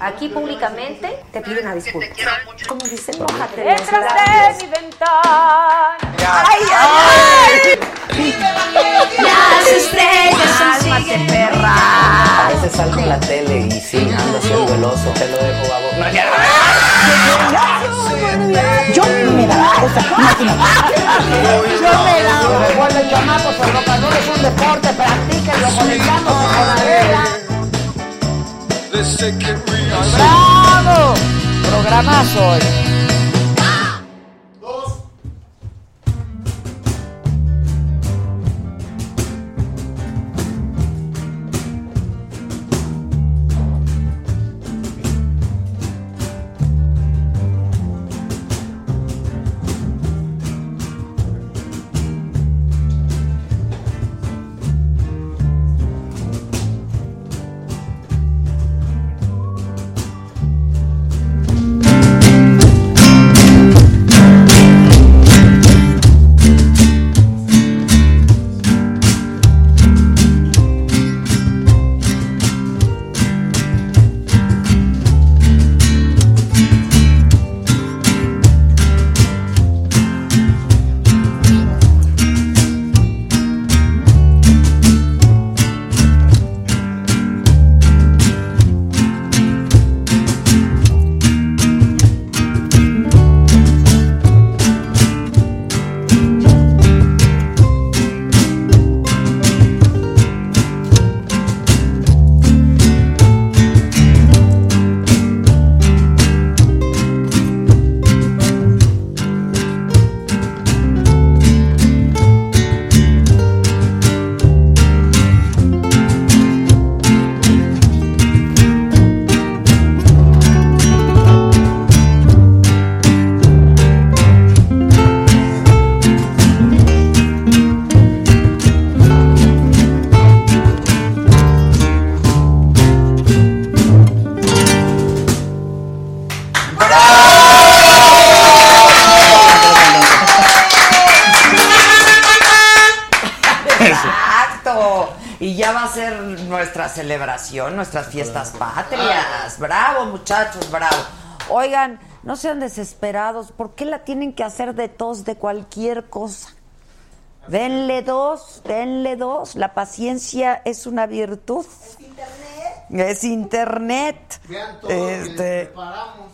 Aquí públicamente te pido una disculpa. Como dicen, mojate los Detrás de mi ventana. ¡Ay, ay, ay! Las estrellas ¡Cálmate, perra! A veces salgo en la tele y sí, ando siendo el oso. Te lo dejo a vos. No, ya. Yo me da cosa. Yo me da. Recuerden, chamacos, el rock and roll es un deporte. Practíquenlo, conectamos con la regla. ¡Bravo! Programazo hoy. Exacto. Y ya va a ser nuestra celebración, nuestras fiestas patrias. Bravo, muchachos, bravo. Oigan, no sean desesperados. ¿Por qué la tienen que hacer de tos de cualquier cosa? Denle dos, denle dos. La paciencia es una virtud. Es internet. Vean todo lo que les preparamos.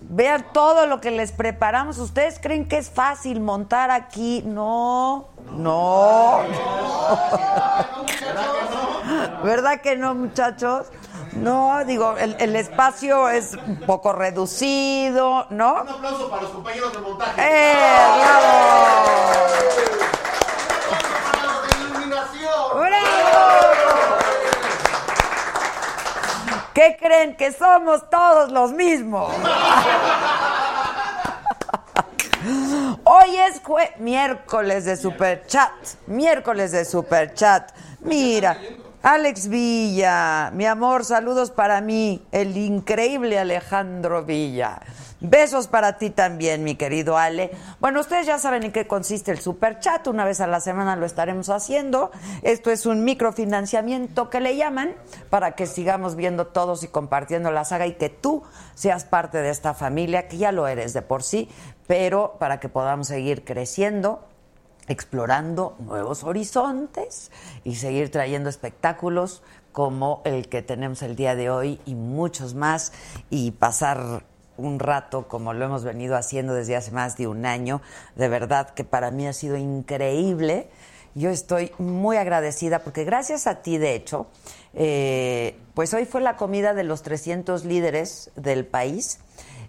Vean todo lo que les preparamos. ¿Ustedes creen que es fácil montar aquí? No, no. ¿Verdad que no, muchachos? No, digo, el, el espacio es un poco reducido, ¿no? Un aplauso para los compañeros de montaje. ¡Eh, bravo! ¡Bravo! ¿Qué creen que somos todos los mismos? Hoy es jue- miércoles de Superchat, miércoles de Superchat. Mira, Alex Villa, mi amor, saludos para mí, el increíble Alejandro Villa. Besos para ti también, mi querido Ale. Bueno, ustedes ya saben en qué consiste el Superchat, una vez a la semana lo estaremos haciendo. Esto es un microfinanciamiento que le llaman para que sigamos viendo todos y compartiendo la saga y que tú seas parte de esta familia, que ya lo eres de por sí, pero para que podamos seguir creciendo, explorando nuevos horizontes y seguir trayendo espectáculos como el que tenemos el día de hoy y muchos más y pasar un rato como lo hemos venido haciendo desde hace más de un año. De verdad que para mí ha sido increíble. Yo estoy muy agradecida porque gracias a ti, de hecho, eh, pues hoy fue la comida de los 300 líderes del país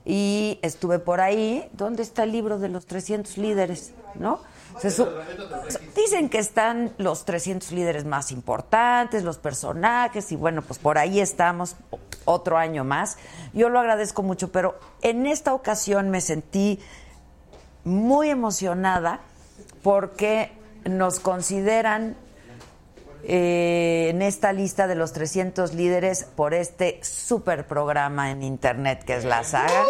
y estuve por ahí. ¿Dónde está el libro de los 300 líderes? ¿No? Se su- Dicen que están los 300 líderes más importantes, los personajes, y bueno, pues por ahí estamos o- otro año más. Yo lo agradezco mucho, pero en esta ocasión me sentí muy emocionada porque nos consideran eh, en esta lista de los 300 líderes por este super programa en internet que es La Saga.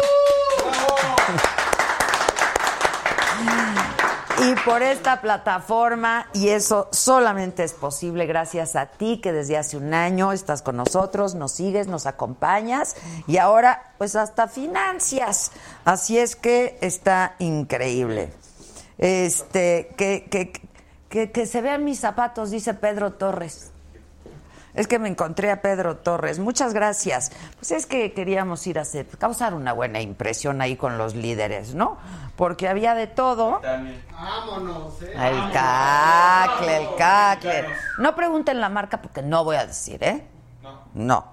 Y por esta plataforma, y eso solamente es posible gracias a ti que desde hace un año estás con nosotros, nos sigues, nos acompañas y ahora pues hasta financias. Así es que está increíble. Este, que, que, que, que se vean mis zapatos, dice Pedro Torres. Es que me encontré a Pedro Torres. Muchas gracias. Pues es que queríamos ir a hacer, causar una buena impresión ahí con los líderes, ¿no? Porque había de todo. El cacle, el cacle. No pregunten la marca porque no voy a decir, ¿eh? No.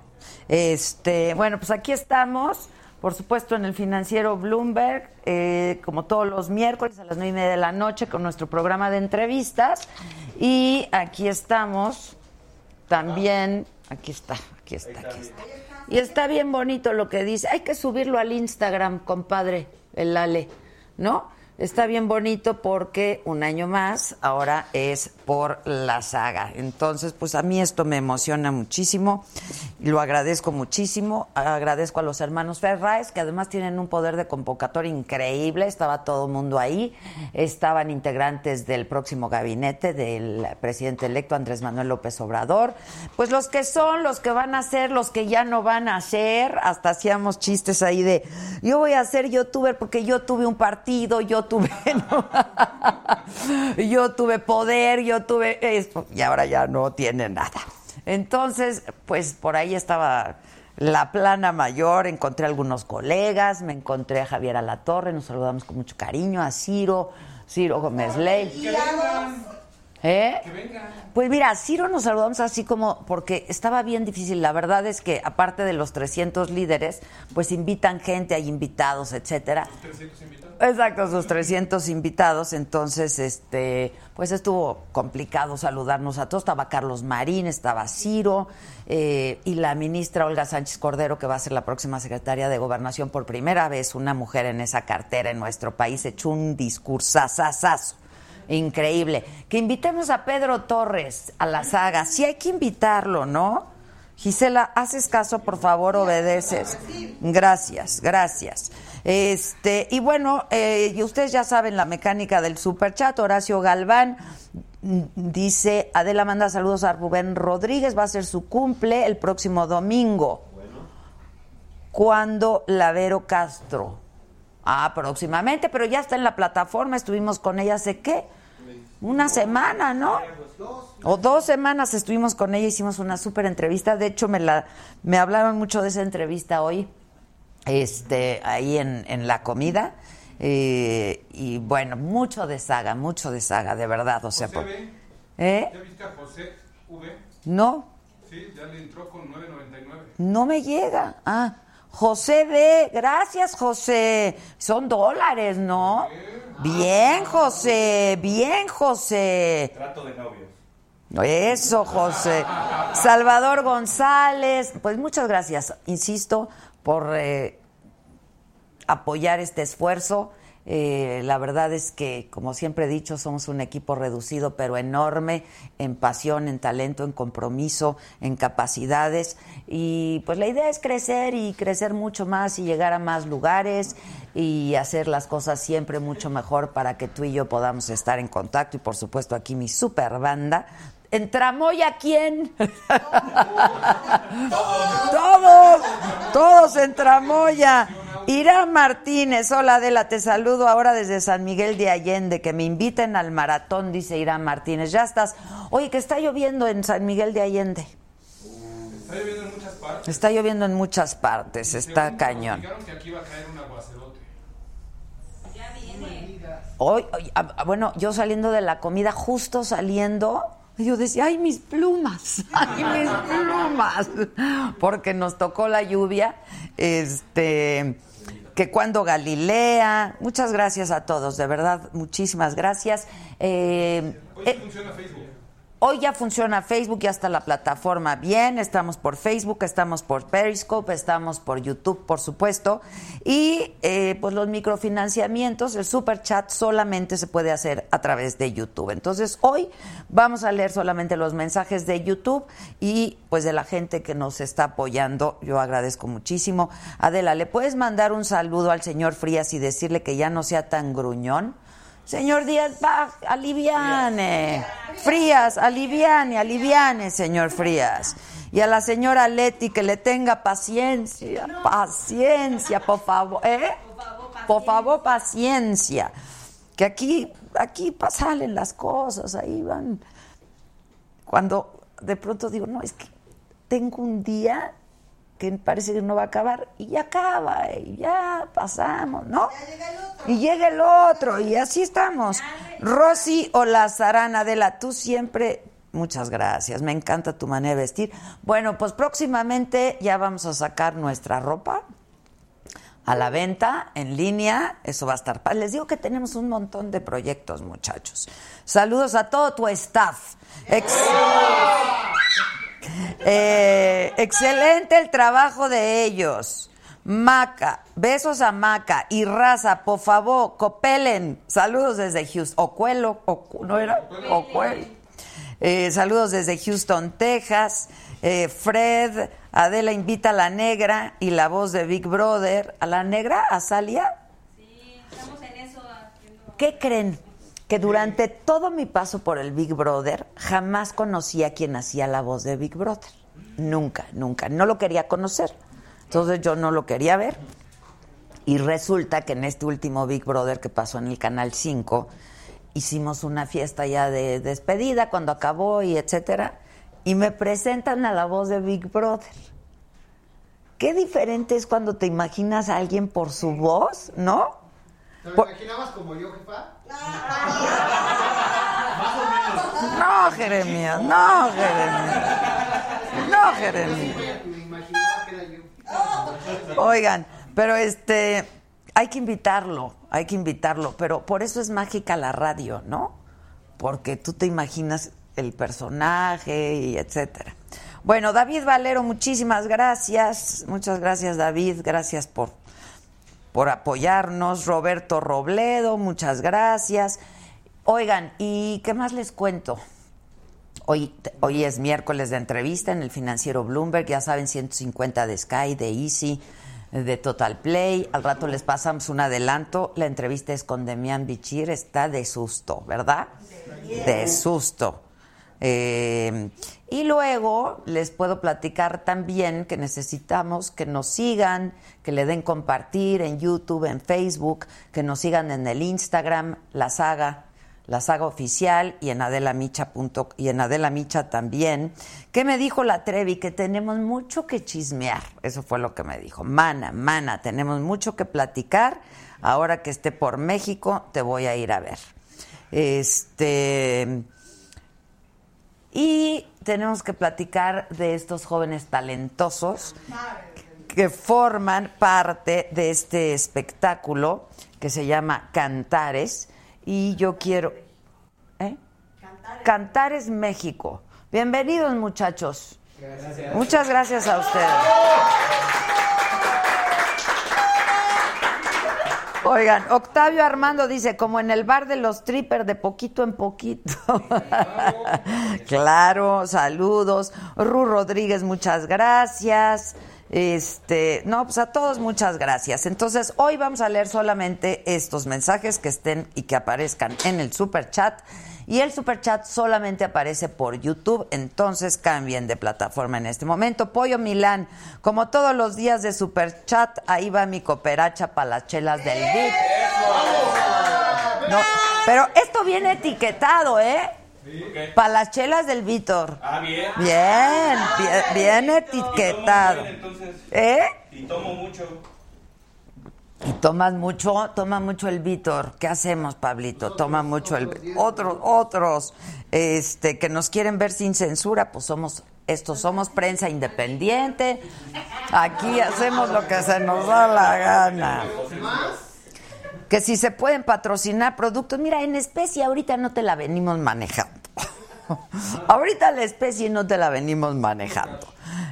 Este, bueno, pues aquí estamos, por supuesto, en el financiero Bloomberg, eh, como todos los miércoles a las nueve y media de la noche con nuestro programa de entrevistas. Y aquí estamos también, aquí está, aquí está, aquí está. Y está bien bonito lo que dice. Hay que subirlo al Instagram, compadre, el Ale, ¿no? Está bien bonito porque un año más ahora es por la saga. Entonces, pues a mí esto me emociona muchísimo. Lo agradezco muchísimo. Agradezco a los hermanos Ferraes, que además tienen un poder de convocatoria increíble. Estaba todo el mundo ahí. Estaban integrantes del próximo gabinete del presidente electo Andrés Manuel López Obrador. Pues los que son, los que van a ser, los que ya no van a ser. Hasta hacíamos chistes ahí de yo voy a ser youtuber porque yo tuve un partido, yo tuve ¿no? yo tuve poder, yo tuve esto y ahora ya no tiene nada. Entonces, pues por ahí estaba la plana mayor, encontré a algunos colegas, me encontré a Javier Alatorre, nos saludamos con mucho cariño, a Ciro, Ciro Gómez Ley. ¿Eh? Pues mira, Ciro nos saludamos así como porque estaba bien difícil. La verdad es que aparte de los 300 líderes, pues invitan gente, hay invitados, etcétera. Exacto, sus 300 invitados. Entonces, este, pues estuvo complicado saludarnos a todos. Estaba Carlos Marín, estaba Ciro eh, y la ministra Olga Sánchez Cordero, que va a ser la próxima secretaria de Gobernación por primera vez, una mujer en esa cartera en nuestro país, echó un discursazazazo. Increíble. Que invitemos a Pedro Torres a la saga. Sí hay que invitarlo, ¿no? Gisela, haces caso, por favor, obedeces. Gracias, gracias. Este, y bueno, eh, y ustedes ya saben la mecánica del superchat. Horacio Galván mm, dice, Adela manda saludos a Rubén Rodríguez, va a ser su cumple el próximo domingo. Cuando Lavero Castro. Ah, próximamente, pero ya está en la plataforma, estuvimos con ella hace qué? Una semana, ¿no? O dos semanas estuvimos con ella, hicimos una súper entrevista, de hecho me la me hablaron mucho de esa entrevista hoy, este, ahí en, en la comida. eh, y bueno, mucho de saga, mucho de saga, de verdad, o sea, por- ¿eh? ¿Ya viste a José V? No, Sí, ya le entró con 9.99. no me llega. Ah, José B, gracias José. Son dólares, ¿no? Bien, José, bien, José. Trato de novios. Eso, José. Salvador González, pues muchas gracias, insisto, por eh, apoyar este esfuerzo. Eh, la verdad es que, como siempre he dicho, somos un equipo reducido, pero enorme en pasión, en talento, en compromiso, en capacidades. Y pues la idea es crecer y crecer mucho más y llegar a más lugares y hacer las cosas siempre mucho mejor para que tú y yo podamos estar en contacto. Y por supuesto, aquí mi super banda. ¿En Tramoya quién? Todos, todos en Tramoya. Irán Martínez, hola Adela, te saludo ahora desde San Miguel de Allende, que me inviten al maratón, dice Irán Martínez. Ya estás. Oye, que está lloviendo en San Miguel de Allende. Está lloviendo en muchas partes. Está lloviendo en muchas partes, está Según cañón. Dijeron que aquí iba a caer un aguacerote. Hoy, hoy, ah, ah, bueno, yo saliendo de la comida, justo saliendo, yo decía, ay, mis plumas, ay, mis plumas, porque nos tocó la lluvia, este, que cuando Galilea. Muchas gracias a todos, de verdad, muchísimas gracias. Eh, Hoy eh, funciona Facebook. Hoy ya funciona Facebook, ya está la plataforma bien, estamos por Facebook, estamos por Periscope, estamos por YouTube, por supuesto. Y eh, pues los microfinanciamientos, el super chat solamente se puede hacer a través de YouTube. Entonces hoy vamos a leer solamente los mensajes de YouTube y pues de la gente que nos está apoyando. Yo agradezco muchísimo. Adela, ¿le puedes mandar un saludo al señor Frías y decirle que ya no sea tan gruñón? Señor Díaz, va, aliviane. Frías, aliviane, aliviane, señor Frías. Y a la señora Leti que le tenga paciencia, paciencia, por favor, ¿eh? Por favor, paciencia. Que aquí, aquí pa- salen las cosas, ahí van. Cuando de pronto digo, no, es que tengo un día que parece que no va a acabar y ya acaba, y ya pasamos, ¿no? Y llega el otro, y así estamos. Rosy o la Sarana Adela, tú siempre, muchas gracias, me encanta tu manera de vestir. Bueno, pues próximamente ya vamos a sacar nuestra ropa a la venta, en línea, eso va a estar. pa- Les digo que tenemos un montón de proyectos, muchachos. Saludos a todo tu staff. Ex- eh, excelente el trabajo de ellos. Maca, besos a Maca y Raza, por favor, copelen. Saludos desde Houston. Ocuelo, Ocu- ¿no era? Ocuelo. Eh, saludos desde Houston, Texas. Eh, Fred, Adela invita a la negra y la voz de Big Brother. ¿A la negra? ¿A Salia? ¿Qué creen? Que durante todo mi paso por el Big Brother jamás conocí a quien hacía la voz de Big Brother. Nunca, nunca. No lo quería conocer. Entonces yo no lo quería ver. Y resulta que en este último Big Brother que pasó en el Canal 5, hicimos una fiesta ya de despedida cuando acabó y etcétera. Y me presentan a la voz de Big Brother. Qué diferente es cuando te imaginas a alguien por su voz, ¿no? ¿Te Por- imaginabas como yo, jefa? No, Jeremías, no, Jeremías. No, Jeremías. Me imaginaba que era yo. Oigan, pero este, hay que invitarlo, hay que invitarlo, pero por eso es mágica la radio, ¿no? Porque tú te imaginas el personaje y etcétera. Bueno, David Valero, muchísimas gracias. Muchas gracias, David. Gracias por por apoyarnos. Roberto Robledo, muchas gracias. Oigan, ¿y qué más les cuento? Hoy, hoy es miércoles de entrevista en el financiero Bloomberg, ya saben, 150 de Sky, de Easy, de Total Play. Al rato les pasamos un adelanto. La entrevista es con Demian Bichir, está de susto, ¿verdad? De susto. Eh, y luego les puedo platicar también que necesitamos que nos sigan, que le den compartir en YouTube, en Facebook, que nos sigan en el Instagram, la saga la saga oficial y en adelamicha. punto- y en Adela Micha también. ¿Qué me dijo la Trevi? Que tenemos mucho que chismear. Eso fue lo que me dijo. Mana, mana, tenemos mucho que platicar. Ahora que esté por México, te voy a ir a ver. Este. Y tenemos que platicar de estos jóvenes talentosos que forman parte de este espectáculo que se llama Cantares. Y yo quiero... ¿eh? Cantares. México. Bienvenidos muchachos. Muchas gracias a ustedes. Oigan, Octavio Armando dice, como en el bar de los trippers, de poquito en poquito. Claro, saludos. Ru Rodríguez, muchas gracias. Este, no, pues a todos muchas gracias. Entonces, hoy vamos a leer solamente estos mensajes que estén y que aparezcan en el super chat. Y el super chat solamente aparece por YouTube, entonces cambien de plataforma en este momento. Pollo Milán, como todos los días de super chat, ahí va mi cooperacha para las chelas del VIP. No, pero esto viene etiquetado, ¿eh? Para las chelas del Víctor. Ah, bien. Bien, bien, bien etiquetado. ¿Eh? Y tomo mucho. Y tomas mucho, toma mucho el Víctor. ¿Qué hacemos, Pablito? Toma mucho el otros otros este que nos quieren ver sin censura, pues somos Estos somos prensa independiente. Aquí hacemos lo que se nos da la gana. Que si se pueden patrocinar productos, mira, en especie ahorita no te la venimos manejando. ahorita la especie no te la venimos manejando.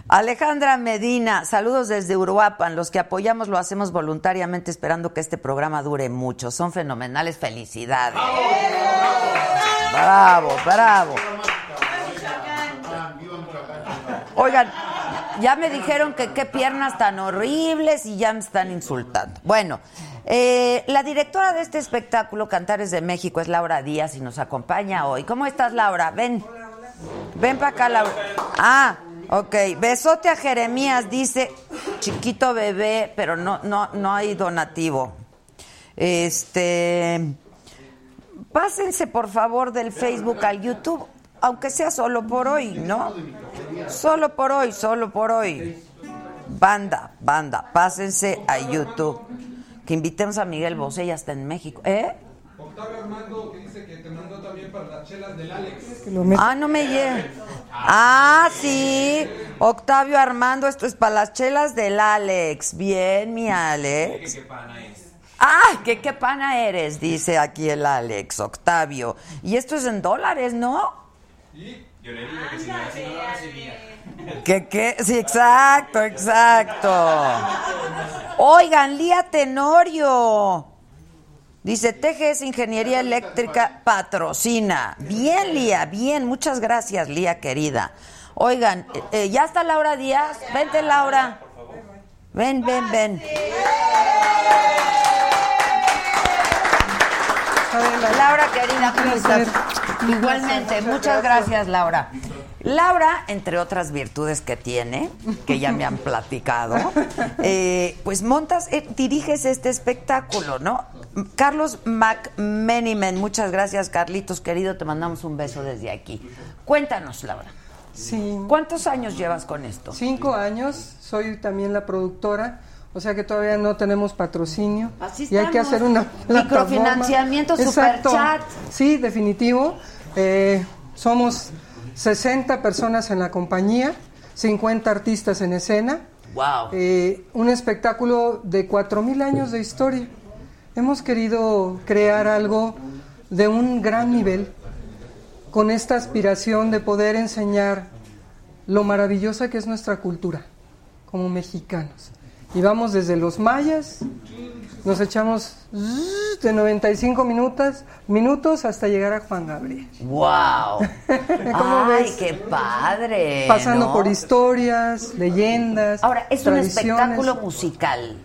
Alejandra Medina, saludos desde Uruapan. Los que apoyamos lo hacemos voluntariamente esperando que este programa dure mucho. Son fenomenales, felicidades. Bravo, bravo. Oigan, ya me dijeron que qué piernas tan horribles y ya me están insultando. Bueno, eh, la directora de este espectáculo, Cantares de México, es Laura Díaz y nos acompaña hoy. ¿Cómo estás, Laura? Ven. Ven para acá, Laura. Ah, ok. Besote a Jeremías, dice chiquito bebé, pero no, no, no hay donativo. Este. Pásense por favor del Facebook al YouTube, aunque sea solo por hoy, ¿no? Solo por hoy, solo por hoy. Banda, banda, pásense a YouTube. Que invitemos a Miguel Bosé, ya está en México. ¿Eh? Octavio Armando que dice que te mandó también para las chelas del Alex. Ah, no me llega. Ah, sí. Octavio Armando, esto es para las chelas del Alex. Bien, mi Alex. ¿Qué pana es? Ah, que qué pana eres, dice aquí el Alex, Octavio. Y esto es en dólares, ¿no? Y yo le digo que si me así no la recibía. ¿Qué, qué? Sí, exacto, exacto. Oigan, Lía Tenorio. Dice, TGS Ingeniería Eléctrica patrocina. Bien, Lía, bien. Muchas gracias, Lía, querida. Oigan, eh, eh, ¿ya está Laura Díaz? Vente, Laura. Ven, ven, ven. Laura, Ah, querida, ¿cómo estás? Igualmente, muchas gracias, Laura. Laura, entre otras virtudes que tiene, que ya me han platicado, eh, pues montas, eh, diriges este espectáculo, ¿no? Carlos McMeniman, muchas gracias, Carlitos, querido, te mandamos un beso desde aquí. Cuéntanos, Laura, Sí, ¿cuántos años llevas con esto? cinco años, soy también la productora, o sea que todavía no tenemos patrocinio Así y hay que estamos. hacer una plataforma. Microfinanciamiento, Exacto. superchat. Sí, definitivo. Eh, somos 60 personas en la compañía, 50 artistas en escena, Wow. eh, un espectáculo de 4.000 años de historia. Hemos querido crear algo de un gran nivel con esta aspiración de poder enseñar lo maravillosa que es nuestra cultura como mexicanos. Y vamos desde los mayas, nos echamos zzz, de 95 minutos, minutos hasta llegar a Juan Gabriel. Wow. ¿Cómo Ay, ves? qué padre. Pasando Eh, ¿no? por historias, leyendas. Ahora, es un tradiciones. espectáculo musical.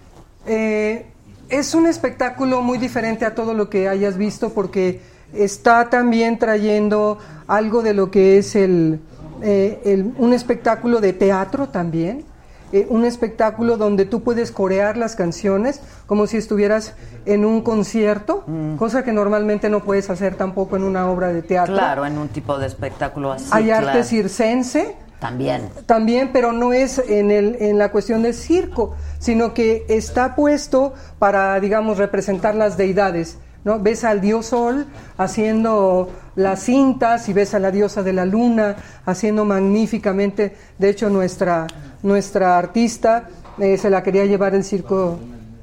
Eh, es un espectáculo muy diferente a todo lo que hayas visto porque está también trayendo algo de lo que es el, eh, el- un espectáculo de teatro también. eh, un espectáculo donde tú puedes corear las canciones como si estuvieras en un concierto, Mm. cosa que normalmente no puedes hacer tampoco en una obra de teatro. Claro, en un tipo de espectáculo así. Hay arte claro. circense, También. también, pero no es en, el, en la cuestión del circo, sino que está puesto para, digamos, representar las deidades. ¿no? Ves al dios sol haciendo las cintas y ves a la diosa de la luna haciendo magníficamente. De hecho, nuestra, nuestra artista eh, se la quería llevar el circo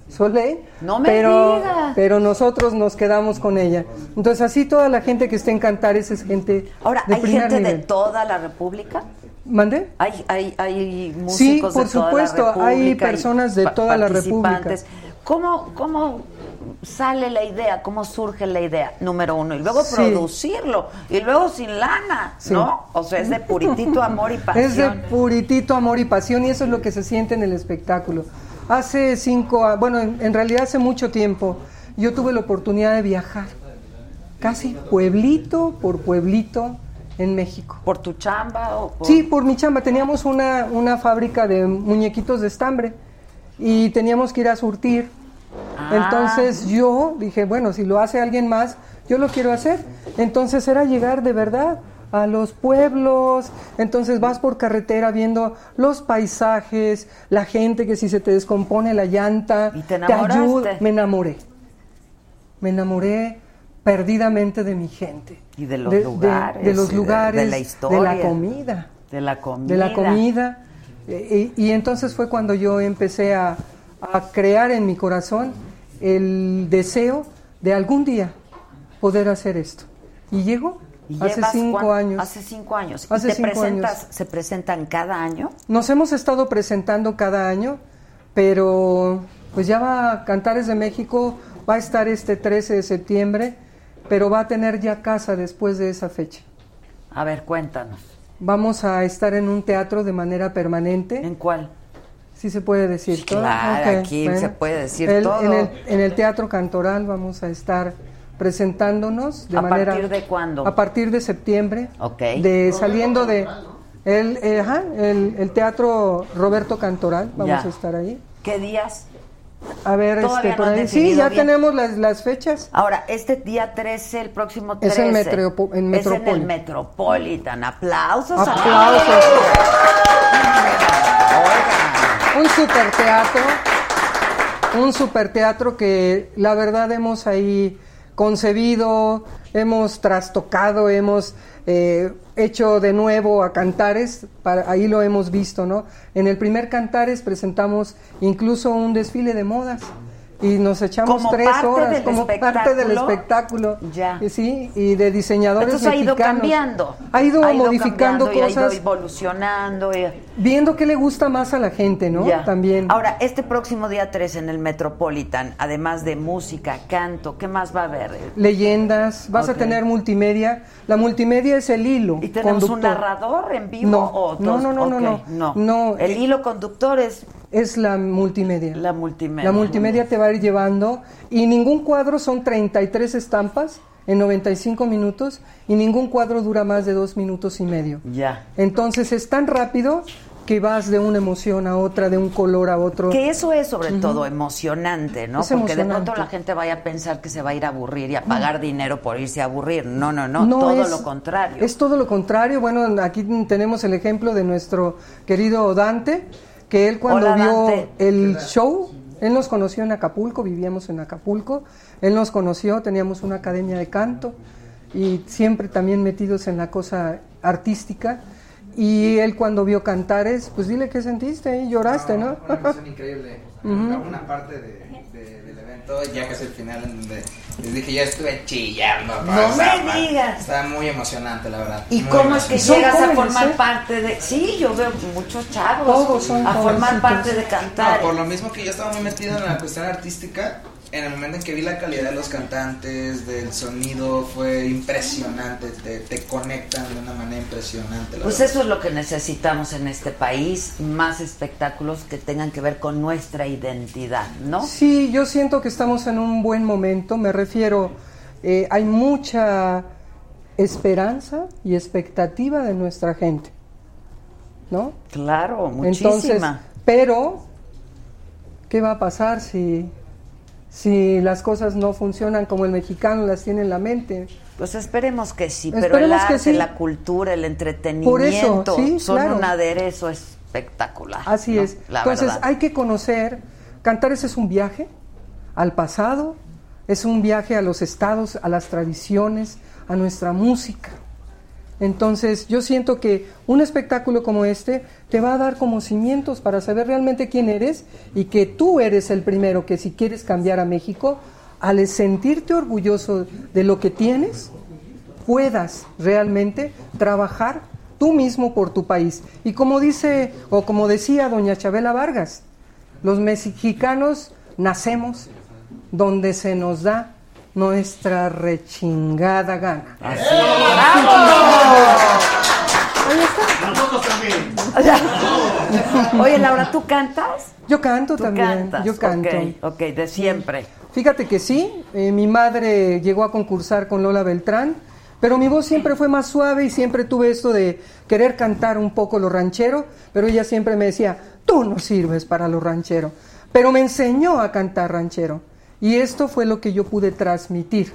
Soleil, No me pero, digas. pero nosotros nos quedamos con ella. Entonces, así toda la gente que esté en Cantares es gente Ahora, de ¿hay primer gente de nivel. toda la República? ¿Mande? ¿Hay, hay, hay músicos Sí, de por toda la supuesto, República? hay y personas de pa- toda la participantes? ¿Cómo, ¿Cómo sale la idea? ¿Cómo surge la idea? Número uno. Y luego Sí. producirlo. Y luego sin lana, Sí. ¿no? O sea, es de puritito amor y pasión. Es de puritito amor y pasión y eso es lo que se siente en el espectáculo. Hace cinco, a- bueno, en, en realidad hace mucho tiempo, yo tuve la oportunidad de viajar, casi pueblito por pueblito en México. ¿Por tu chamba o por...? Sí, por mi chamba. Teníamos una, una fábrica de muñequitos de estambre y teníamos que ir a surtir. Ah. Entonces yo dije, bueno, si lo hace alguien más, yo lo quiero hacer. Entonces era llegar de verdad a los pueblos, entonces vas por carretera viendo los paisajes, la gente que si se te descompone la llanta, Y te ayuda. enamoraste. Me enamoré, me enamoré perdidamente de mi gente. Y de los de- lugares, de y los de- lugares, de la historia. la comida. De la comida. de la comida. Eh, Y, y entonces fue cuando yo empecé a, a crear en mi corazón el deseo de algún día poder hacer esto. Y llegó Y hace llevas cinco cuán- años. Hace cinco años. ¿Y Hace te cinco presentas, años. se presentan cada año? Nos hemos estado presentando cada año, pero pues ya va Cantares de México, va a estar este 13 de septiembre, pero va a tener ya casa después de esa fecha. A ver, cuéntanos. Vamos a estar en un teatro de manera permanente. ¿En cuál? Sí se puede decir Sí, todo. claro, Ok, aquí se puede decir El- todo. En el, en el Teatro Cantoral vamos a estar presentándonos de ¿A manera... partir de cuándo? A partir de septiembre. Ok. De saliendo de... El, eh, ajá, el, el Teatro Roberto Cantoral, vamos Ya. a estar ahí. ¿Qué días? A ver, Todavía este, no por han ahí. Sí, definido ya bien. tenemos las, las fechas. Ahora, este día 13, el próximo 13. Es en Metropo- en Es en el Metropolitan. Metropolitan. Aplausos. Aplausos. Oigan. Un super teatro, un super teatro que la verdad hemos ahí concebido, hemos trastocado, hemos eh, hecho de nuevo a cantares, para, ahí lo hemos visto, ¿no? En el primer cantares presentamos incluso un desfile de modas y nos echamos Como tres parte horas del como parte del espectáculo. espectáculo, Ya. y sí, y de diseñadores Entonces ha ido mexicanos. cambiando. ha ido modificando cambiando y cosas, Ha ido evolucionando. y- viendo qué le gusta más a la gente, ¿no? ya. También. Ahora, este próximo día 13 en el Metropolitan, además de música, canto, ¿qué más va a haber? leyendas, vas Ok. a tener multimedia. La multimedia es el hilo. ¿Y tenemos un conductor. narrador en vivo? No, o no, todos- no, no, no, ok, no. No, El eh, hilo conductor es Es la multimedia. la multimedia. La multimedia te va a ir llevando y ningún cuadro son 33 estampas en 95 minutos y ningún cuadro dura más de dos minutos y medio. Ya. Entonces es tan rápido que vas de una emoción a otra, de un color a otro. Que eso es sobre todo emocionante, ¿no? Es Porque de emocionante. pronto la gente vaya a pensar que se va a ir a aburrir y a pagar dinero por irse a aburrir. No, no, no, todo es- lo contrario. Es todo lo contrario. Bueno, aquí tenemos el ejemplo de nuestro querido Dante, que él cuando Hola, vio Dante. el show, él nos conoció en Acapulco, vivíamos en Acapulco, él nos conoció, teníamos una academia de canto y siempre también metidos en la cosa artística. Y él cuando vio cantares, pues dile qué sentiste y lloraste, ¿no? Una emoción increíble. Una parte de, de- del evento, ya casi el final, en donde les dije, yo estuve chillando. No me man, digas. Estaba muy emocionante, la verdad. ¿Y muy cómo es que Son llegas a jóvenes, formar ¿eh? parte de.? Sí, yo veo muchos chavos. Todos son a formar jovencitos. parte de cantar. No, por lo mismo que yo estaba muy metido en la cuestión artística, en el momento en que vi la calidad de los cantantes, del sonido, fue impresionante. Te, te conectan de una manera impresionante. la Pues verdad. eso es lo que necesitamos en este país, más espectáculos que tengan que ver con nuestra identidad, ¿no? Sí, yo siento que estamos en un buen momento. Me refiero, eh, hay mucha esperanza y expectativa de nuestra gente, ¿no? Claro, Entonces, muchísima. pero ¿qué va a pasar si si las cosas no funcionan como el mexicano las tiene en la mente? pues esperemos que sí, pero el Esperemos que arte, sí. la cultura, el entretenimiento Por eso, sí, son claro. un aderezo espectacular. Así ¿no? es. La Entonces verdad. hay que conocer, Cantares es un viaje al pasado, es un viaje a los estados, a las tradiciones, a nuestra música. Entonces yo siento que un espectáculo como este te va a dar como cimientos para saber realmente quién eres y que tú eres el primero que si quieres cambiar a México, al sentirte orgulloso de lo que tienes, puedas realmente trabajar tú mismo por tu país. Y como dice, o como decía doña Chabela Vargas, los mexicanos nacemos donde se nos da nuestra rechingada gana. Oye, Laura, ¿tú cantas? Yo canto Tú también, cantas. yo canto. Ok, ok, de siempre. Fíjate que sí, eh, mi madre llegó a concursar con Lola Beltrán, pero mi voz siempre fue más suave y siempre tuve esto de querer cantar un poco lo ranchero, pero ella siempre me decía, tú no sirves para lo ranchero, pero me enseñó a cantar ranchero y esto fue lo que yo pude transmitir,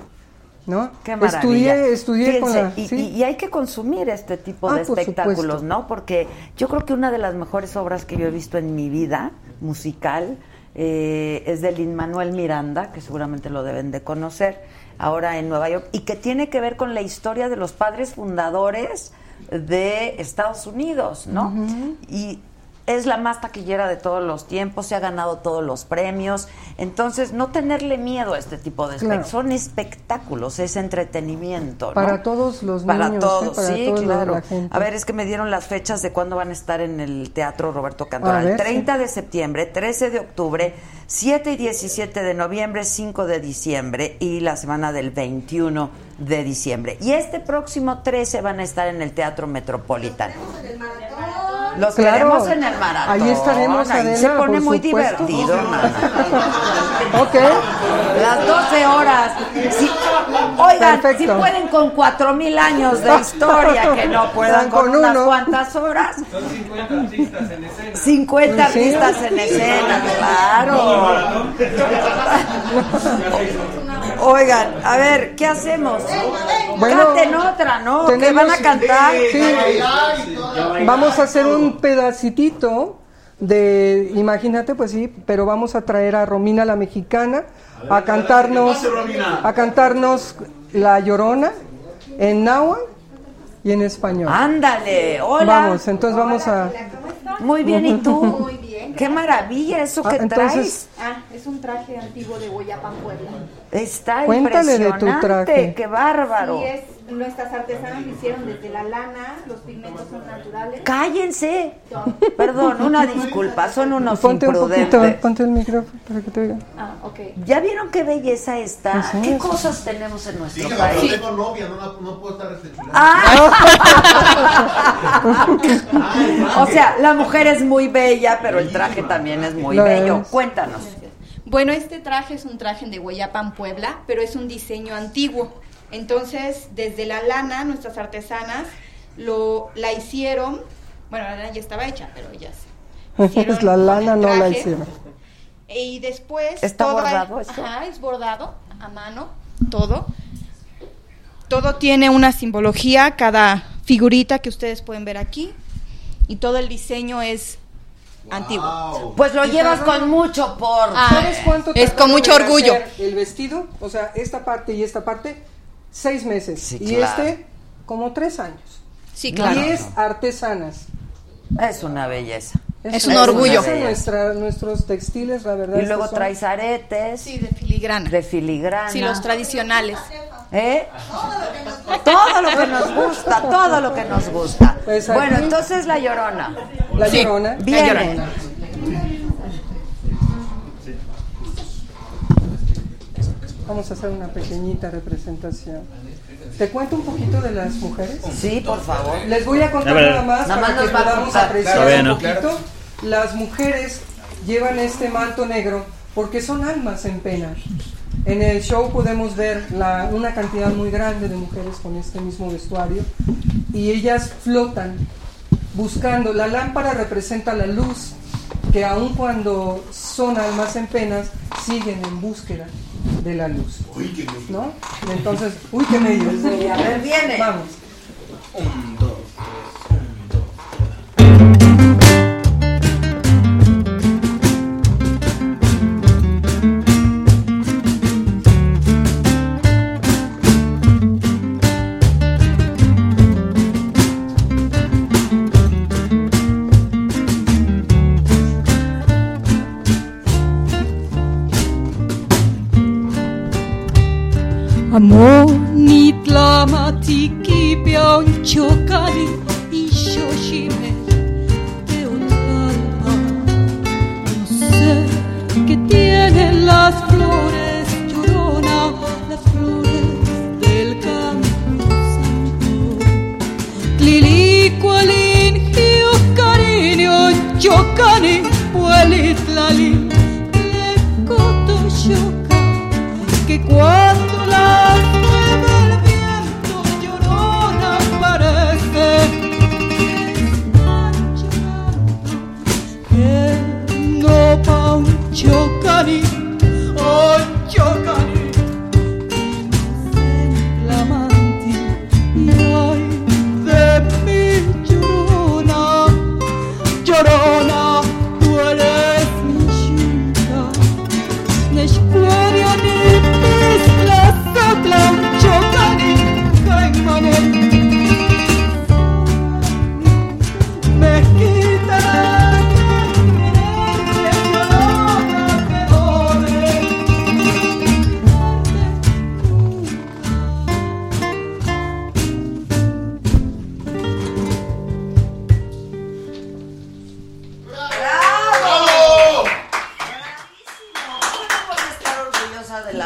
¿no? Qué maravilla. Estudié, estudié con Fíjense, la... y, sí. y- y hay que consumir este tipo Ah, de por espectáculos, supuesto. ¿no? Porque yo creo que una de las mejores obras que yo he visto en mi vida musical eh, es de Lin Manuel Miranda, que seguramente lo deben de conocer, ahora en Nueva York, y que tiene que ver con la historia de los padres fundadores de Estados Unidos, ¿no? Y es la más taquillera de todos los tiempos, se ha ganado todos los premios. Entonces, no tenerle miedo a este tipo de espectáculos. Claro. Son espectáculos, es entretenimiento. ¿no? Para todos los Para niños, ¿eh? todos, Para sí, toda la- claro. la gente. A ver, es que me dieron las fechas de cuándo van a estar en el Teatro Roberto Cantoral. A ver, 30 de septiembre, 13 de octubre, 7 y 17 de noviembre, 5 de diciembre y la semana del 21 de diciembre. Y este próximo 13 van a estar en el Teatro Metropolitano. Los Claro. queremos en el maratón. Ahí estaremos, Ahí se Adela, pone por muy supuesto. divertido, hermana. Ok. Las 12 horas. Sí. Oigan, si Perfecto. pueden con cuatro mil años de historia, que no puedan con, Con unas uno. cuantas horas. Son 50 artistas en escena. 50 Sí. artistas en escena, claro. Oigan, a ver, ¿qué hacemos? Bueno, Canten otra, ¿no? Que tenemos- van a cantar. Sí. Vamos a hacer un pedacitito de, imagínate, pues sí, pero vamos a traer a Romina la mexicana a cantarnos, a cantarnos La Llorona en náhuatl y en español. Ándale, Ah, hola. Vamos, entonces vamos a. Muy bien, ¿y tú? Muy bien. Qué maravilla eso Ah, que entonces- Ah, es un traje antiguo de Guayapán, Puebla. traes. Está Cuéntale de tu impresionante, traje. qué bárbaro. Sí, es, nuestras artesanas lo hicieron desde la lana, los pigmentos son naturales. Cállense. Perdón, una disculpa, son unos Ponte un imprudentes. poquito, ponte el micrófono para que te oiga. Ah, ok. ¿Ya vieron qué belleza está? Así ¿Qué es. cosas tenemos en nuestro Dígame, país? no tengo novia, no, la- no puedo estar recepcionando. Ah, o sea, la mujer es muy bella, pero el traje también es muy Lo bello. es. Cuéntanos. Bueno, este traje es un traje de Guayapán, Puebla, pero es un diseño antiguo. Entonces, desde la lana, nuestras artesanas lo, la hicieron. Bueno, la lana ya estaba hecha, pero ellas. hicieron la lana el no la traje. hicieron. Y después. ¿Está todo bordado esto? Ajá, es bordado a mano, todo. Todo tiene una simbología, cada figurita que ustedes pueden ver aquí. Y todo el diseño es antiguo. Wow. Pues lo llevas con mucho por. ¿Sabes cuánto es tardó con mucho en orgullo. hacer El vestido, o sea, esta parte y esta parte, seis meses. Sí, y claro. este, como tres años. Sí, Claro. Diez artesanas. Es una belleza. Es un una orgullo. belleza nuestra- nuestros textiles, la verdad. Y es que luego son- traes aretes Sí, de filigrana. de filigrana. Sí, los tradicionales. ¿Eh? Todo lo que nos gusta, todo lo que nos gusta. Pues aquí- Bueno, entonces la llorona. La Sí. llorona. Viene. Vamos a hacer una pequeñita representación. ¿Te cuento un poquito de las mujeres? Sí, por favor. Les voy a contar A ver. nada más Nada más para que nos va a podamos contar. apreciar Está bien, un ¿no? poquito. Las mujeres llevan este manto negro porque son almas en pena. En el show podemos ver la- una cantidad muy grande de mujeres con este mismo vestuario y ellas flotan buscando. La lámpara representa la luz que aun cuando son almas en penas siguen en búsqueda de la luz, Uy, qué lindo. ¿no? Entonces, uy, qué medio. A ver, viene. Vamos. Amor ni tlamatiki pianchokali y shoshime de Otalpa. No sé qué tienen las flores, llorona, las flores del campo santo. Tlilicualin, hio cariño, chocani, puelitlali, plecoto choca que cuando la mueve el viento llorona parece que no pa un chocani oh chocani la manti y ay de mi llorona llorona tú eres mi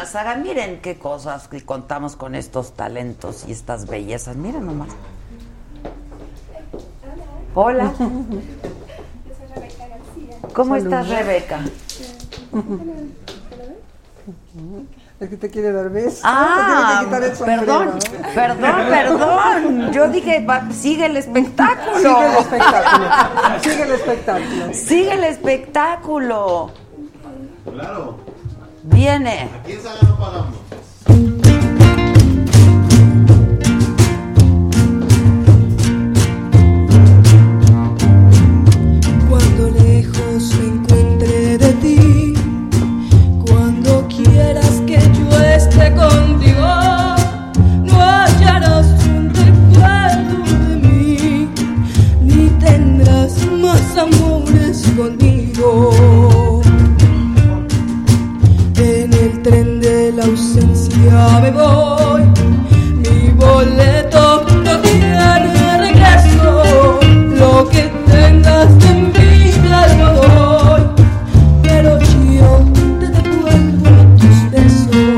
saga. Miren qué cosas que contamos con estos talentos y estas bellezas. Miren nomás. Hola. ¿Cómo estás, Rebeca? Es que te quiere dar besos. Ah, te quiere quitar el perdón, sombrero. perdón, perdón. Yo dije, va, sigue el espectáculo. Sigue el espectáculo. Sigue el espectáculo. Sigue el espectáculo. Claro. Viene. Aquí en Saga no paramos. Cuando lejos me encuentre de ti, cuando quieras que yo esté contigo, no hallarás un recuerdo de mí, ni tendrás más amores conmigo. En el tren de la ausencia me voy, mi boleto no tiene regreso. Lo que tengas de mí te lo doy, pero yo te devuelvo tus besos.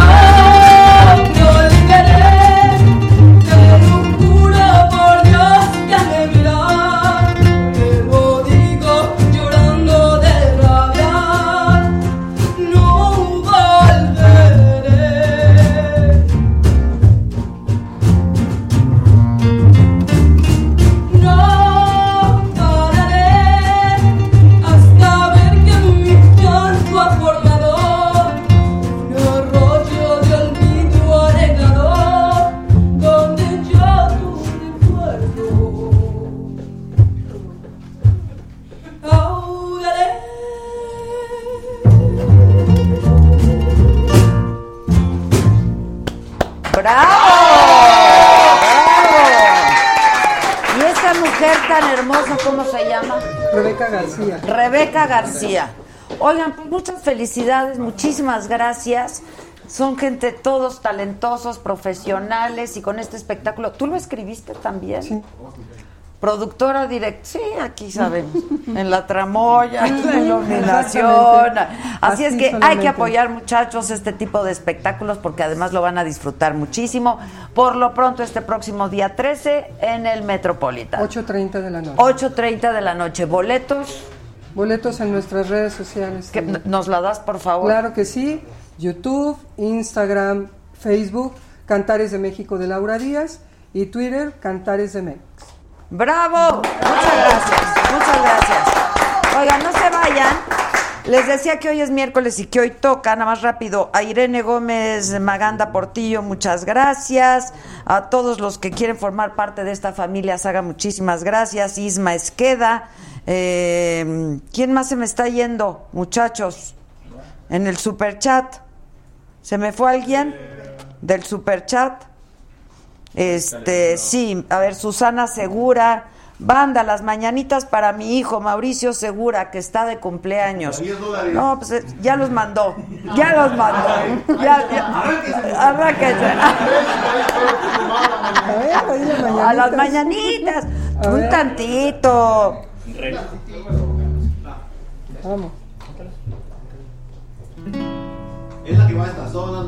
No te olvidaré, te lo juro por Dios que me miras. Te lo digo llorando de rabia, no volveré. No pararé hasta ver que mi llanto ha formado un arroyo de olvido arreglado donde yo tu recuerdo ahogaré. Y esta mujer tan hermosa, ¿cómo se llama? Rebeca García. Rebeca García. Oigan, pues, muchas felicidades, muchísimas gracias. Son gente todos talentosos, profesionales y con este espectáculo. ¿Tú lo escribiste también? Sí. Productora directa. Sí, aquí sabemos. En la tramoya, en la iluminación. Exactamente. Así es Así que hay solamente. que apoyar, muchachos, este tipo de espectáculos porque además lo van a disfrutar muchísimo. Por lo pronto, este próximo día 13 en el Metropolitan. 8.30 de la noche. 8.30 de la noche. Boletos. Boletos en nuestras redes sociales. Que también. ¿Nos la das, por favor? Claro que sí. YouTube, Instagram, Facebook, Cantares de México de Laura Díaz y Twitter, Cantares de México. ¡Bravo! Muchas gracias, muchas gracias. Oigan, no se vayan. Les decía que hoy es miércoles y que hoy toca, nada más rápido, a Irene Gómez, Maganda Portillo, muchas gracias. A todos los que quieren formar parte de esta familia Saga, muchísimas gracias. Isma Esqueda. Eh, ¿Quién más se me está yendo, muchachos? En el superchat. ¿Se me fue alguien del superchat? Este, sí, a ver, Susana Segura, banda, las mañanitas para mi hijo, Mauricio Segura, que está de cumpleaños. No, pues eh, ya los mandó, ya los mandó. Ya, ya, arráquense. A las mañanitas, un tantito. Vamos. Es la que va a estas zonas,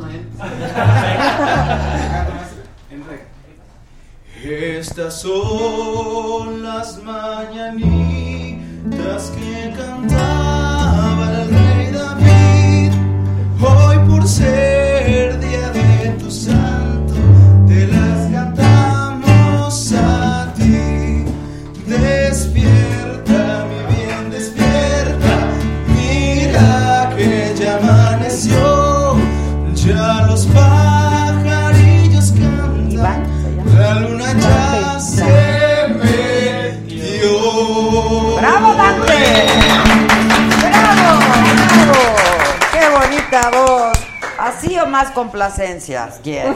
Estas son las mañanitas que cantaba el rey David. Hoy por ser día de tu santo, te las cantamos a ti. Despierta, mi bien, despierta. Mira que ya amaneció, ya los pajarillos cantan. La luna ya se metió. ¡Bravo, Dante! ¡Bravo! ¡Bravo! ¡Qué bonita voz! Así o más complacencias quieres?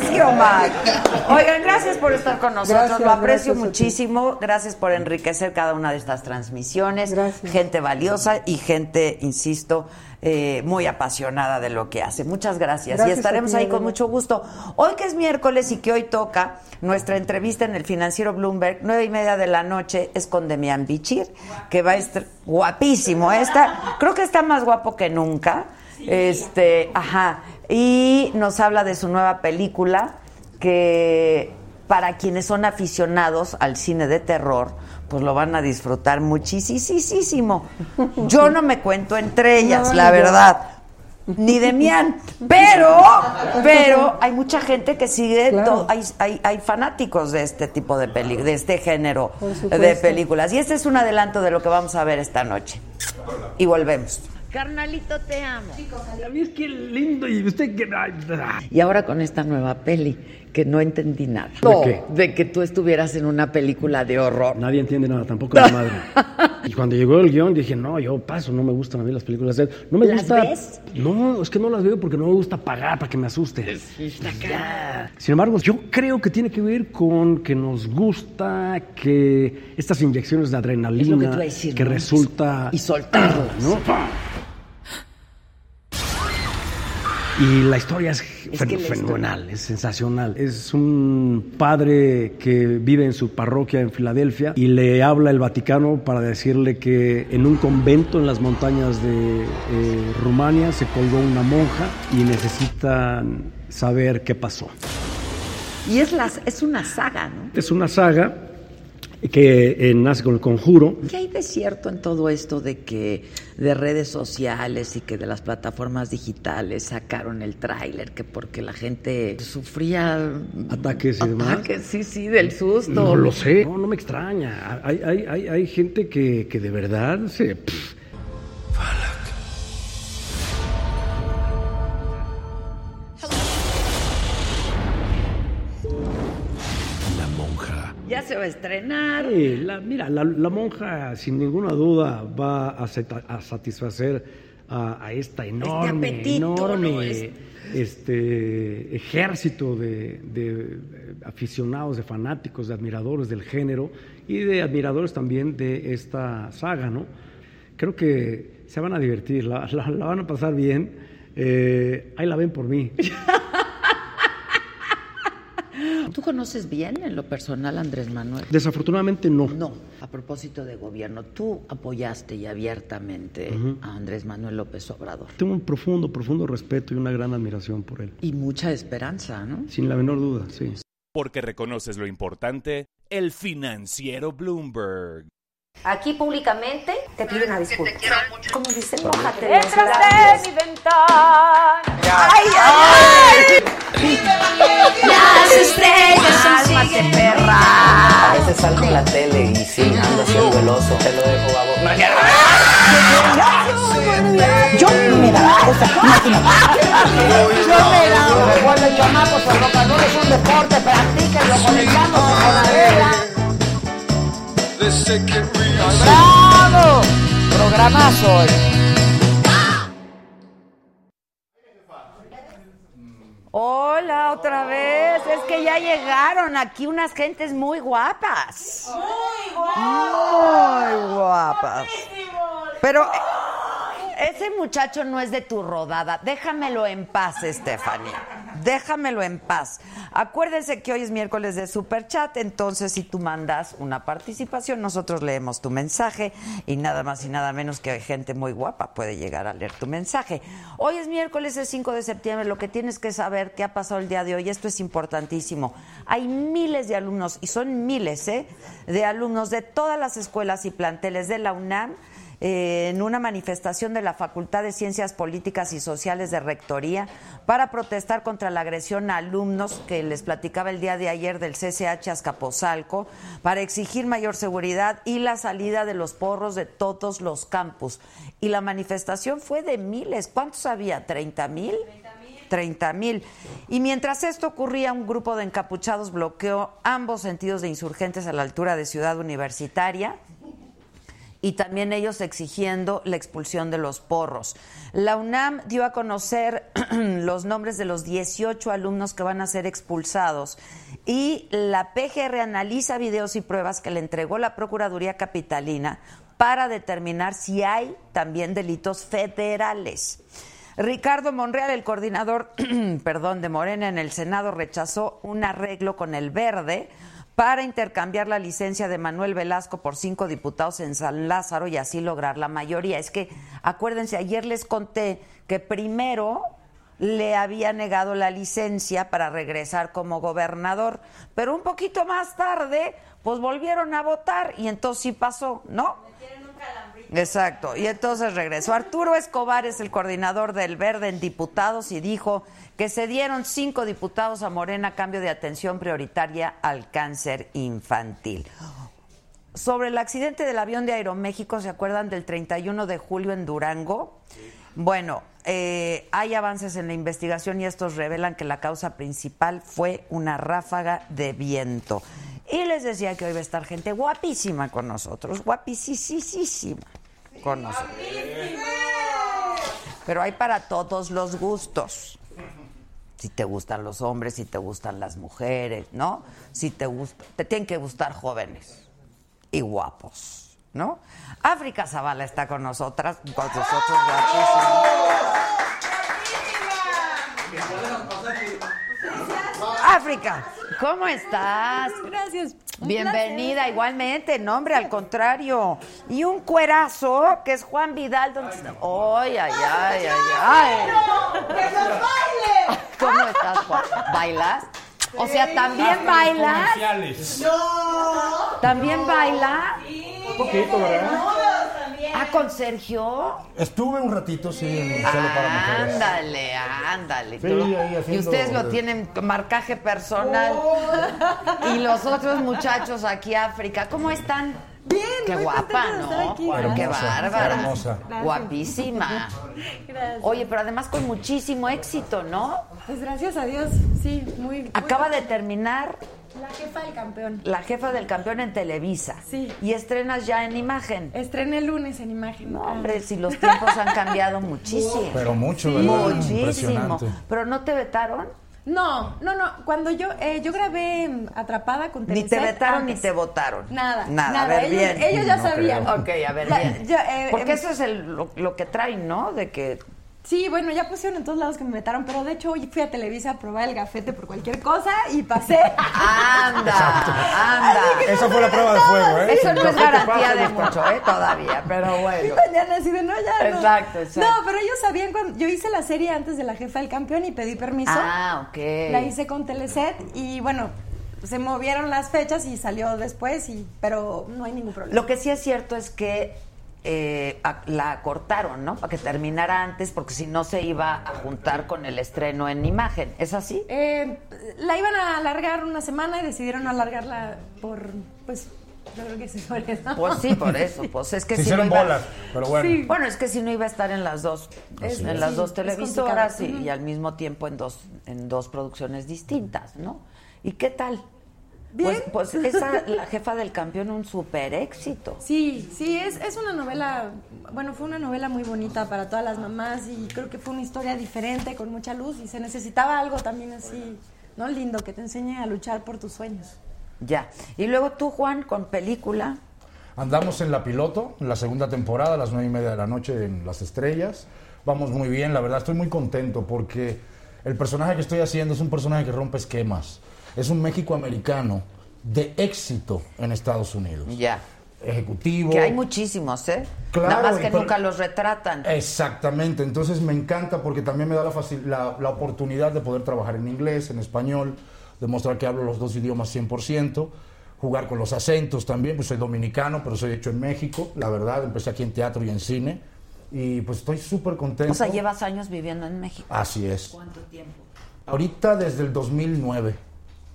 ¿Sí eh? o más? Oigan, gracias por estar con nosotros. Gracias, Lo gracias a aprecio ti. muchísimo. Gracias por enriquecer cada una de estas transmisiones. Gente valiosa y gente, insisto, eh, muy apasionada de lo que hace. Muchas gracias. Gracias a y estaremos ti, ahí con Adela. mucho gusto. Hoy que es miércoles y que hoy toca nuestra entrevista en el financiero Bloomberg, nueve y media de la noche, es con Demian Bichir, que va a estar guapísimo. Está, creo que está más guapo que nunca. Este, ajá. Y nos habla de su nueva película que para quienes son aficionados al cine de terror, pues lo van a disfrutar muchísimo. Yo no me cuento entre ellas, No, la yo- verdad ni Demián, pero, pero hay mucha gente que sigue, to- hay, hay, hay fanáticos de este tipo de películas, de este género Por supuesto. de películas. Y este es un adelanto de lo que vamos a ver esta noche. Y volvemos. Carnalito, te amo. Qué lindo y usted que... ay, ah. Y ahora con esta nueva peli, que no entendí nada. ¿De qué? De que tú estuvieras en una película de horror. Nadie entiende nada, tampoco la madre. Y cuando llegó el guión dije, no, yo paso, no me gustan a mí las películas de... No me ¿Las gusta... ves? No, es que no las veo porque no me gusta pagar para que me asuste. Ya. Sin embargo, yo creo que tiene que ver con que nos gusta que estas inyecciones de Es lo que te adrenalina iba a decir, que ¿no? resulta... Y soltarlas. ¿no? Y la historia es, que fen- la historia- fenomenal, es sensacional. Es un padre que vive en su parroquia en Filadelfia y le habla el Vaticano para decirle que en un convento en las montañas de eh, Rumania se colgó una monja y necesitan saber qué pasó. Y es, las, es una saga, ¿no? Es una saga que eh, nace con el conjuro. ¿Qué hay de cierto en todo esto de que de redes sociales y que de las plataformas digitales sacaron el tráiler? Que porque la gente sufría Ataques y demás. ataques, sí, sí, del susto. No lo sé. No, no me extraña. Hay, hay- hay- hay gente que, que de verdad se... pff, La monja. Ya se va a estrenar. Eh, la- mira, la, la monja sin ninguna duda va a, seta- a satisfacer a, a esta enorme, apetito, enorme ¿no? Es- este, ejército de, de, eh, aficionados, de fanáticos, de admiradores del género y de admiradores también de esta saga, ¿no? Creo que se van a divertir, la, la- la van a pasar bien. Eh, ahí la ven por mí. ¿Tú conoces bien en lo personal a Andrés Manuel? Desafortunadamente no. No, a propósito de gobierno, tú apoyaste y abiertamente Ujú. a Andrés Manuel López Obrador. Tengo un profundo, profundo respeto y una gran admiración por él. Y mucha esperanza, ¿no? Sin la menor duda, sí. Porque reconoces lo importante, el financiero Bloomberg. Aquí públicamente te pido una disculpa. Como dicen, mojate. los labios. Entraste en mi ventana. ¡Ay, ay, Las estrellas ¡Cálmate, perra! A veces salgo en la tele y sí, ando haciendo el oso. Te lo dejo a vos. Yo me daba cosa, máquina. Yo me daba. Recuerden, chamacos, el rock and roll es un deporte, practíquenlo, conectamos con la vela. ¡Bravo! Programazo hoy. Hola, otra vez. Es que ya llegaron aquí unas gentes muy guapas. Muy guapas. Muy guapas. Pero eh, ese muchacho no es de tu rodada. Déjamelo en paz, Estefanía. Déjamelo en paz. Acuérdense que hoy es miércoles de Superchat, entonces si tú mandas una participación, nosotros leemos tu mensaje y nada más y nada menos que gente muy guapa puede llegar a leer tu mensaje. Hoy es miércoles, es 5 de septiembre, lo que tienes que saber que ha pasado el día de hoy, esto es importantísimo. Hay miles de alumnos, y son miles, ¿eh? de alumnos de todas las escuelas y planteles de la UNAM eh, en una manifestación de la Facultad de Ciencias Políticas y Sociales de Rectoría para protestar contra la agresión a alumnos que les platicaba el día de ayer del CCH Azcapotzalco para exigir mayor seguridad y la salida de los porros de todos los campus. Y la manifestación fue de miles. ¿Cuántos había? ¿30 mil? 30 mil. Y mientras esto ocurría, un grupo de encapuchados bloqueó ambos sentidos de insurgentes a la altura de Ciudad Universitaria y también ellos exigiendo la expulsión de los porros. La UNAM dio a conocer los nombres de los 18 alumnos que van a ser expulsados y la PGR analiza videos y pruebas que le entregó la Procuraduría Capitalina para determinar si hay también delitos federales. Ricardo Monreal, el coordinador perdón, de Morena en el Senado, rechazó un arreglo con el verde para intercambiar la licencia de Manuel Velasco por cinco diputados en San Lázaro y así lograr la mayoría. Es que, acuérdense, ayer les conté que primero le había negado la licencia para regresar como gobernador, pero un poquito más tarde, pues volvieron a votar y entonces sí pasó, ¿no? Exacto. Y entonces regresó. Arturo Escobar es el coordinador del Verde en diputados y dijo que se dieron cinco diputados a Morena a cambio de atención prioritaria al cáncer infantil. Sobre el accidente del avión de Aeroméxico, ¿se acuerdan del 31 de julio en Durango? Bueno, eh, hay avances en la investigación y estos revelan que la causa principal fue una ráfaga de viento. Y les decía que hoy va a estar gente guapísima con nosotros, guapísima con nosotros. Pero hay para todos los gustos. Si te gustan los hombres, si te gustan las mujeres, ¿no? Si te gusta, te tienen que gustar jóvenes y guapos, ¿no? África Zavala está con nosotras, con nosotros guapísima. África, ¿cómo estás? Gracias. Un Bienvenida, igualmente, nombre al contrario. Y un cuerazo que es Juan Vidal. ¿dónde está? Ay, ay, ay, ay, ay. ¿Cómo estás, Juan? ¿Bailas? O sea, ¿también bailas? ¿También bailas? Un poquito, ¿verdad? ¿Ah, con Sergio? Estuve un ratito, sí, en solo para mujeres. Ándale, ándale. Sí, Tú- ahí y haciendo- ustedes lo tienen con marcaje personal. Oh. Y los otros muchachos aquí, África, ¿cómo están? Bien, Qué muy guapa, contenta de estar ¿no? aquí. Juan, qué Hermosa, bárbara. hermosa. Gracias. Guapísima. Gracias. Oye, pero además con muchísimo éxito, ¿no? Pues gracias a Dios, sí, muy. muy Acaba de terminar La jefa del campeón. la jefa del campeón en Televisa. Sí. Y estrenas ya en imagen. Estrené el lunes en imagen. No, hombre, si los tiempos han cambiado muchísimo. Pero mucho, Sí. ¿verdad? Muchísimo. Impresionante. Pero no te vetaron. No, no, no. Cuando yo eh, yo grabé mm, Atrapada con Ni te Televisa vetaron antes. ni te votaron. Nada, Nada, nada. a ver Ellos- bien. ellos ya No sabían. creo. Ok, a ver Ya- bien. ya, eh, Porque em- eso es el- lo, lo que traen, ¿no? De que Sí, bueno, ya pusieron en todos lados que me vetaron, pero de hecho hoy fui a Televisa a probar el gafete por cualquier cosa y pasé. ¡Anda! ¡Anda! Esa fue la prueba de fuego, ¿eh? Eso no es te garantía pases, de Paco. mucho, ¿eh? Todavía, pero bueno. mañana así de no, ya no. Exacto, exacto. No, pero ellos sabían cuando yo hice la serie antes de la jefa del campeón y pedí permiso. Ah, ok. La hice con Teleset y bueno, se movieron las fechas y salió después y pero no hay ningún problema. Lo que sí es cierto es que eh, a- la acortaron, ¿no? Para que terminara antes, porque si no se iba a juntar con el estreno en imagen. ¿Es así? Eh, la iban a alargar una semana y decidieron alargarla por pues yo creo que sí por eso. Pues sí, por eso. Pues es que Se si no hicieron iba- bolas, pero bueno. Sí. Bueno, es que si no iba a estar en las dos, Así en es. las Sí, dos es televisoras y, complicado. Ujú. y al mismo tiempo en dos, en dos producciones distintas, ¿no? ¿Y qué tal? Pues- Pues, esa, la jefa del campeón, un super éxito. Sí, sí, es, es una novela, bueno, fue una novela muy bonita para todas las mamás y creo que fue una historia diferente, con mucha luz y se necesitaba algo también así, ¿no? Lindo, que te enseñe a luchar por tus sueños. Ya. Y luego tú, Juan, con película. Andamos en la piloto, en la segunda temporada, a las nueve y media de la noche en Las Estrellas. Vamos muy bien, la verdad estoy muy contento porque el personaje que estoy haciendo es un personaje que rompe esquemas. Es un México americano de éxito en Estados Unidos. Ya. Ejecutivo. Que hay muchísimos, ¿eh? Oh. Claro, Nada más y Eh, que pero- nunca los retratan. Exactamente, entonces me encanta porque también me da la, facil- la, la oportunidad de poder trabajar en inglés, en español, demostrar que hablo los dos idiomas 100%, jugar con los acentos también, pues soy dominicano, pero soy hecho en México, la verdad, empecé aquí en teatro y en cine, y pues estoy súper contento. O sea, llevas años viviendo en México. Así es. ¿Cuánto tiempo? Ahorita desde el 2009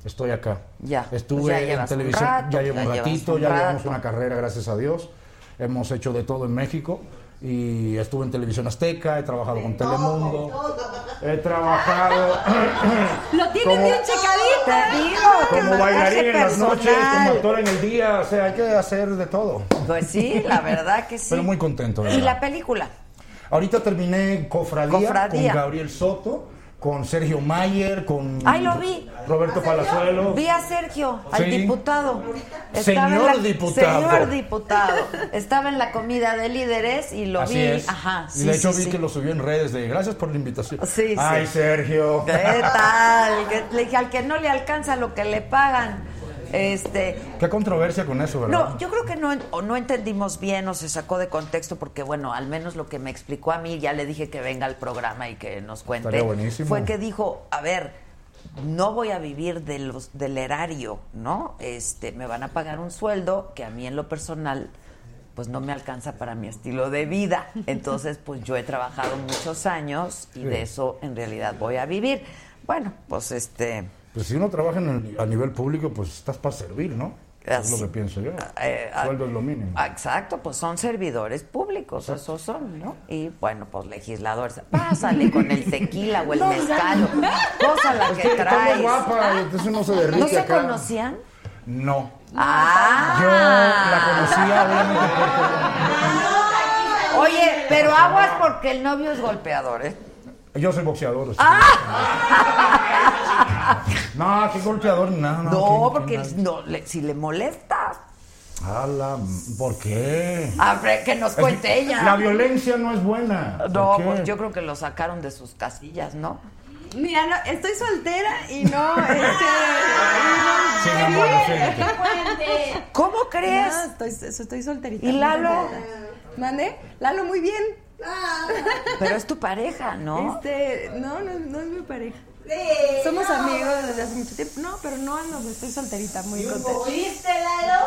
estoy acá. Ya. Estuve pues ya en llevas un televisión, rato, ya llevo un llevas ratito, un ya rato. llevamos una carrera, gracias a Dios. Hemos hecho de todo en México y estuve en televisión azteca, he trabajado con Telemundo, he trabajado Lo tienes ¿Cómo? bien checadito. ¿eh? Te digo que Como bailarín maquillaje en las noches, como personal. actor en el día, o sea, hay que hacer de todo. Pues sí, la verdad que sí. Pero muy contento. de Y verdad. la película. Ahorita terminé Cofradía, Cofradía. con Gabriel Soto, con Sergio Mayer, con Ay, lo vi. Ah, Roberto Palazuelo. Vi a Sergio, al Sí. diputado. Señor diputado. Señor diputado. Estaba en la comida de líderes y lo Así vi. es. Ajá. y Sí, de hecho sí, vi sí. que lo subió en redes de gracias por la invitación. Sí, sí. Ay, Sergio. ¿Qué tal? Que- le dije, al que no le alcanza lo que le pagan. Este, Qué controversia con eso, ¿verdad? no, yo creo que no, en- o no entendimos bien o se sacó de contexto porque, bueno, al menos lo que me explicó a mí, ya le dije que venga al programa y que nos cuente, Estaría buenísimo. fue que dijo, a ver, no voy a vivir de los, del erario, ¿no? Este, me van a pagar un sueldo que a mí en lo personal pues no me alcanza para mi estilo de vida. Entonces, pues yo he trabajado muchos años y Sí. de eso en realidad voy a vivir. Bueno, pues este, Pues si uno trabaja en el- a nivel público, pues estás para servir, ¿no? es Así. lo que pienso yo. eh, ah, Sueldo es lo mínimo. Ah, Exacto, pues son servidores públicos, esos son, ¿no? Y bueno, pues legisladores. Pásale con el tequila o el No, ya. mezcal, o cosa la Es que, que está muy traes. guapa, entonces uno se derrite ¿No se acá. conocían? No. Ah. Yo la conocía obviamente Oye, pero aguas porque el novio es golpeador, ¿eh? porque yo soy boxeador. o sea. Ah. No, qué golpeador, nada. No, No, qué- porque qué mal. no, le- si le molestas. A la- ¿Por qué? A ver, que nos Es que cuente Pues ella. La violencia no es buena. No, ¿Por qué? pues yo creo que lo sacaron de sus casillas, ¿no? Mira, no, estoy soltera y no, este, Se enamora, y fíjate. no- ¿Cómo crees? No, estoy, estoy solterita. ¿Y muy Lalo? solterita. ¿Mande? Lalo, muy bien. Pero es tu pareja, ¿no? Este, no, no, no es mi pareja. Somos amigos desde hace mucho tiempo. No, pero no ando, estoy solterita, muy contenta. Lalo?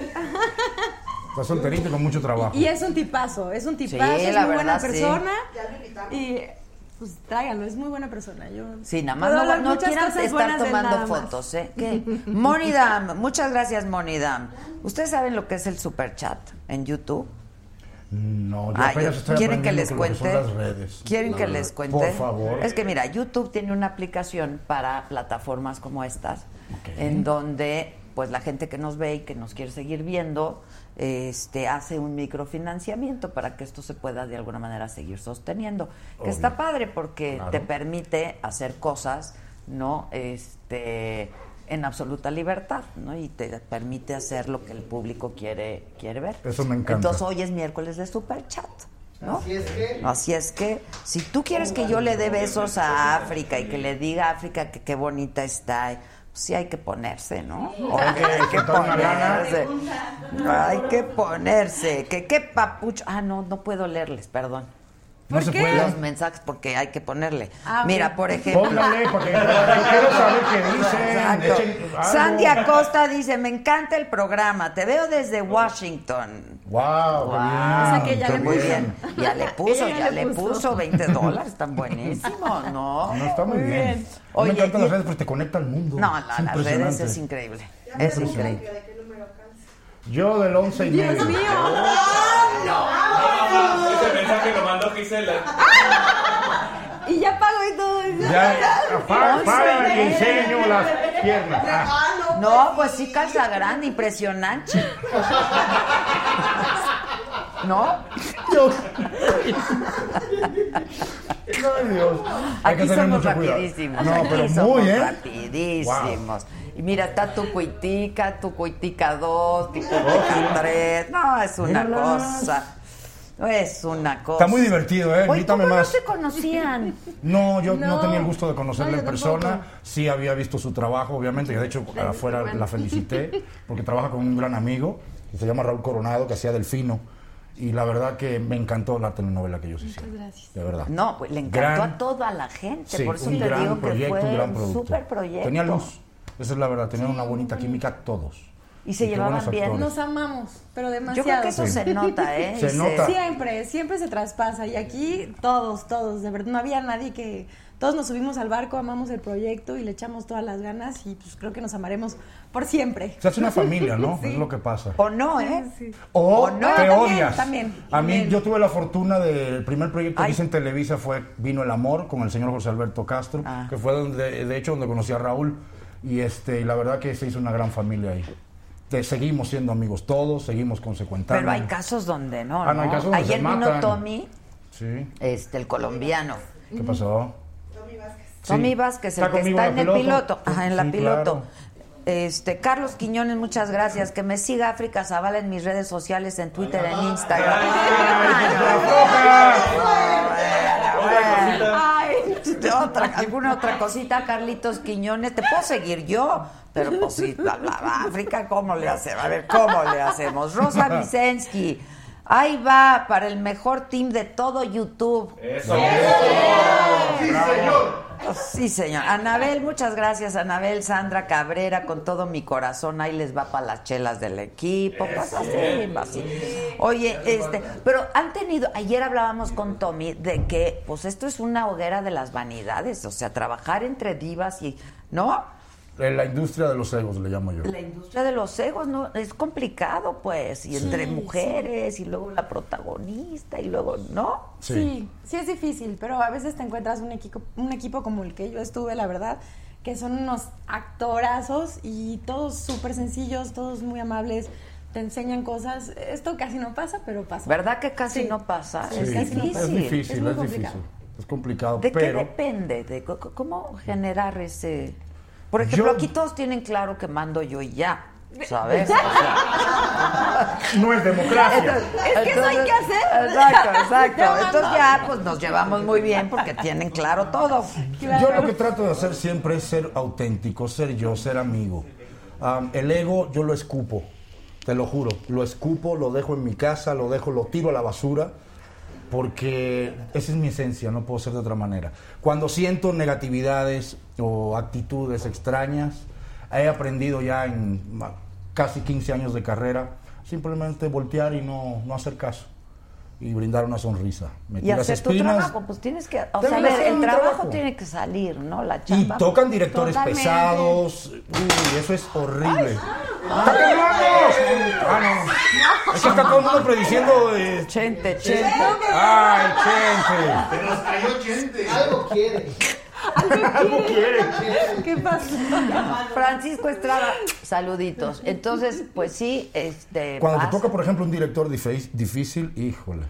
Está solterito y con mucho trabajo. Y es un tipazo, es un tipazo, Sí, es la muy buena verdad, sí. persona. Y pues tráiganlo, es muy buena persona. Yo Sí, nada más puedo no, hablar no muchas quieras cosas estar buenas de tomando nada más. fotos, ¿eh? ¿Qué? Monidam, muchas gracias, Monidam. Ustedes saben lo que es el superchat en YouTube. No, yo Ah, apenas estoy ¿Quieren que aprendiendo les con lo que son cuente? las redes. ¿Quieren La que verdad. les cuente? Por favor. Es que mira, YouTube tiene una aplicación para plataformas como estas, en donde pues la gente que nos ve y que nos quiere seguir viendo, este hace un microfinanciamiento para que esto se pueda de alguna manera seguir sosteniendo. Que Obvio. está padre porque Claro. te permite hacer cosas, ¿no? Este en absoluta libertad, ¿no? Y te permite hacer lo que el público quiere quiere ver. Eso me encanta. Entonces hoy es miércoles de Superchat, ¿no? Así es que, si tú quieres que yo le dé besos a África y que le diga a África que qué bonita está, pues sí hay que ponerse, ¿no? Oye, hay que Soltar una lana. ponerse. Hay que ponerse. Que qué papucho. Ah, no, no puedo leerles, perdón. No ¿Por se qué? puede. Los mensajes porque hay que ponerle. Ah, Mira, bueno. por ejemplo. Póngale, porque yo quiero saber qué dicen. Exacto. Echen Ah, algo. Sandy Acosta dice, me encanta el programa, te veo desde Washington. Wow, qué bien, O sea que ya qué le muy bien. Ya le puso, Ella ya le le puso. puso 20 dólares, tan buenísimo, ¿no? No, está muy, Muy bien. bien. No Oye, me encantan y- las redes porque te conecta al mundo. No, Es la- las impresionante. redes es increíble. Es Impresionante. increíble. Yo del 11 y medio. Ese mensaje lo mandó Gisela. Y ya pago y todo. Ya, para, para y enseño las piernas. Ah, No, pues sí, calza grande, impresionante. ¿No? ay, Dios. Hay que Aquí tener somos mucho cuidado. rapidísimos. No, aquí pero somos muy, ¿eh? rapidísimos. Y mira, está tu cuitica, tu cuitica 2, tu cuitica 3. No, es una Oh, Míralas. cosa. Es una cosa. Está muy divertido, ¿eh? Oye, Invítame ¿cómo más. no se conocían? No, yo no. No. tenía el gusto de conocerla No, yo en persona. tampoco. Sí había visto su trabajo, obviamente. Yo, de hecho, afuera la felicité porque trabaja con un gran amigo que se llama Raúl Coronado, que hacía Delfino. Y la verdad que me encantó la telenovela que ellos hicieron. gracias. De verdad. No, pues le encantó Gran- a toda la gente. Sí, Por eso un te gran digo que proyecto, fue un gran un producto. super proyecto. Tenía luz. Esa es la verdad. Tenían una bonita química todos. Y se qué llevaban buenos bien. actores. Nos amamos, pero demasiado. Yo creo que eso Sí. se nota, ¿eh? Se Y nota. Siempre, siempre se traspasa. Y aquí todos, todos, de verdad, no había nadie que... Todos nos subimos al barco, amamos el proyecto y le echamos todas las ganas y pues creo que nos amaremos por siempre. Se hace una familia, ¿no? Es lo que pasa. O no, ¿eh? O, O no, te también, odias. también. A mí, También. yo tuve la fortuna del primer proyecto que hice en Ah. Televisa fue Vino el Amor con el señor José Alberto Castro, que fue donde, de hecho, donde conocí a Raúl. Y, este, y la verdad que se hizo una gran familia ahí. Te- seguimos siendo amigos todos, seguimos consecuentando. Pero hay casos donde no. Ah, no, hay casos donde Ayer se vino matan. Tommy, Sí. este, el colombiano. ¿Qué pasó? Tommy Sí. Vázquez, el Está que conmigo está en en la el piloto. piloto. Ajá, en la Sí, piloto. claro. Este, Carlos Quiñones, muchas gracias. Que me siga África Zavala en mis redes sociales, en Twitter, en Instagram. Bueno, otra, alguna otra cosita, Carlitos Quiñones, te puedo seguir yo, pero pues sí, la, la- la África, ¿cómo le hacemos? A ver, ¿cómo le hacemos? Rosa Vicensky, ahí va para el mejor team de todo YouTube. Eso. Sí, señor. Sí, señor. Anabel, muchas gracias, Anabel. Sandra Cabrera, con todo mi corazón, ahí les va para las chelas del equipo. Pues así, así. Oye, este, pero han tenido, ayer hablábamos con Tommy de que, pues esto es una hoguera de las vanidades, o sea, trabajar entre divas y, ¿no? Eh, La industria de los egos, le llamo yo. La industria de los egos, ¿no? Es complicado, pues, y entre mujeres, y luego la protagonista, y luego, ¿no? Sí. sí, es difícil, pero a veces te encuentras un equipo, un equipo como el que yo estuve, la verdad, que son unos actorazos y todos súper sencillos, todos muy amables, te enseñan cosas. Esto casi no pasa, pero pasa. ¿Verdad que casi no pasa? Sí, es difícil. Es difícil, es, muy complicado. difícil. Es complicado, ¿De pero... qué depende? ¿De co- co- ¿Cómo generar ese...? Por ejemplo, aquí todos tienen claro que mando yo y ya, ¿sabes? O sea. No es democracia. Entonces- Es que eso hay que entonces- hacer. Exacto, exacto. Te mando. Entonces ya pues nos llevamos muy bien porque tienen claro todo. Yo lo que trato de hacer siempre es ser auténtico, ser yo, ser amigo. Am, el ego yo lo escupo, te lo juro. Lo escupo, lo dejo en mi casa, lo dejo, lo tiro a la basura, porque esa es mi esencia, no puedo ser de otra manera. Cuando siento negatividades o actitudes extrañas, he aprendido ya en ma- casi 15 años de carrera, simplemente voltear y no, no hacer caso. Y brindar una sonrisa. Me Y tiras hacer tu espinas, trabajo, pues tienes que... O sea, Tengo a que ver, hacer el mi trabajo, trabajo. tiene que salir, ¿no? La Y chamba. tocan directores Totalmente. pesados. Uy, eso es horrible. ¡Está quemando! Ah, no. Es que está todo el mundo prediciendo. eh, Chente, chente. ¡Ay, chente! Te nos cayó gente. Algo quiere. Algo quiere. ¿Qué pasó? Francisco Estrada, saluditos. Entonces, pues sí, este. Cuando te vas- toca, por ejemplo, un director difí- difícil, híjole.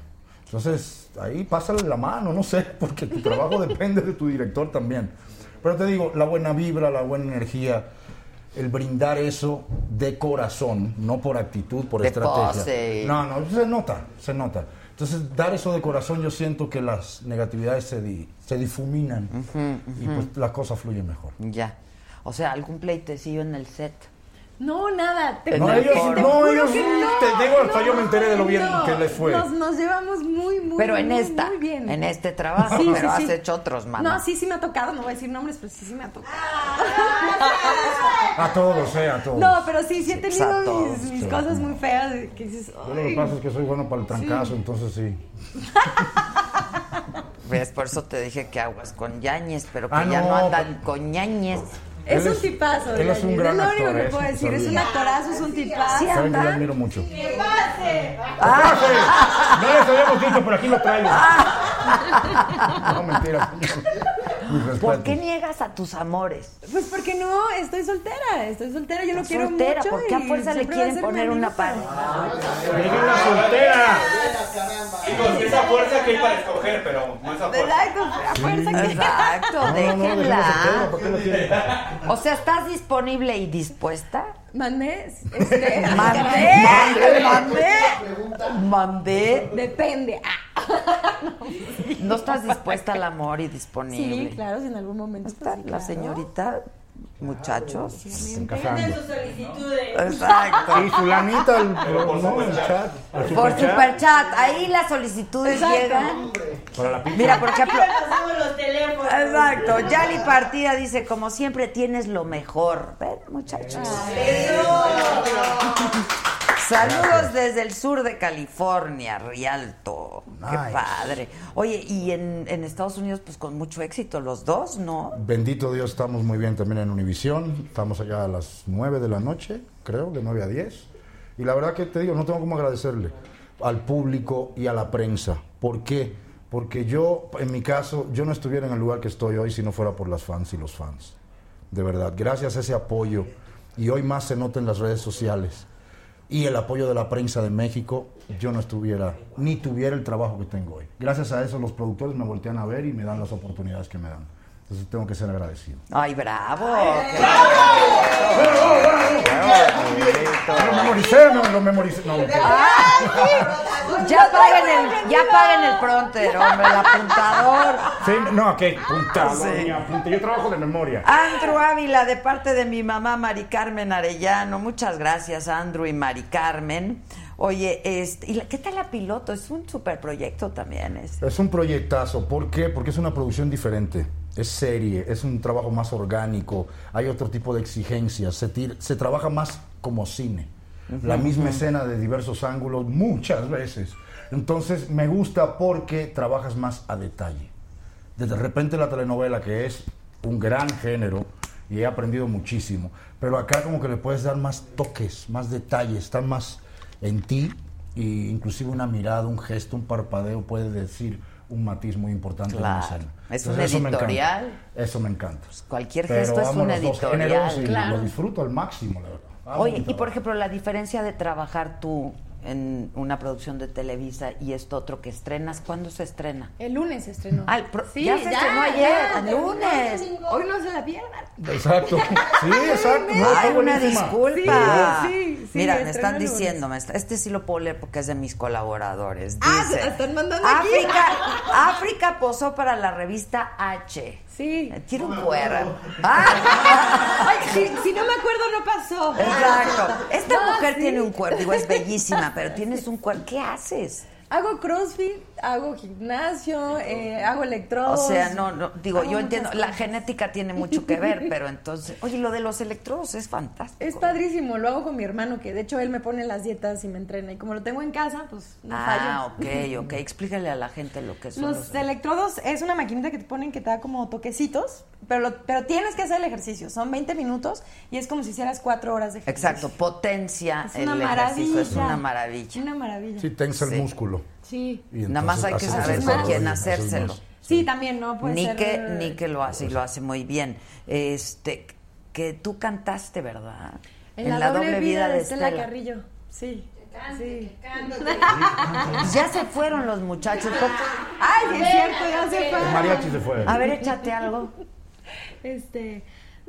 Entonces, ahí pásale la mano, no sé, porque tu trabajo depende de tu director también. Pero te digo, la buena vibra, la buena energía, el brindar eso de corazón, no por actitud, por De estrategia. pose. No, no, se nota, se nota. Entonces, dar eso de corazón, yo siento que las negatividades se, di- se difuminan y ujú. pues las cosas fluyen mejor. Ya. O sea, algún pleitecillo en el set. No, nada. Te, No, juro ellos- que- te no, juro ellos- que no, te digo, hasta no, yo me enteré de lo bien no. que les fue. Nos, nos llevamos muy, muy, Pero en muy, esta, muy bien. en este trabajo, Sí, pero sí, has sí. hecho otros, mano. Ah, No, sí, sí me ha tocado, no voy a decir nombres, pero sí, sí me ha tocado. A todos, eh, a todos. No, pero sí, sí he Sí, a tenido todos, mis, mis sí. cosas muy feas de que dices, "Oh, Yo lo que "Ay". pasa es que soy bueno para el trancazo, Sí. entonces sí. ¿Ves? Por eso te dije que aguas con ñañez, pero que Ah, ya no no, andan con ñañez. Pues, Es un tipazo. él es un Yanis, gran lo actor, único que ¿eh? puedo Sí, decir. Es un sabía. actorazo, es un tipazo. Saben que yo admiro mucho. ¡Que pase! No les habíamos dicho, pero aquí lo traigo. No, mentira. Mis ¿Por respetos. qué niegas a tus amores? Pues porque no, estoy soltera, estoy soltera, yo lo quiero Soltera, mucho. ¿por qué a fuerza le quieren poner una pareja? Y con esa fuerza que hay para escoger, pero no esa fuerza. Exacto, a fuerza que- Exacto, déjenla. O sea, ¿estás disponible y dispuesta? Mandé, este, Mandé, mandé, mandé. Depende. Ah, No estás dispuesta al amor y disponible. Sí, claro, si en algún momento. Está La señorita, muchachos. Encajando. solicitudes. Exacto. Y fulanita, el, no, el chat. el Por superchat. superchat, ahí las solicitudes Exacto. llegan. Para la pizza. Mira, por ejemplo. los teléfonos. Exacto, Yali Partida dice, como siempre tienes lo mejor. Ven, muchachos. Saludos desde el sur de California, Rialto. Qué Nice. padre. Oye, y en, en Estados Unidos, pues con mucho éxito los dos, ¿no? Bendito Dios, estamos muy bien también en Univisión. Estamos allá a las 9 de la noche, creo, de 9 a 10. Y la verdad que te digo, no tengo cómo agradecerle al público y a la prensa. ¿Por qué? Porque yo, en mi caso, yo no estuviera en el lugar que estoy hoy si no fuera por las fans y los fans. de verdad. Gracias a ese apoyo. Y hoy más se nota en las redes sociales. Y el apoyo de la prensa de México, yo no estuviera, ni tuviera el trabajo que tengo hoy. Gracias a eso los productores me voltean a ver y me dan las oportunidades que me dan. Entonces tengo que ser agradecido. ¡Ay, bravo! Lo memoricé, no, lo memoricé. No, Ya paguen el, ya paguen el pronter, hombre, el apuntador. Sí, no, ok, punta, doña, punta. Yo trabajo de memoria. Andrew Ávila, de parte de mi mamá Mari Carmen Arellano. Muchas gracias, Andrew y Mari Carmen. Oye, este, ¿y la- qué tal la piloto? Es un super proyecto también. Este. Es. Es un proyectazo. ¿Por qué? Porque es una producción diferente. Es serie, es un trabajo más orgánico, hay otro tipo de exigencias, se, tir- se trabaja más como cine. La misma Ujú. escena de diversos ángulos muchas veces. Entonces me gusta porque trabajas más a detalle. De repente la telenovela, que es un gran género, y he aprendido muchísimo, pero acá como que le puedes dar más toques, más detalles, están más en ti, y inclusive una mirada, un gesto, un parpadeo puede decir un matiz muy importante en una Claro. escena. Es un eso me encanta. editorial. Pues, Eso me encanta. cualquier Pero gesto es amo un los dos editorial, géneros y claro. Lo disfruto al máximo, la verdad. Amo mi Oye, y trabajo. por ejemplo, la diferencia de trabajar tú en una producción de Televisa y esto otro que estrenas, ¿cuándo se estrena? El lunes se estrenó. Ah, el pro- ya se estrenó ayer, el lunes. Hoy no se la pierdan. Exacto. Sí, exacto. No, está Ay, una buenísima. disculpa. Sí, sí, sí, Mira, me estrenó están el lunes. diciendo, me está- este sí lo puedo leer porque es de mis colaboradores. Ah, Dice, la están mandando aquí. África, África posó para la revista H. Sí. Tiene un cuerno. Ah. Ay, si, si no me acuerdo, no pasó. Exacto. Esta No, mujer sí. tiene un cuerpo, digo, es bellísima, pero tienes un cuerpo. ¿Qué haces? Hago crossfit, hago gimnasio, eh, hago O electrodos. sea, no, no, digo, Hago yo muchas entiendo, la cosas. genética tiene mucho que ver, pero entonces, oye, lo de los electrodos es fantástico. Es padrísimo, lo hago con mi hermano, que de hecho él me pone las dietas y me entrena. Y como lo tengo en casa, pues no Ah, fallo. ok, ok, explícale a la gente lo que son Los los electrodos es una maquinita que te ponen que te da como toquecitos, pero, lo- pero tienes que hacer el ejercicio. Son 20 minutos y es como si hicieras 4 horas de ejercicio. Exacto, potencia Es el una ejercicio, es maravilla. una maravilla. Una maravilla. Sí, tensa el músculo. Sí. Y Nada más hay que entonces saber haces con más quién rollo, haces Pues hacérselo. más. Sí, también, ¿no? Puede ser... eh, Nike, Nike lo hace y lo hace muy bien. Este, que tú cantaste, ¿verdad? En, la, doble, vida, de Estela, Carrillo. Sí. sí. Ya se fueron los muchachos. ¿por- Ay, sí es cierto, ya se fue. El mariachi se fue. A ver, échate algo. Este.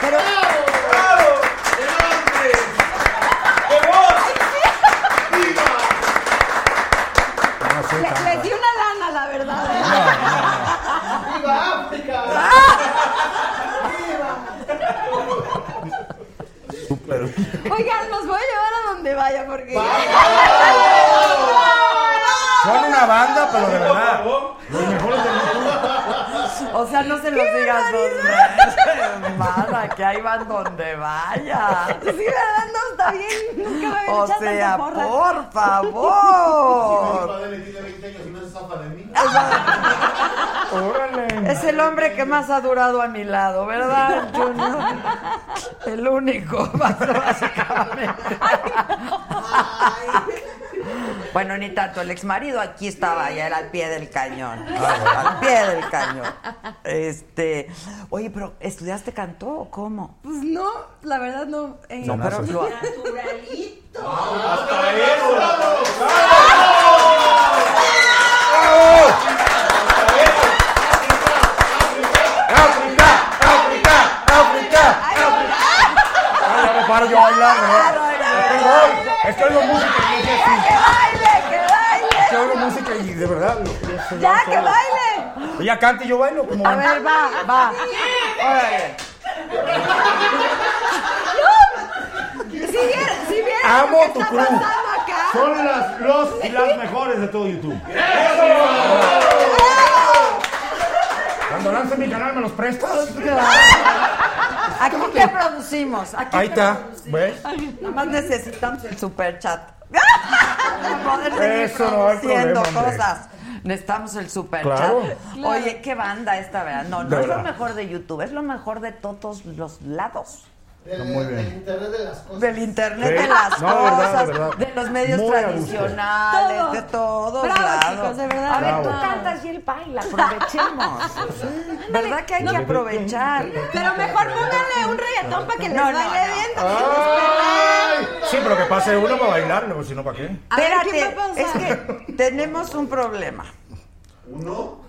Pero... No sé, Le, tanta- di una lana, la verdad. ¡Viva África! Súper. Oigan, los voy a llevar a donde vaya porque. Son una banda, pero de verdad. Los mejores del O sea, no se los digas dos veces, hermana, que ahí van donde vaya. Sí, verdad, no está bien. Nunca me había O echado sea, tanta porra. por favor. Si me tiene 20 años y no se zafa de mí. Es el hombre que más ha durado a mi lado, ¿verdad, Junior? El único, básicamente. Bueno, ni tanto, el ex marido aquí estaba, ya era al pie del cañón. Al pie del cañón. Este, oye, pero ¿estudiaste cantó o cómo? Pues no, la verdad no. eh, No, pero lo- ¡Hasta eso! ¡África! ¡África! ¡África! Ya me paro yo a bailar, ¿no? Estoy oigo música y dije así. Yo oigo música y de verdad. lo- ¡Ya, que baile! Ella canta y yo bailo. Como A ver, va, va. Órale. Si vier- si vieras Amo lo que tu está cruz. pasando acá. Son las, los y las mejores de todo YouTube. Cuando lance mi canal, ¿me los prestas? Aquí te producimos. Aquí Ahí te está, producimos. ¿ves? Nada más necesitamos el superchat. Para poder seguir Eso no hay produciendo problema, hombre. cosas. Necesitamos el super Claro. chat. Claro. Oye, qué banda esta, ¿verdad? No, no De es lo verdad. mejor de YouTube, es lo mejor de todos los lados. Del, Muy bien. del internet de las cosas. Del internet de Sí. las No, de verdad, cosas, de verdad. de los medios Muy a gusto. tradicionales, de todos Bravo, lados. chicos, de verdad. A ver, tú Bravo. cantas y él baila, aprovechemos. ¿Verdad que hay que aprovechar? Pero mejor pónganle un reggaetón para que les No, no, baile no. bien. ¡Ay! Sí, pero que pase uno para bailarlo, pues, si no, ¿para qué? Espérate, es que tenemos un problema. ¿Uno?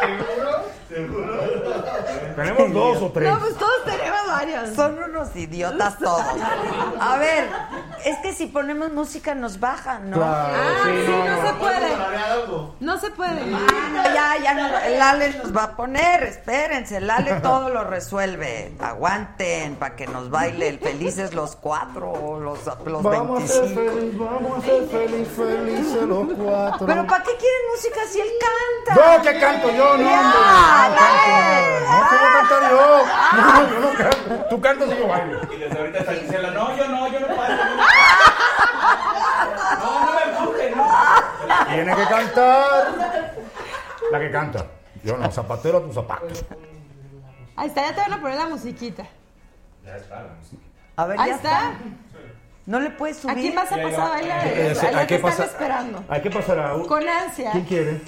¿Seguro? ¿Seguro? Tenemos dos o tres. No, pues todos tenemos varios. Son unos idiotas todos. A ver, es que si ponemos música nos bajan, ¿no? Claro, Ah, sí, sí, no, no no. se puede. algo? No se puede. Ah, no, ya, ya no. El Ale nos va a poner, espérense, el Ale todo lo resuelve. Aguanten para que nos baile el felices los cuatro o los, los Vamos a ser 25. felices, vamos a ser felices, felices los cuatro. Pero ¿para qué quieren música si él canta? No, que canto yo, no, hombre. Ya, No, Ale. canto. No, que voy a cantar yo. No, yo no canto. Tú cantas y yo bailo. Y desde ahorita está Gisela, no, yo no, yo no puedo. yo no puedo". No, no me empujen, no. Tiene que cantar. La que canta. Yo no, zapatero a tu zapato. Ahí está, ya te van a poner la musiquita. Ya está, la música. A ver, Ahí ya está. No le puedes subir. ¿A quién vas a Ya pasar a iba. bailar? Eh, sí, Ahí hay te que están pasar- esperando. Hay que pasar a. Con ansia. ¿Quién quiere?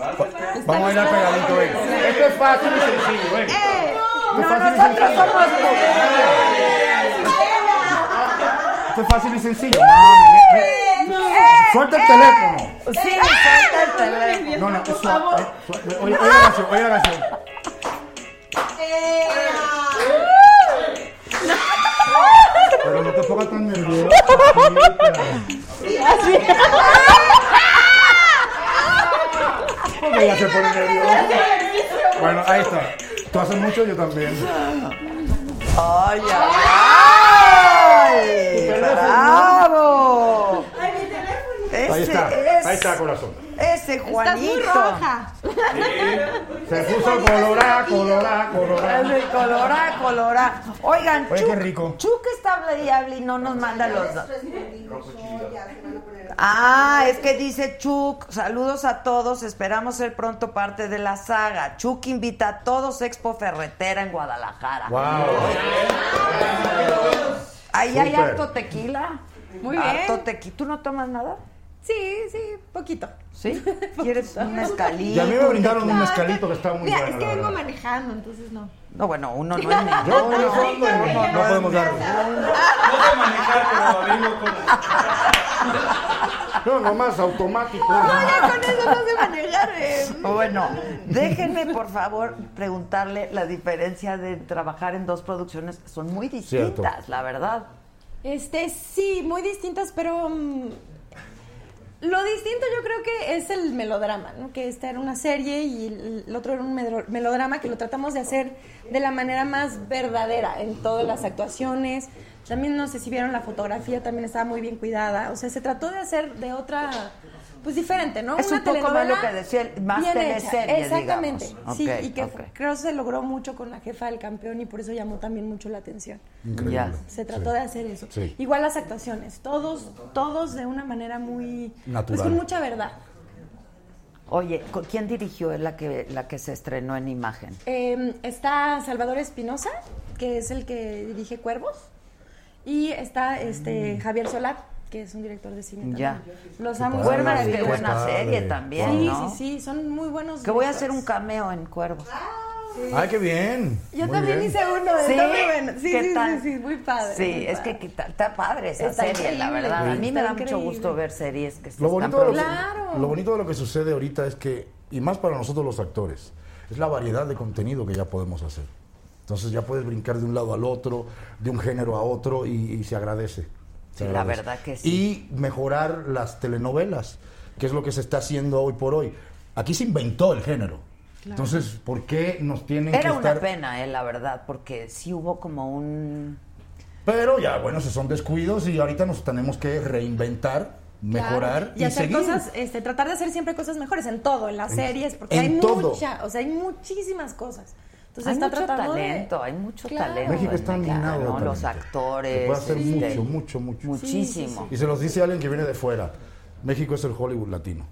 Están Vamos a bailar esperando. pegadito, ven. Esto es fácil y sencillo, ¡Eh! ven. Esto es No, fácil y nosotros sencillo. somos Esto es fácil y sencillo. No, ven, ven. Suelta el teléfono. Sí, suelta el teléfono. No, no, es suave. eh, suave. Oye, oye la canción, oye la canción. Eh. Pero no te pongas tan nervioso. Porque ella se pone nerviosa. Bueno, ahí está. Tú haces mucho, yo también. ¡Ay, ay! ay teléfono. ¡Bravo! Ese, Ahí está, es- ahí está, corazón. Ese Estás muy Juanito. roja. Se puso colorá, colorá, colorá. Ese Colorá, colorá. Oigan, Oye, qué Chu- rico. Chu que está hablando y habla y no nos manda los datos. Ah, es que dice Chuck, saludos a todos, esperamos ser pronto parte de la saga. Chuck invita a todos Expo Ferretera en Guadalajara. Ahí hay Súper. harto tequila. Muy Ah, bien. Harto tequila. ¿Tú no tomas nada? Sí, sí, poquito. ¿Sí? ¿Quieres un Pues, mezcalito? Y a mí me brindaron un No, mezcalito que está muy Mira, bueno, es que la vengo verdad. manejando, entonces no. No, bueno, uno no es mi- Yo, yo, yo, no, no, no podemos dar. No sé manejar, pero vengo con. No, nomás automático. Con eso no sé manejar, eh. Bueno, déjenme por favor preguntarle la diferencia de trabajar en dos producciones que son muy distintas, Cierto. la verdad. Este, sí, muy distintas, pero mm, lo distinto yo creo que es el melodrama, ¿no? Que esta era una serie y el el otro era un medro- melodrama que lo tratamos de hacer de la manera más verdadera en todas las actuaciones. También no sé si vieron la fotografía, también estaba muy bien cuidada. O sea, se trató de hacer de otra, pues diferente, ¿no? Es un poco más telenovela lo que decía el- más bien hecha. teleserie, Exactamente, digamos. sí, Ok, y que ok. creo se logró mucho con la jefa del campeón y por eso llamó también mucho la atención. Increíble. Ya. Se trató Sí. de hacer eso. Sí. Igual las actuaciones, todos, todos de una manera muy Natural. Pues con mucha verdad. Oye, ¿co- ¿quién dirigió la que la que se estrenó en imagen? Eh, está Salvador Espinosa, que es el que dirige Cuervos, y está este Javier Solar, que es un director de cine. Ya. también. Mm. Los amo. son Cuervos, maravillosos. qué buena Padre. serie también, Sí, ¿no? sí, sí, son muy buenos. Que voy a directores. hacer un cameo en Cuervos. Ay, qué bien. Yo Muy también bien. hice uno, ¿Sí? está muy bueno. Sí, ¿Qué sí, tal? sí, sí, muy padre. Sí, muy es que padre. que está, está padre esa Está serie, la increíble, verdad. A mí me da está mucho increíble. gusto ver series que se Lo están bonito, de lo, que- produciendo. Claro. lo bonito de lo que sucede ahorita es que, y más para nosotros los actores, es la variedad de contenido que ya podemos hacer. Entonces ya puedes brincar de un lado al otro, de un género a otro y, y se agradece. Sí, Se la agradece. verdad que sí. Y mejorar las telenovelas, que es lo que se está haciendo hoy por hoy. Aquí se inventó el género. Entonces, ¿por qué nos tienen que Era una estar...? pena, eh, la verdad, porque sí hubo como un Pero ya, bueno, esos son descuidos y ahorita nos tenemos que reinventar, mejorar Claro, y, y, hacer seguir. cosas, este, tratar de hacer siempre cosas mejores en todo, en las En- series, porque en hay todo. mucha, o sea, hay muchísimas cosas. Entonces hay está mucho tratando de- talento, hay mucho Claro. talento. México en está Mexicano, minado de ¿no? Los talento. actores. Se puede hacer este, mucho, mucho, mucho. Muchísimo. Y se los dice alguien que viene de fuera. México es el Hollywood latino.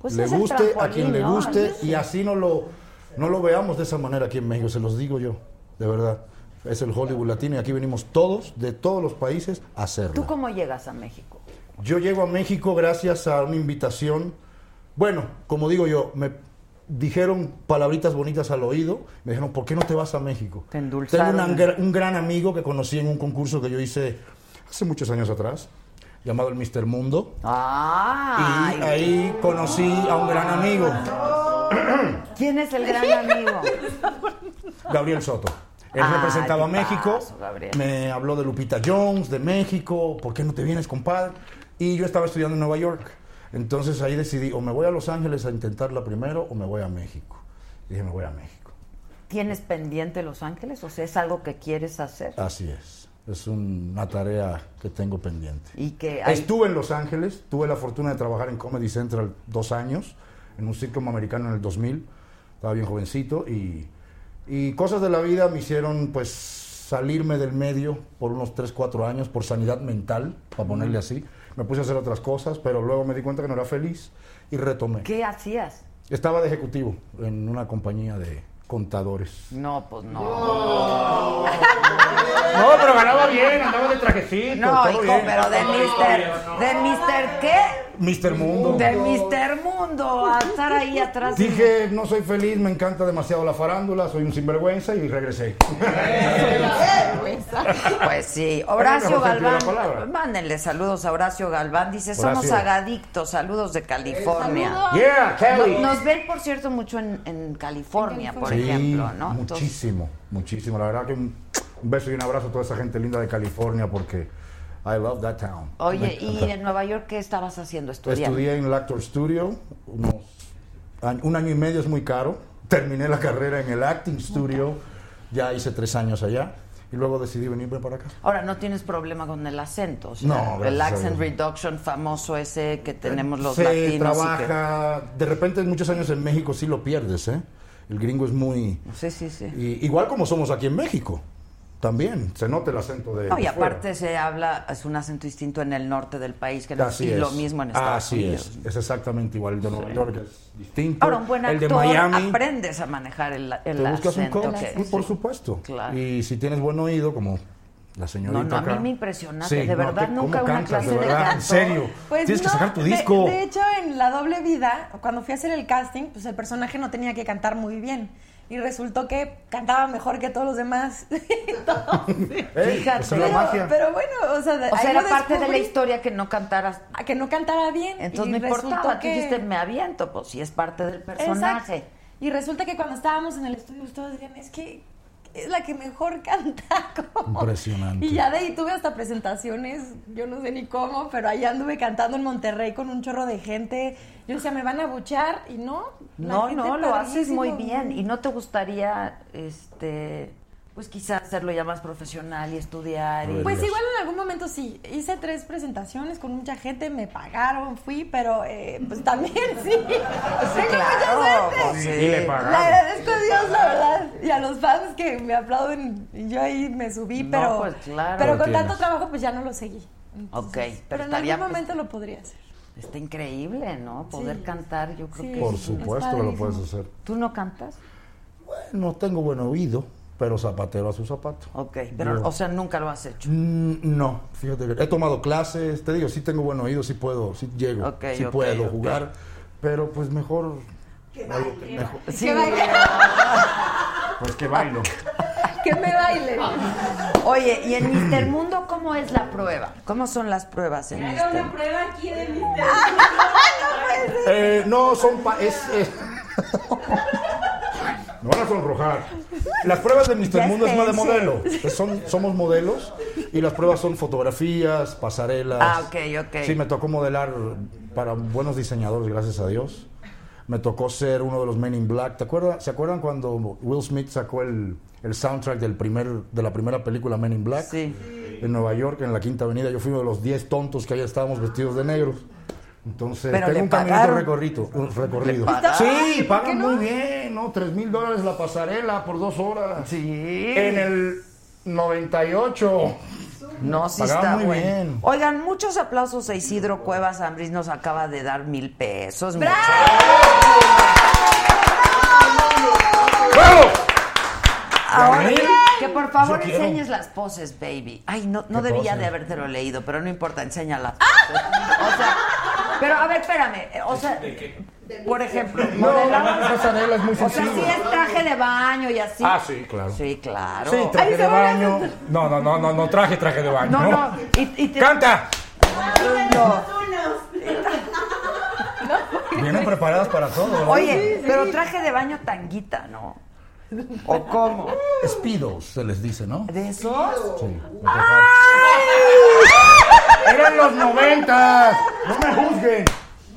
Pues le es el guste a quien le trampolín, ¿no? guste y así no lo, no lo veamos de esa manera aquí en México, se los digo yo, de verdad. Es el Hollywood latino y aquí venimos todos, de todos los países, a hacerlo. ¿Tú cómo llegas a México? Yo llego a México gracias a una invitación. Bueno, como digo yo, me dijeron palabritas bonitas al oído. Me dijeron, ¿por qué no te vas a México? Tengo una gra- un gran amigo que conocí en un concurso que yo hice hace muchos años atrás, llamado el Mister Mundo. Ah. Y ahí conocí a un gran amigo, ¿Quién es el gran amigo? Gabriel Soto. Él Ah, representaba a tipazo, México. Gabriel. Me habló de Lupita Jones, de México. ¿Por qué no te vienes, compadre? Y yo estaba estudiando en Nueva York. Entonces ahí decidí, o me voy a Los Ángeles a intentarla primero, o me voy a México. Y dije, me voy a México. ¿Tienes pendiente Los Ángeles? O sea, es algo que quieres hacer. Así es. Es una tarea que tengo pendiente. Y que hay- Estuve en Los Ángeles, tuve la fortuna de trabajar en Comedy Central dos años, en un sitcom americano en el 2000, estaba bien jovencito y, y cosas de la vida me hicieron pues salirme del medio por unos 3, 4 años por sanidad mental, para ponerle así. Me puse a hacer otras cosas, pero luego me di cuenta que no era feliz y retomé. ¿Qué hacías? Estaba de ejecutivo en una compañía de contadores. No, pues no. No, pero ganaba bien, andaba de trajecito. No, todo hijo, bien. pero de Mister. ¿De Mister qué? Mister Mundo. De Mister Mundo. A estar ahí atrás. Dije, no soy feliz, me encanta demasiado la farándula, soy un sinvergüenza y regresé. Pues sí, En Horacio el mejor sentido de la palabra. Galván. Mándenle saludos a Horacio Galván. Dice, somos Horacio. agadictos. Saludos de California. Saludos. Yeah, Cali. No- Nos ven, por cierto, mucho en, en California, por Sí, ejemplo, ¿no? Entonces, Muchísimo, muchísimo. La verdad que un, un beso y un abrazo a toda esa gente linda de California porque I love that town. Oye, Me ¿y encanta. en Nueva York qué estabas haciendo? Estudiando. Estudié en el Actor Studio, unos año- un año y medio es muy caro. Terminé la carrera en el Acting Studio, ya hice tres años allá y luego decidí venirme para acá. Ahora, no tienes problema con el acento. o sea, No, gracias El a accent Dios. reduction famoso ese que tenemos los se latinos. y que- trabaja. De repente, en muchos años en México sí lo pierdes, ¿eh? El gringo es muy. Sí, sí, sí. y- igual como somos aquí en México. También se nota el acento de. No, y de fuera. aparte se habla, es un acento distinto en el norte del país, que no Así y es. lo mismo en Estados Así Unidos. es. Es exactamente igual. El de Nueva York es distinto. Ahora, un buen el actor, de Miami. aprendes a manejar el, el Te buscas un acento. coach, que- sí, por supuesto. Claro. Y si tienes buen oído, como la señorita. No, no, a acá. mí me impresionaste, Sí, de no, verdad, te- nunca ¿cómo una cantas, clase de de verdad? canto. Pues En serio. Tienes que pues no, sacar tu de- disco. De, hecho, en La Doble Vida, cuando fui a hacer el casting, pues el personaje no tenía que cantar muy bien. Y resultó que cantaba mejor que todos los demás. Ey, Fíjate. esa es la Pero- magia. Pero bueno, o sea, de- O sea, ahí lo era parte de la descubrí. historia que no cantaras. A que no cantaba bien. Entonces y no resultó importaba, tú que- dijiste, me aviento, pues si es parte del Exacto. personaje. Y resulta que cuando estábamos en el estudio, todos decían, es que es la que mejor canta. Impresionante. Y ya de ahí tuve hasta presentaciones, yo no sé ni cómo, pero ahí anduve cantando en Monterrey con un chorro de gente. Yo decía, me van a buchar y no. la No, gente no, lo haces padrísimo. muy bien. ¿Y no te gustaría, este, pues quizás hacerlo ya más profesional y estudiar? Y... Pues igual en algún momento sí, hice tres presentaciones con mucha gente, me pagaron, fui, pero eh, pues también sí. Tengo claro, mucha suerte. pues, sí. Y le pagaron. Le agradezco a Dios, la verdad, y a los fans que me aplauden. y Yo ahí me subí, No, pero, pues, claro. pero Lo con tanto tienes. trabajo pues ya no lo seguí. Ok, pero, Pero en estaría, algún momento lo podría hacer. pues, está increíble, ¿no? Poder cantar, yo creo Sí. que Por es- supuesto que lo puedes hacer. ¿Tú no cantas? No tengo buen oído, pero zapatero a su zapato. Ok, pero, Yo- o sea, nunca lo has hecho. Mm, No, fíjate que he tomado clases, te digo, sí tengo buen oído, sí puedo, sí llego, Ok, sí ok, puedo ok. jugar, pero pues mejor... algo que mejor- Sí. Pues que bailo. Que me baile. Oye, ¿y en Mister Mundo cómo es la prueba? ¿Cómo son las pruebas en este? Mister Mundo? prueba aquí de mi Eh, no, son... pa- es, es- Me van a sonrojar. Las pruebas de Mister Ya Mundo es más de sé, sí. modelo. Es- Son, somos modelos y las pruebas son fotografías, pasarelas. Ah, ok, ok. Sí, me tocó modelar para buenos diseñadores, gracias a Dios. Me tocó ser uno de los Men in Black. ¿Te acuerdas, ¿Se acuerdan cuando Will Smith sacó el, el soundtrack del primer, de la primera película Men in Black? En Nueva York, en la Quinta Avenida. Yo fui uno de los 10 tontos que ahí estábamos vestidos de negros. Entonces, Pero le tengo un caminito pagaron. recorrido. un recorrido. ¿Le pagaron? Sí, ¿Por qué pagan no? muy bien, ¿no? Tres mil dólares la pasarela por dos horas. Sí. En el 98. No, sí Pagaban está muy bueno. bien. Oigan, muchos aplausos a Isidro Cuevas Ambris. Nos acaba de dar mil pesos. ¡Bravo! Ahora, ¿Gabriel? que por favor Yo quiero. enseñes las poses, baby. Ay, no, no ¿Qué debía de poses? habértelo leído, pero no importa, enséñalas. O sea, pero a ver, espérame. eh, O sea, por ejemplo, No, modelado- la pasarela es muy O sea, sencilla. sí es traje de baño y así. Ah, sí, claro. Sí, claro. Sí, traje de baño. No, no, no, no, no traje traje de baño. No, No, no. Y, y te- ¡Canta! No. Vienen preparadas para todo. ¿verdad? Oye, pero traje de baño tanguita, ¿no? ¿O cómo? Speedos, se les dice, ¿no? ¿De esos? Sí. Ah. ¡Ay! ¡Eran los noventas! ¡No me juzguen!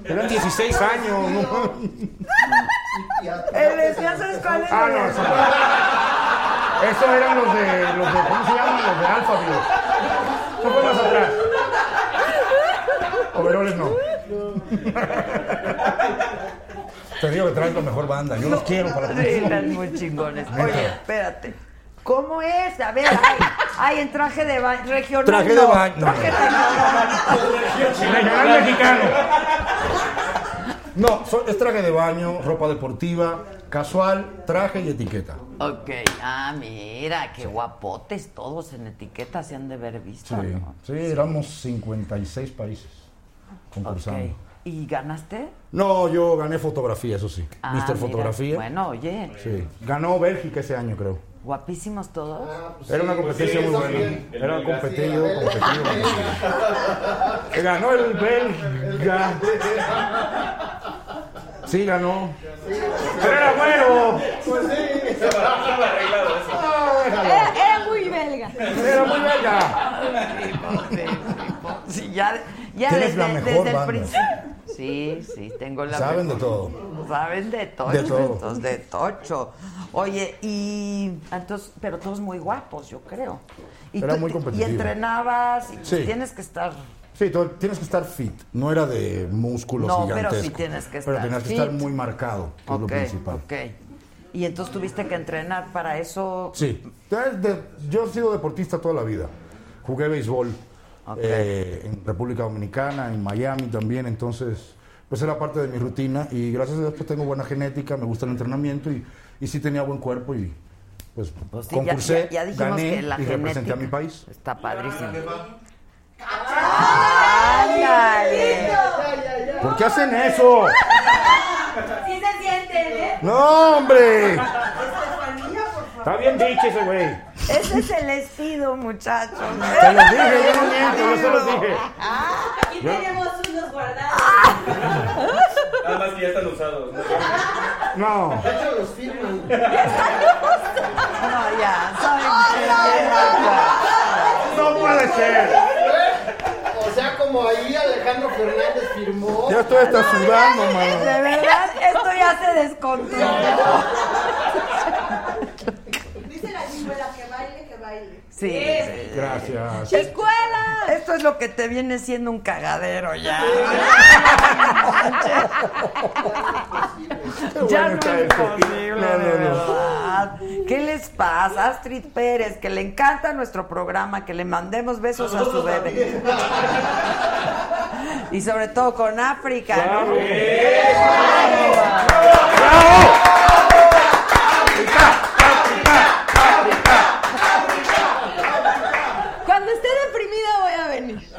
Eran 16 años. ¿no? El de ¿sabes cuál es? Ah, no, eso- Esos eran los de, los de, ¿cómo se llaman? Los de Alphaville. Eso fue más atrás. Overoles no. Te digo que traes la mejor banda. Yo los quiero para Sí, ti. están muy chingones. Neta. Oye, espérate. ¿Cómo es? A ver, ay, ay en traje de baño, regional. Traje no. de baño. No, Traje de no. Regional mexicano. No, so- es traje de baño, ropa deportiva, casual, traje y etiqueta. Ok, ah, mira, qué guapotes todos en etiqueta se han de ver visto. Sí, ¿no? sí, éramos 56 países concursando. Ok. ¿Y ganaste? No, yo gané fotografía, eso sí. Ah, Mister mira. Fotografía. Bueno, oye, Sí. Ganó Bélgica ese año, creo. guapísimos todos. Era una competencia muy buena. Era competido, competido. competido. Ganó el belga. Sí, ganó. Pero era bueno. Ah, Pues sí. Se va arreglado Era, era muy belga. Era muy belga. Sí, ya, ya Tienes desde, la mejor desde el banda. principio. Sí, sí, tengo la Saben de mejor. todo. Saben de todo. De todo. estos De tocho. Oye, y entonces, pero todos muy guapos, yo creo. Y Era tú- muy competitivo. Y entrenabas, y Sí. tienes que estar. Sí, tú tienes que estar fit. No era de músculos No, pero gigantescos. sí tienes que Pero estar tenías que fit. estar muy marcado, que es lo ok, principal. ok. Y entonces tuviste que entrenar para eso. Sí. Desde- yo he sido deportista toda la vida. Jugué béisbol eh, en República Dominicana, en Miami también. Entonces, pues era parte de mi rutina. Y gracias a Dios, pues tengo buena genética, me gusta el entrenamiento y, y sí tenía buen cuerpo. Y pues, Sí, ya- concursé, ya, ya dijimos gané que la y representé genética a mi país. Está padrísimo. ¡Ándale! ¿Por qué hacen eso? Sí se siente, ¿eh? ¡No, hombre! Este Estefanía, por favor. Está bien dicho ese güey. Ese es el espido, muchachos. Te lo dije, yo no miento, yo se lo dije. Aquí Ya. tenemos unos guardados. Nada más que ya están usados. ¿no? No. los firman. No, ya, saben No puede ser. O sea, como ahí Alejandro Fernández firmó. Ya estoy hasta sudando, que... mano. De verdad, esto ya se descontroló. Dice la chimuela que baile, que baile. Sí. Gracias. ¡Escuela! Esto es lo que te viene siendo un cagadero ya. ya no está es esto. posible, No, no, de no. verdad. ¿Qué les pasa? Astrid Pérez, que le encanta nuestro programa, que le mandemos besos a su bebé. Y sobre todo con África. ¿no? Cuando esté deprimida voy a venir.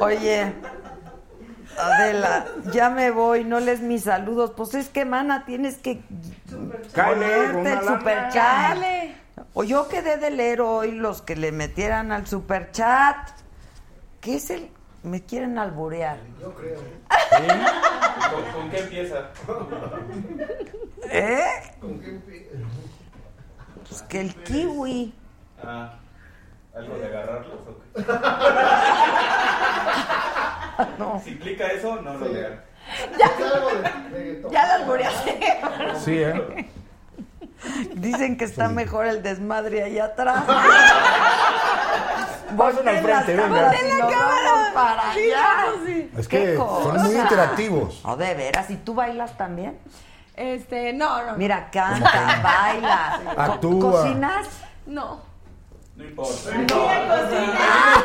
Oye, Adela, ya me voy, no les mis saludos. Pues es que, mana, tienes que Cáele, con ponerte una el lana. superchat. O yo quedé de leer hoy los que le metieran al superchat. ¿Qué es el...? Me quieren alburear. Yo creo. ¿Con, con qué empieza? ¿Eh? ¿Con qué empieza? Pues que el kiwi. Ah, ¿algo de agarrarlos o qué? No. Si implica eso, no lo lean. Ya la albureaste. Sí, ¿eh? Dicen que está mejor el desmadre allá atrás. Pasen al frente, venga. la cámara para allá. Es que Qué son cosa. muy interactivos. No, de veras. ¿Y tú bailas también? Este, no, no. Mira, canta, baila. Actúa. ¿Cocinas? No. No importa. cocina.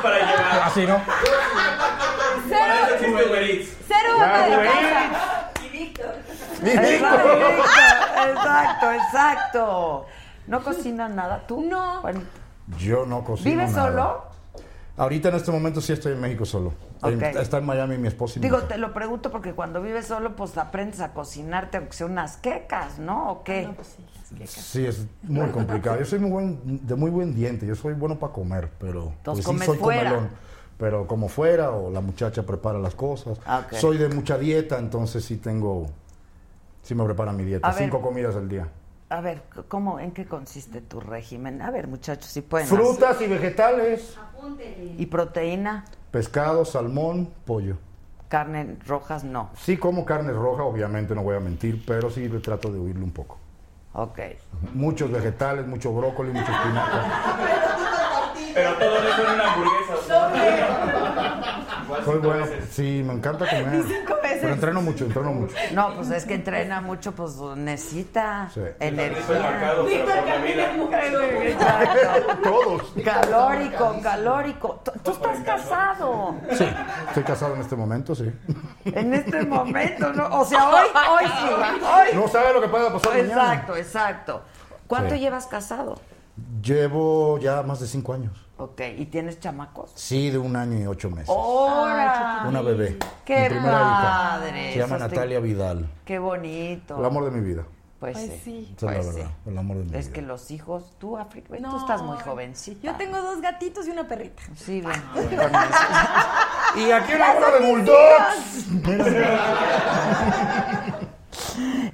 para llevar. Así, Ah, ¿no? Para eso Cero, existe Uber Eats. cero ama de casa. Exacto, exacto, exacto. ¿No cocinas nada? ¿Tú? No. Yo no cocino. ¿Vives nada. solo? Ahorita en este momento sí estoy en México solo. En- Ok. Está en Miami mi esposa y mi Digo, hija. te lo pregunto porque cuando vives solo, pues aprendes a cocinarte, aunque sea unas quecas, ¿no? ¿O qué? Sí, es muy complicado. Yo soy muy buen, de muy buen diente. Yo soy bueno para comer, pero pues Entonces, sí comes soy fuera. Pero como fuera o la muchacha prepara las cosas. Ah, ok. Soy de mucha dieta, entonces sí tengo, sí me prepara mi dieta. A ver. Cinco comidas al día. A ver, ¿cómo, ¿en qué consiste tu régimen? A ver, muchachos, si pueden. Frutas y vegetales, ¿Y proteína? pescado, salmón, pollo. Carne rojas, no. Sí como carne roja, obviamente no voy a mentir, pero sí trato de huirle un poco. Ok. Muchos vegetales, mucho brócoli, mucho espinaca. Pero todo eso en una hamburguesa. o sea. Igual Soy cinco bueno, veces. sí, me encanta comer. Pero entreno mucho, entreno mucho. No, pues es que entrena mucho, pues necesita Sí. Estoy marcado, energía. pero por la vida. Todos. Calórico, calórico. Tú, tú estás casado Sí, estoy casado en este momento, sí. en este momento, ¿no? O sea, hoy, hoy sí, hoy. No sabe lo que pueda pasar mañana. Exacto, exacto. ¿Cuánto Sí. llevas casado? Llevo ya más de cinco años. Ok, ¿y tienes chamacos? Sí, de un año y ocho Ah, meses. ¡Hora! Una bebé. Oh, ¡Qué mi primera hija. padre! Se llama Eso te- Natalia Vidal. ¡Qué bonito! El amor de mi vida. Pues, Pues sí. sí. Esa es Pues la sí. verdad. El amor de mi Es vida. que los hijos, tú, África, No. tú estás muy jovencita. Yo tengo dos gatitos y una perrita. Sí, ven. Ah, Y aquí una bola de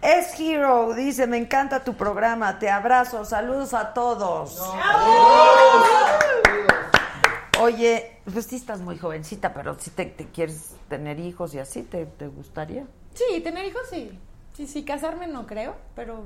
Es Hero, dice, me encanta tu programa, te abrazo, saludos a todos. Oye, pues sí estás muy jovencita, pero si te, te quieres tener hijos y así, ¿te, te gustaría? Sí, tener hijos sí. Sí, sí, casarme no creo, pero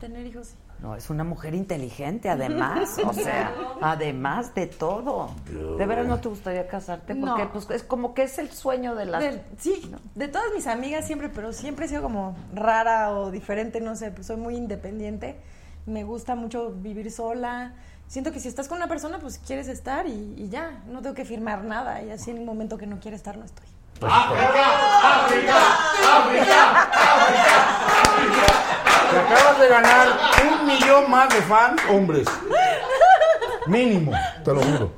tener hijos sí. No, es una mujer inteligente, además, o sea, además de todo. ¿De veras no te gustaría casarte? Porque No. pues, es como que es el sueño de las... De- sí, de todas mis amigas siempre, pero siempre he sido como rara o diferente, no sé, pues soy muy independiente. Me gusta mucho vivir sola. Siento que si estás con una persona, pues quieres estar y, y ya, no tengo que firmar nada. Y así en el momento que no quiero estar, no estoy. Te acabas de ganar un millón más de fans hombres. Mínimo, te lo juro.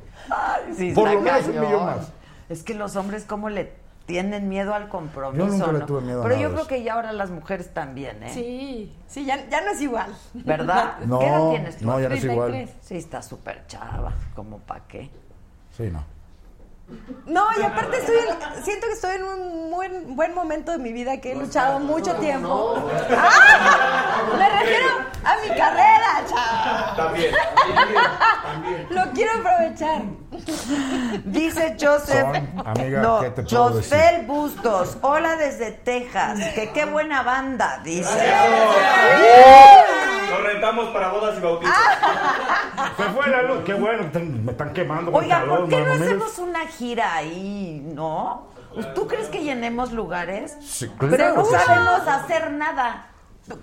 Sí, Por está lo menos un cañón. millón más. Es que los hombres como le tienen miedo al compromiso. Yo nunca le ¿no? tuve miedo a Pero nada yo de creo eso. que ya ahora las mujeres también, ¿eh? Sí, sí, ya, ya no es igual. ¿Verdad? No, ¿Qué edad tienes tú? no, ya no es igual. 33. Sí, está súper chava, como pa' qué. Sí, no. No, y aparte estoy en- siento que estoy en un buen, buen momento de mi vida que he luchado mucho tiempo. ¡Ah! Me refiero a mi carrera, chao. También. Lo quiero aprovechar. Dice Joseph. Son, amiga, no, ¿qué te puedo Josfel decir? Bustos. Hola desde Texas. Que qué buena banda, dice. Nos rentamos para bodas y bautizos. Ah. Se fue la luz. Qué bueno, te- me están quemando. con Oiga, calor, ¿por qué no mano, mira. hacemos una gira ahí, no? ¿Tú crees que llenemos lugares? Eh. Sí, claro. Pero no que sí. sabemos hacer nada.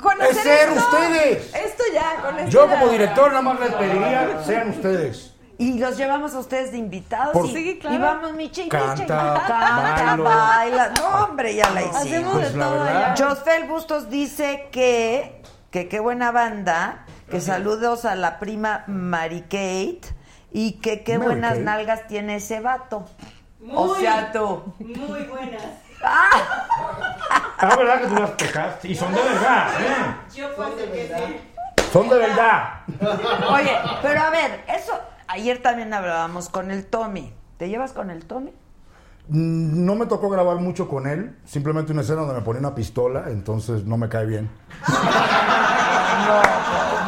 Conocer Es ser esto- ustedes. Esto ya, con esto Yo ya. como director nada más les pediría, sean ustedes. Y los llevamos a ustedes de invitados. Por- y, Sí, claro. y vamos, mi chingue, Canta, chingue. Canta, bailo. baila. No, hombre, ya la hicimos. Hacemos Pues de la todo verdad. ya. Josfel Bustos dice que, que qué buena banda, que saludos a la prima Mary Kate y que qué Mary buenas Kate. nalgas tiene ese vato. o sea, tú. Muy buenas. Ah, ¿verdad que tú las tocaste? Y son de verdad. ¿eh? Yo puedo que sí. Son de verdad. Oye, pero a ver, eso, ayer también hablábamos con el Tommy. ¿Te llevas con el Tommy? Mm, No me tocó grabar mucho con él. Simplemente una escena donde me ponía una pistola, entonces no me cae bien.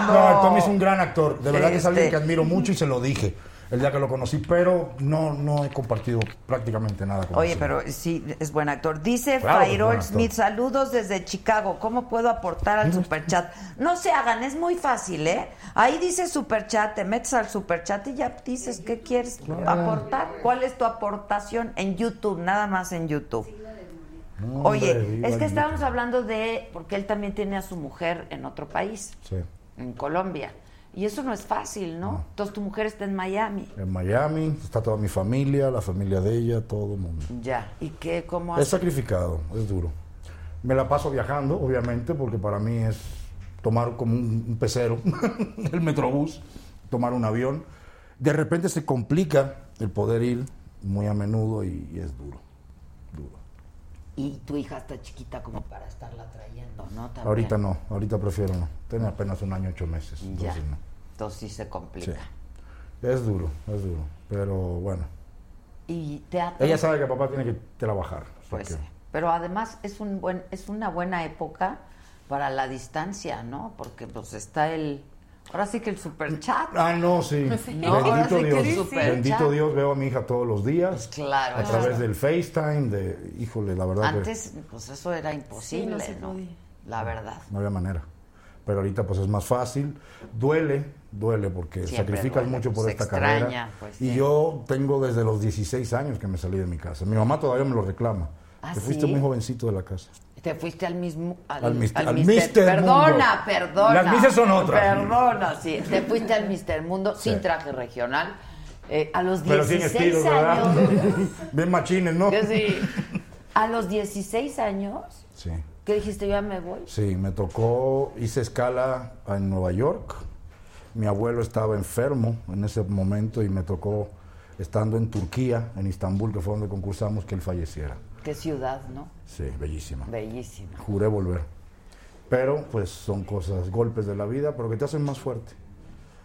No, el Tommy es un gran actor. De verdad que es alguien Este. que admiro mucho y se lo dije. el día que lo conocí, pero no, no he compartido prácticamente nada con Oye, ese pero sí, es buen actor. Dice Claro que es Fairol buen actor. Smith, saludos desde Chicago. ¿Cómo puedo aportar al superchat? No se hagan, es muy fácil, ¿eh? Ahí dice superchat, te metes al superchat y ya dices qué quieres aportar. ¿Cuál es tu aportación en YouTube? Nada más en YouTube. No, hombre, Oye, viva es que el estábamos hablando de, porque él también tiene a su mujer en otro país, Sí, en Colombia. Y eso no es fácil, ¿no? Entonces tu mujer está en Miami. en Miami está toda mi familia, la familia de ella, todo el mundo. Ya. ¿Y qué? ¿Cómo Es hace? sacrificado, es duro. Me la paso viajando, obviamente, porque para mí es tomar como un, un pecero, el metrobús, tomar un avión. De repente se complica el poder ir muy a menudo y, y es duro. Y tu hija está chiquita como para estarla trayendo, ¿no? También. Ahorita no, ahorita prefiero no. Tiene apenas un año, ocho meses. Ya. Entonces, no. Entonces sí se complica. Sí. Es duro, es duro. Pero bueno, Y te ha- ella sabe que papá tiene que trabajar. o sea Pues que- sí. Pero además es un buen, es una buena época para la distancia, ¿no? Porque pues está el ahora sí que el superchat. Ah, no, sí. Pues Sí. No, ahora sí Bendito que Dios. sí, sí. Bendito Dios, veo a mi hija todos los días. claro, A claro. través del FaceTime, de. Híjole, la verdad. que Antes, pues eso era imposible, se ¿no? La verdad. no había manera. Pero ahorita, pues es más fácil. Duele, duele, porque Siempre sacrificas duele, mucho por pues, esta extraña, carrera. pues, y sí. yo tengo desde los 16 años que me salí de mi casa. Mi mamá todavía me lo reclama. ¿Ah, Te fuiste sí? muy jovencito de la casa. Te fuiste al mismo al, Al mis- al mister- Mister Perdona, Mundo. perdona. Las mises son otras. Perdona, sí. Te fuiste al Mister Mundo sin traje regional. eh, a los 16 Pero sin estilo, años. ¿verdad? Bien machines, ¿no? Yo sí. A los 16 años, Sí. ¿qué dijiste? Ya me voy. Sí, me tocó, hice escala en Nueva York. Mi abuelo estaba enfermo en ese momento y me tocó, estando en Turquía, en Istambul, que fue donde concursamos, que él falleciera. Qué ciudad, ¿no? Sí, bellísima. Bellísima. Juré volver. Pero, pues, son cosas, golpes de la vida, pero que te hacen más fuerte.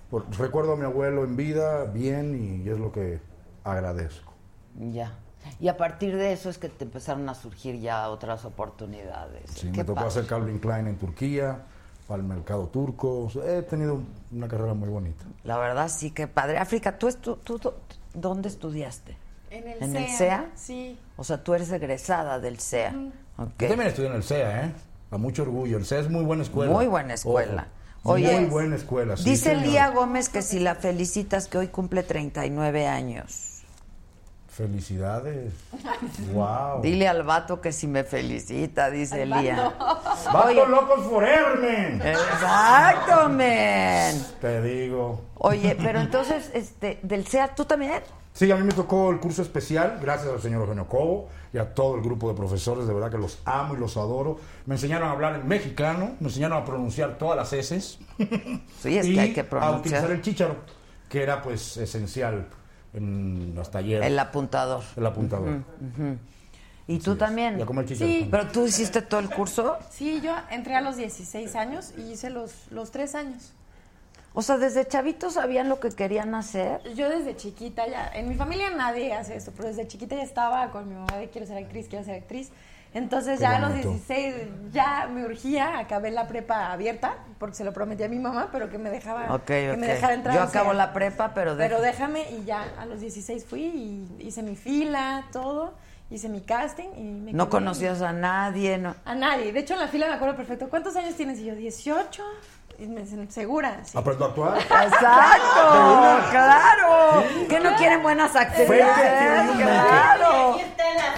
Por- recuerdo a mi abuelo en vida, bien, y es lo que agradezco. Ya. Y a partir de eso es que te empezaron a surgir ya otras oportunidades. Sí, Qué me tocó padre. hacer Calvin Klein en Turquía, para el mercado turco. O sea, He tenido una carrera muy bonita. La verdad sí que padre. África, ¿tú, estu- tú do- dónde estudiaste? En el ¿En CEA. el CEA? Sí. O sea, tú eres egresada del CEA. Ujú. Ok. Yo también estudié en el CEA, ¿eh? A mucho orgullo. El CEA es muy buena escuela. Muy buena escuela. Ojo, Oye, muy buena escuela. sí, Dice señor. Lía Gómez que si la felicitas que hoy cumple 39 años. Felicidades. wow. Dile al vato que si me felicita, dice Al Lía. Oye, Eh. ¡Vato locos forever, men! Exacto, men. Te digo. Oye, pero entonces, este, del CEA, ¿tú también? Sí, a mí me tocó el curso especial, gracias al señor Eugenio Cobo y a todo el grupo de profesores, de verdad que los amo y los adoro. Me enseñaron a hablar en mexicano, me enseñaron a pronunciar todas las heces. Sí, es que y hay que A utilizar pronunciar. el chícharo, que era pues esencial en los talleres. El apuntador. El apuntador. Ujú, ujú. ¿Y tú también? y a comer chícharos Sí. también. ¿Pero tú hiciste todo el curso? Sí, yo entré a los 16 años y hice los, los tres años. O sea, ¿desde chavitos sabían lo que querían hacer? Yo desde chiquita ya, en mi familia nadie hace eso, pero desde chiquita ya estaba con mi mamá de quiero ser actriz, quiero ser actriz. Entonces Qué ya a los bonito. 16 ya me urgía, acabé la prepa abierta, porque se lo prometí a mi mamá, pero que me dejaba, Ok, que ok. me dejara entrar. Yo o sea, acabo la prepa, pero, de- Pero déjame y ya a los 16 fui y hice mi fila, todo, hice mi casting y me no quedé. conocías a nadie, no. A nadie. De hecho, en la fila me acuerdo perfecto. ¿Cuántos años tienes? Y yo, 18. Y me dicen, segura. Sí. Aprendo a actuar. De ¡Exacto! una. ¡Claro! ¿Que no quieren buenas actrices? Fue- ¡Claro!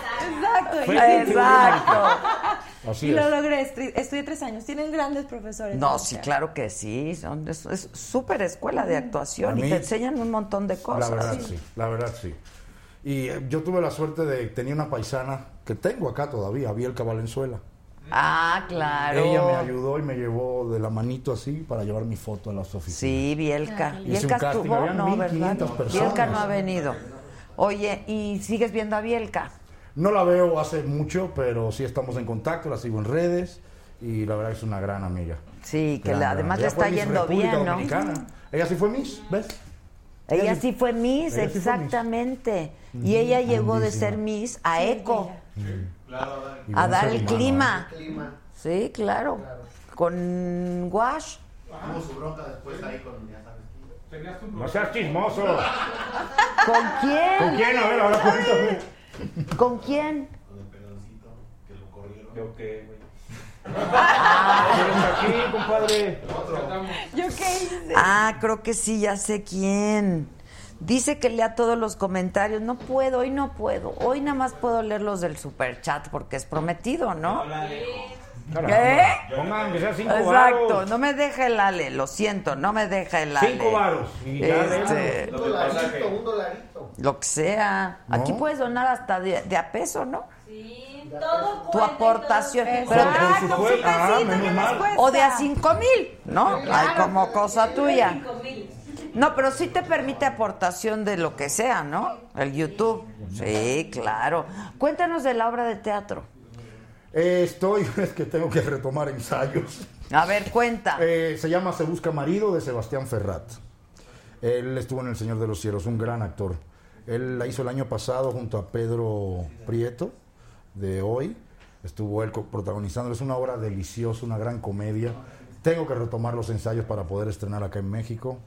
Exacto. ¡Exacto! Y lo logré. Estri- Estudié tres años. Tienen grandes profesores. No, O sí, sea, claro que sí. Son, es es súper escuela de actuación A y mí- te enseñan un montón de La cosas. verdad, sí. la verdad, sí. Y eh, yo tuve la suerte de, tenía una paisana que tengo acá todavía, Bielka Valenzuela. Ah, claro. Ella me ayudó y me llevó de la manito así para llevar mi foto a las oficinas. Sí, Bielka. Hice un Bielka casting, estuvo, habían no, 1500 ¿verdad? personas. Bielka no ha venido. Oye, ¿y sigues viendo a Bielka? No la veo hace mucho, pero sí estamos en contacto, la sigo en redes y la verdad es una gran amiga. Sí, que Gran, la- gran. además le Ella está fue Miss yendo República bien, ¿no? Dominicana. Ella sí fue Miss, ¿ves? Ella sí fue Miss, Ella sí fue Miss. exactamente. Y ella llegó de Lindísima. ser Miss a ECO, Y a buen dar ser el humano, clima. ¿eh? Sí, claro. Con Wash. Tuvo su bronca después ahí con, ya sabes quién. No seas chismoso. ¿Con quién? ¿Con quién? A ver, ahora cuéntame. ¿Con quién? Yo qué, güey. Ah, aquí, compadre. ¿Yo qué Ah, creo que sí, ya sé quién. Dice que lea todos los comentarios. No puedo, hoy no puedo. Hoy nada más puedo leer los del superchat porque es prometido, ¿no? ¿Qué? Pongan que sea cinco Exacto, varos. no me deja el Ale, lo siento, no me deja el Ale. Cinco varos. Y ya Este, déjalo. Lo que pasa es que- Un dolarito. Lo que sea. ¿No? Aquí puedes donar hasta de, de a peso, ¿no? Todo Tu aportación. Pero te- Exacto, Por supuesto. Ah, menos mal. o de a cinco mil, ¿no? Claro. Hay como cosa tuya. No, pero sí te permite aportación de lo que sea, ¿no? El YouTube. Sí, claro. Cuéntanos de la obra de teatro. Eh, estoy, es que tengo que retomar ensayos. A ver, cuenta. Eh, se llama Se Busca Marido de Sebastián Ferrat. Él estuvo en El Señor de los Cielos, un gran actor. Él la hizo el año pasado junto a Pedro Prieto, de hoy. Estuvo él co- protagonizando. Es una obra deliciosa, una gran comedia. Tengo que retomar los ensayos para poder estrenar acá en México.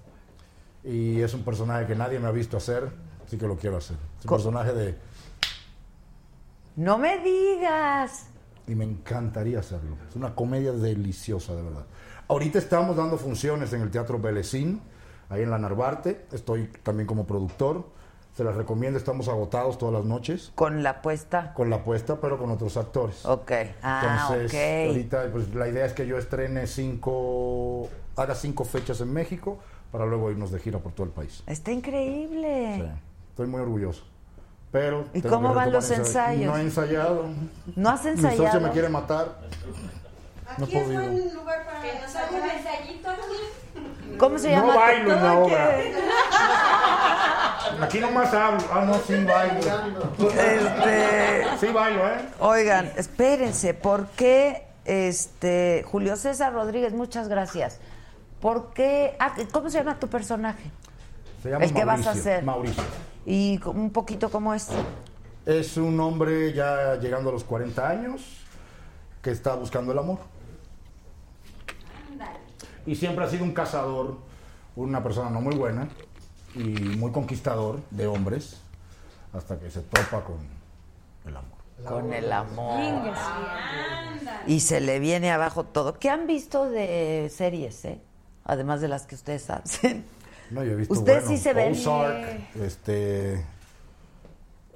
Y es un personaje que nadie me ha visto hacer, así que lo quiero hacer. Es un personaje de... No me digas. Y me encantaría hacerlo. Es una comedia deliciosa, de verdad. Ahorita estamos dando funciones en el Teatro Belecín, ahí en la Narvarte. Estoy también como productor. Se las recomiendo, estamos agotados todas las noches. ¿Con la apuesta? Con la apuesta, pero con otros actores. Ok. Ah, Entonces, ok. ahorita pues, la idea es que yo estrene cinco, haga cinco fechas en México para luego irnos de gira por todo el país. Está increíble. Sí. Estoy muy orgulloso. Pero ¿Y tengo que cómo van retomar los ensayos? No he ensayado. ¿No has Mi socio ensayado? me quiere matar. No he podido. lugar para que nos haga un ensayito. ¿Cómo se No llama? tu bailo en la toque? obra. Aquí nomás hablo. Ah, no, sin bailo. Este- Sí bailo, ¿eh? Oigan, espérense, ¿por qué este Julio César Rodríguez, muchas gracias. ¿Por qué? ah, ¿Cómo se llama tu personaje? Se llama ¿El que vas a Mauricio, hacer? Mauricio. Y co- un poquito este, cómo es. Es un hombre ya llegando a los 40 años que está buscando el amor. Y siempre ha sido un cazador, una persona no muy buena y muy conquistador de hombres hasta que se topa con el amor. Con el amor. Y se le viene abajo todo. ¿Qué han visto de series, eh? Además de las que ustedes hacen. No, yo he visto Ustedes bueno, sí se ven. Ozark, este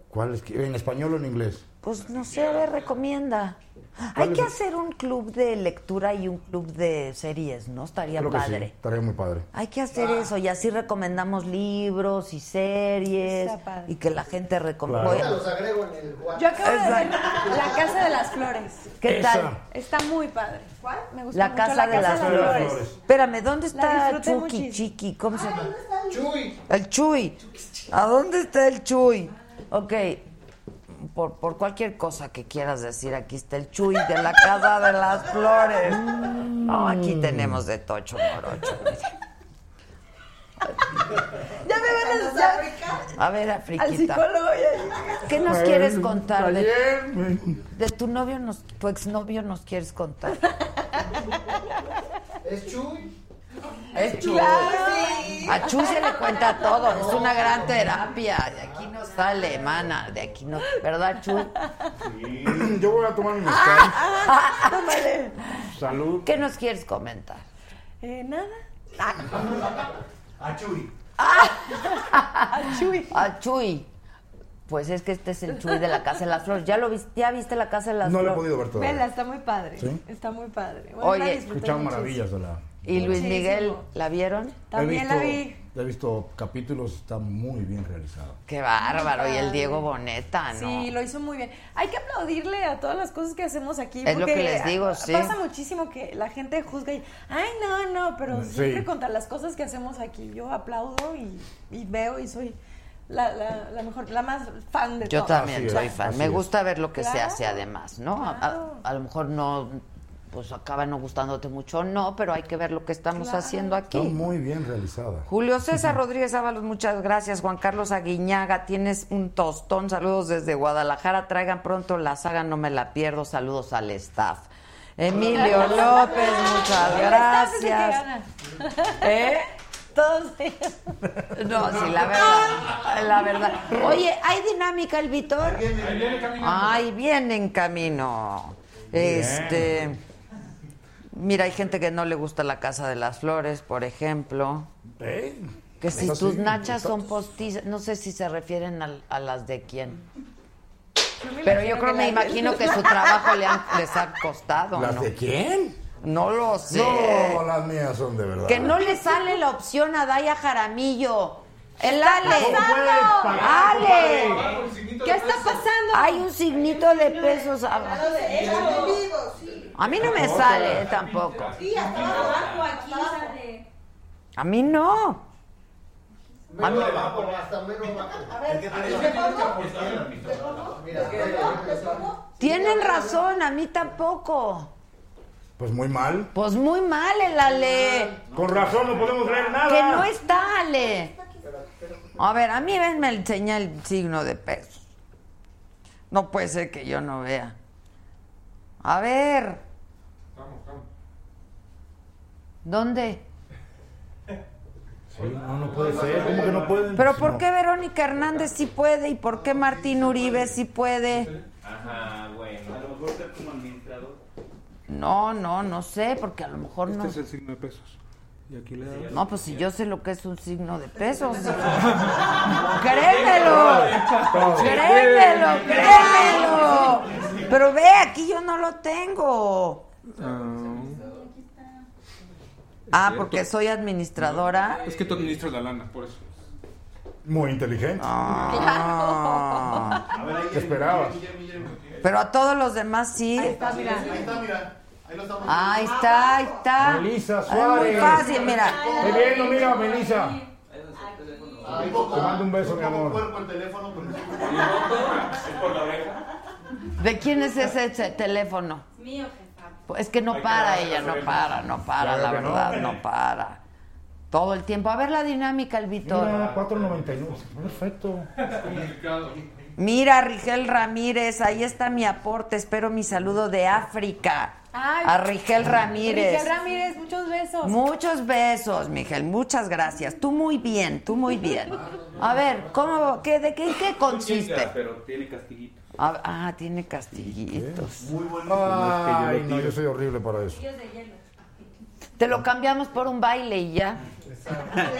¿Cuál es? que- ¿En español o en inglés? Pues no sé, a ver, recomienda. ¿Cuál Hay que es? hacer un club de lectura y un club de series, ¿no? Estaría Creo que sí, padre. estaría muy padre. Hay que hacer eso y así recomendamos libros y series Está padre. y que la gente Claro. recomienda. Ahorita los agrego en el WhatsApp. Yo acabo de ver La Casa de las Flores. ¿Qué Esa. tal? Está muy padre. ¿Cuál? Pues Me gusta La mucho casa, de las flores. Espérame, La ¿dónde está disfruté Chucky muchísimo. Chiqui? ¿Cómo se llama? Chuy. El Chuy. ¿A dónde está el Chuy? Ok, por, por cualquier cosa que quieras decir, aquí está el Chuy de la Casa de las Flores. No, aquí tenemos de Tocho Morocho. Ya me van a usar A ver, al Afriquita. psicólogo. ya. ¿Qué nos Ay, quieres contar de, de tu novio, nos, tu exnovio nos quieres contar? Es Chuy. Es Chuy. A Chuy se le cuenta todo, es una gran terapia. De aquí no sale, mana, de aquí no, ¿verdad, Chuy? Yo voy a tomar mi Ah, mezcal. Tómale. Salud. ¿Qué nos quieres comentar? Eh, nada. Ah. A Chuy. A Chuy. Ah. A Chuy. Pues es que este es el Chuy de la Casa de las Flores. ¿Ya lo viste? ¿Ya viste la Casa de las No lo Flores? he podido ver todavía. Vela, está muy padre. ¿Sí? Está muy padre. Oye, la He disfruté escuchado muchísimo. maravillas de la. ¿Y Luis Muchísimo. Miguel la vieron? También he la visto- vi. He visto capítulos, está muy bien realizado. Qué bárbaro. Y el Diego Boneta, ¿no? Sí, lo hizo muy bien. Hay que aplaudirle a todas las cosas que hacemos aquí. Es lo porque que les digo, a- sí. Pasa muchísimo que la gente juzga y, ay, no, no, pero Sí. siempre contra las cosas que hacemos aquí. Yo aplaudo y, y veo y soy la, la- la mejor, la más fan de Yo todas. también O sea, soy fan. así Me es. gusta ver lo que se Claro, hace además, ¿no? A- A, a lo mejor no, pues acaba no gustándote mucho, no, pero hay que ver lo que estamos haciendo Está aquí. muy bien realizada. Julio César Rodríguez Ábalos, muchas gracias. Juan Carlos Aguiñaga, tienes un tostón. Saludos desde Guadalajara. Traigan pronto la saga, no me la pierdo. Saludos al staff. Emilio López, muchas El staff es el que gracias. gana. ¿Eh? Todos ellos. No, sí, la verdad. La verdad. Oye, ¿hay dinámica el Vitor? Ahí viene camino. Ay, viene en camino. Este. Mira, hay gente que no le gusta la Casa de las Flores, por ejemplo. ¿Eh? Que si Eso tus sí, nachas son entonces. postizas, no sé si se refieren al- a, las de quién. Pero yo creo, que me las- imagino que su trabajo le han- les ha costado. ¿Las ¿no? de quién? No lo sé. No, las mías son de verdad. Que no le sale la opción a Daya Jaramillo. El está Ale. pasando? Ale. ¿Qué está pasando? Hay un signito de pesos. A lo A, derecho. Sí, a mí no me Tampoco. sale tampoco. hasta abajo aquí sale. A mí no. A mí- Menos abajo, hasta menos abajo. A ver, Mira, Tienen razón, a mí tampoco. Pues muy mal. Pues muy mal el Ale. Con razón no podemos leer nada. Que no está Ale. A ver, a mí ven, me enseña el signo de pesos. No puede ser que yo no vea. A ver, ¿dónde? Sí, no, no puede ser. ¿Cómo que no pueden? ¿Pero por qué Verónica Hernández sí puede y por qué Martín Uribe sí puede? Ajá, bueno. A lo mejor usted como administrador. No, no, no sé, porque a lo mejor no. Este es el signo de pesos. Y aquí le das. No, pues si yo sé lo que es un signo de pesos. créemelo, créemelo, créemelo. Pero ve, aquí yo no lo tengo. Ah, porque soy administradora. Es que tú administras la lana, por eso. Muy inteligente. Ah. ¿Qué esperabas? Pero a todos los demás sí. Ahí está, mira. Ahí lo estamos Ahí está, ahí está. Melissa Ay, Ah, muy Suárez. fácil, mira. Estoy viendo, mira, Melissa. Te mando un beso, mi amor. viendo. el teléfono con ¿De quién es ese, ese teléfono? Mío, jefa. Pues Es que no Ay, para carajo, ella, no Lorena. para, no para, Claro la que no. verdad, no para. Todo el tiempo. A ver la dinámica, el Vitor. Mira, 4.99. Perfecto. Mira, Rigel Ramírez, ahí está mi aporte. Espero mi saludo de África. Ay. a Rigel Ramírez. Rigel Ramírez, muchos besos. Muchos besos, Miguel. Muchas gracias. Tú muy bien, tú muy bien. A ver, ¿cómo, qué, de qué, qué consiste? Pero tiene castiguito. Ah, ah, tiene castillitos. Muy bueno. No, es Ay, que yo lo no, tiro. yo soy horrible para eso. Te lo cambiamos por un baile y ya. Claro,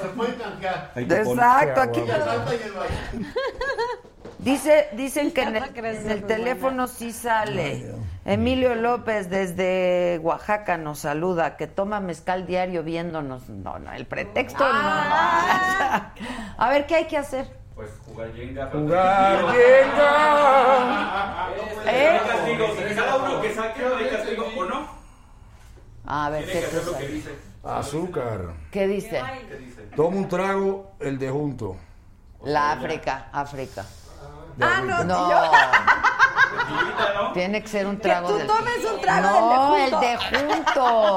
se puede canjear. Hay que poner- Exacto, aquí- Y el alto y el bajo. Dice, dicen que en el, en pues, el teléfono sí sale. Emilio López desde Oaxaca nos saluda, que toma mezcal diario viéndonos. No, no, el pretexto no. Ah. A ver, ¿qué hay que hacer? Pues jugar yenga. Jugar yenga. ¿Eh? Hay castigo. Cada uno que saque hay castigo o no. A ver, ¿qué, Tiene que hacer lo que dice? dice. Azúcar. ¿Qué dice? Toma un trago, el de junto. La África, África. De Ah, Pues ahorita. no, Tiene que ser un trago tú del- tomes un trago No, del de junto. el de junto.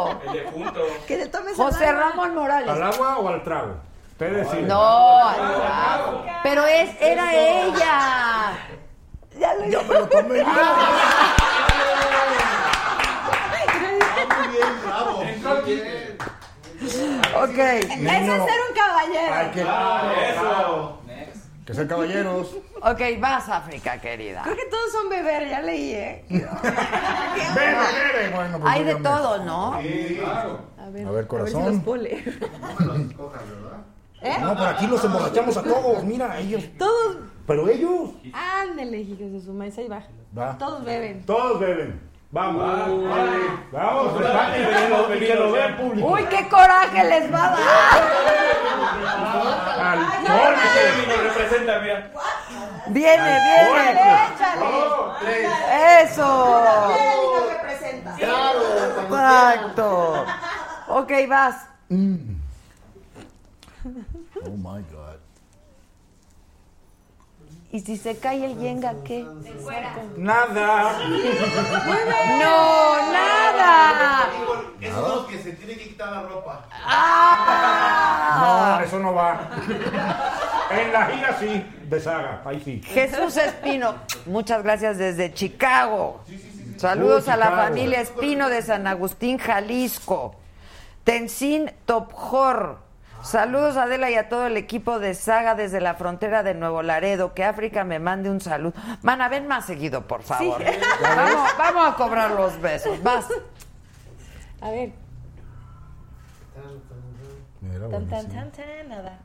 El de junto. Que te tomes el José agua. Ramón Morales. ¿Al agua o al trago? Te deciden. No, al trago. Pero es, era ella. Ya lo Ya me lo Ah, tomé. Entró aquí. Ok. Eso es Niño, ser un caballero. hay que, Eso. que ser caballeros. Ok, vas África, querida. Creo que todos son beber, ya leí, ¿eh? Bebe, bebe. Bueno, pues Hay de dígame. todo, ¿no? A ver, A ver, corazón. los pole. No, por aquí los emborrachamos a todos. Mira, ellos. Todos, Pero ellos. ándele, hijos de su maíz, ahí va. Va. Todos beben. Todos beben. Vamos. Vamos. Pues, vale, que lo- y que lo vea el público. Uy, qué coraje les va a dar. Porque lo representa, mira. Viene, viene. Eso. Exacto. Ok, vas. Oh my God. ¿Y si se cae el yenga qué? Nada. No, nada. Esos son los que se tienen que quitar la ropa. No, Ah. eso no va. En la gira sí, de saga, ahí sí. Jesús Espino, muchas gracias desde Chicago. Saludos Oh, a la Chicago. familia Espino de San Agustín, Jalisco. Tenzin Topjor. Saludos a Adela y a todo el equipo de Saga desde la frontera de Nuevo Laredo. Que África me mande un saludo. Mana, ven más seguido, por favor. Vamos, vamos a cobrar los besos. Vas. A ver. Mira, Tan, buenísimo. tan, tan, tan, nada.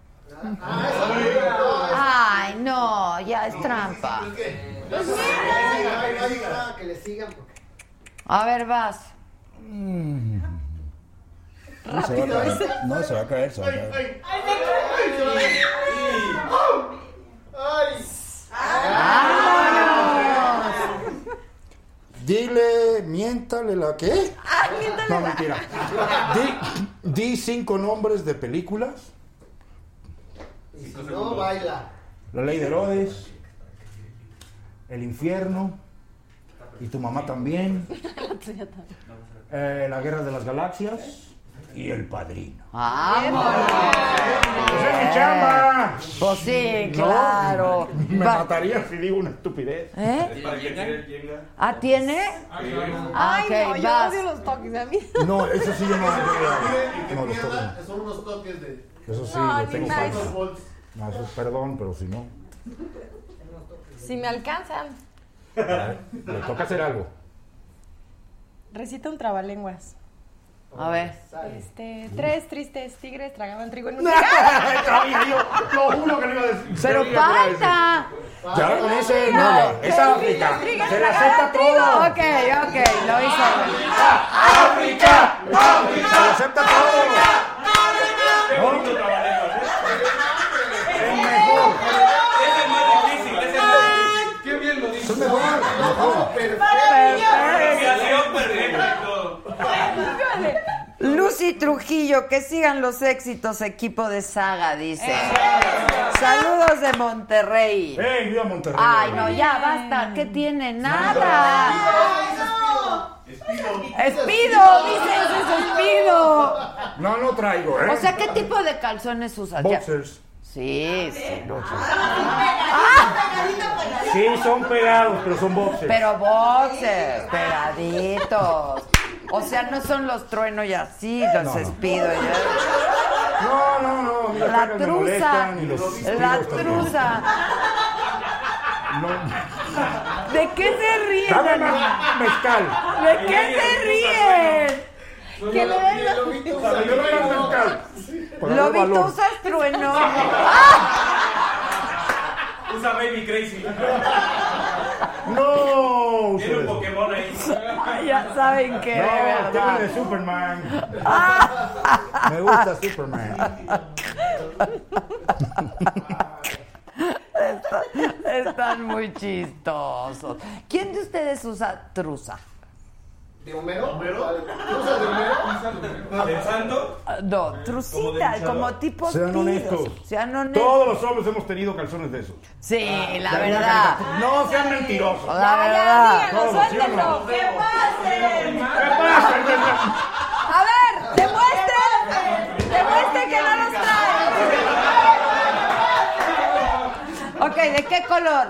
Ay, no, ya es trampa. Pues que le sigan. porque- A ver, vas. Mm. No se va a Rápido, caer. ese. No, se va a caer, se va a Ay, caer. ay, ay, ay, ay. Dile, miéntale la que. No, mentira. Di, di cinco nombres de películas. No baila. La ley de Herodes, El infierno, y tu mamá también, eh, La guerra de las galaxias y El padrino. Ah, ¡Esa es mi chamba! Pues sí, No, claro. Me Va- mataría si digo una estupidez. ¿Eh? ¿Ah, tiene? Ah, Ay, no, ok, yo vas. odio los toques a mí. No, eso sí yo no. No, los todos. Son unos toques de. Eso sí, No, le ni tengo más. falta. No, eso es perdón, pero si no. Si me alcanzan, Le toca hacer algo. recita un trabalenguas. A ver. Este, tres tristes tigres tragaban trigo en un Sabía yo, lo juro que lo iba a decir. Pero Sabía que lo iba a decir. falta. Ya con ese, no, no, esa África. Se la acepta todo. Ok, ok, lo hizo. ¡África! ¡África! Se la acepta todo. ¿No? ¿eh? Es mejor. Qué bien lo dices. Es mejor. mejor. Lucy Trujillo, que sigan los éxitos, equipo de saga, dice. Saludos de Monterrey. ¡Ey, viva Monterrey! Ay, no, ya basta. ¿Qué tiene? Nada. Espido, dice eso es espido. No, no traigo, ¿eh? O sea, ¿qué tipo de calzones usas? Ya. Boxers. Sí, sí. no, sí. Sí, son pegados, pero son boxers. Pero boxers, pegaditos. O sea, no son los truenos y así, los No, no. espido. ya. No, no, no. mira, La acá me truza. molestan y los La espinos también. truza. No. ¿De qué se Dame ríen? más mezcal. ¿De qué se ríen? Que le den los- Dame más mezcal. Para Lo dar vi, tú valor. usas trueno. ¡Ah! Usa Baby Crazy. No. Tiene un ustedes. Pokémon ahí. Ay, ya saben que de No, tema verdad. de Superman. Ah. Me gusta Superman. Está- Están muy chistosos. ¿Quién de ustedes usa truza? ¿De Homero? ¿Tú usas de Homero? ¿Pensando? Ah, No, trucita, luchador. como tipo Sean pidos. honestos. Sean honestos. Todos los Ah, hombres hemos tenido calzones de esos. Sí, la De alguna verdad. Ah. caricatura. No sean mentirosos. La Ya, verdad. díganlo, Todos, ¿sí o Ah, no? suéltenlo. ¿Qué pasa? A ver, demuestren. Demuestren que no los traen. Ok, ¿de qué color?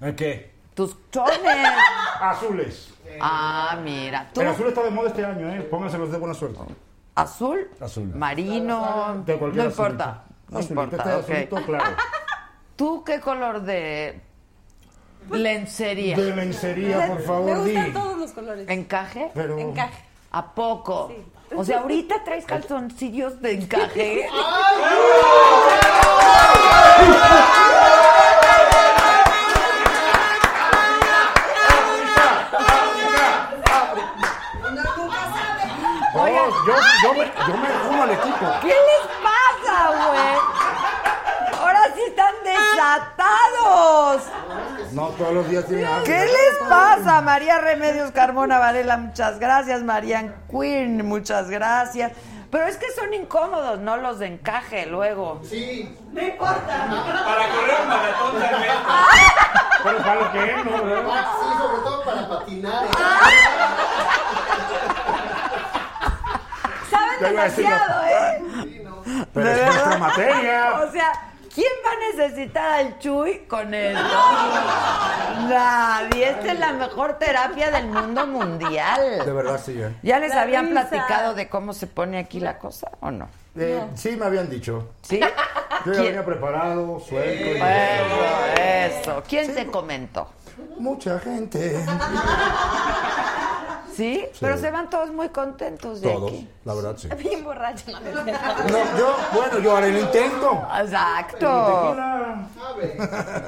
¿De qué? Tus chones. Azules. Ah, mira. ¿Tú? El azul está de moda este año, ¿eh? Pónganselos de buena suerte. ¿Azul? Azul. Marino. De cualquier no azulito. importa. No Azulito, este importa, azulito ok. claro. ¿Tú qué color de lencería? De lencería, por favor, Me di. gustan todos los colores. ¿Encaje? Pero... Encaje. ¿A poco? O sea, ahorita traes calzoncillos de encaje. No, yo, yo, me, yo me uno al equipo. ¿Qué les pasa, güey? Ahora sí están desatados. No, todos los días tiene algo. ¿Qué les pasa? María Remedios Carmona Varela, muchas gracias. Marian Quinn, muchas gracias. Pero es que son incómodos, ¿no? Los de encaje luego. Sí. Para correr un maratón también. Pero para lo que es, ¿no? ¿verdad? Sí, sobre todo para patinar. Ya Saben iba a decirlo. demasiado, ¿eh? ¿eh? Ah, Pero es nuestra materia. O sea, ¿quién va a necesitar al Chuy con esto. Nadie. Esta es la mejor terapia del mundo mundial. De verdad, sí, ¿eh? ¿Ya les La habían risa. platicado de cómo se pone aquí la cosa o no? Eh, Sí, me habían dicho. ¿Sí? Yo ya venía preparado, suelto. y- Eso. ¿Quién te comentó? Mucha gente. ¿Sí? Pero se van todos muy contentos de Todos, aquí. la verdad, sí. Bien borracho. No, no, No, yo, bueno, yo haré el intento. Exacto.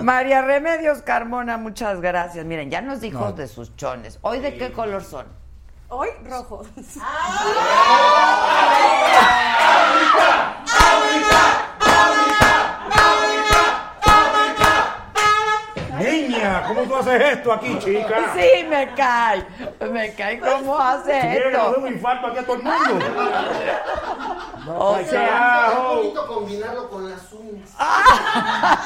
María Remedios Carmona, muchas gracias. Miren, ya nos dijo No. de sus chones. ¿Hoy de qué color son? Hoy, rojo. Niña, ¿cómo tú haces esto aquí, chica? Sí, me cae. Me cae cómo hace Pues, Si quieres, le esto. doy un infarto aquí a todo el mundo. O ay, sea- carajo. Es bonito combinarlo con las uñas. Ah.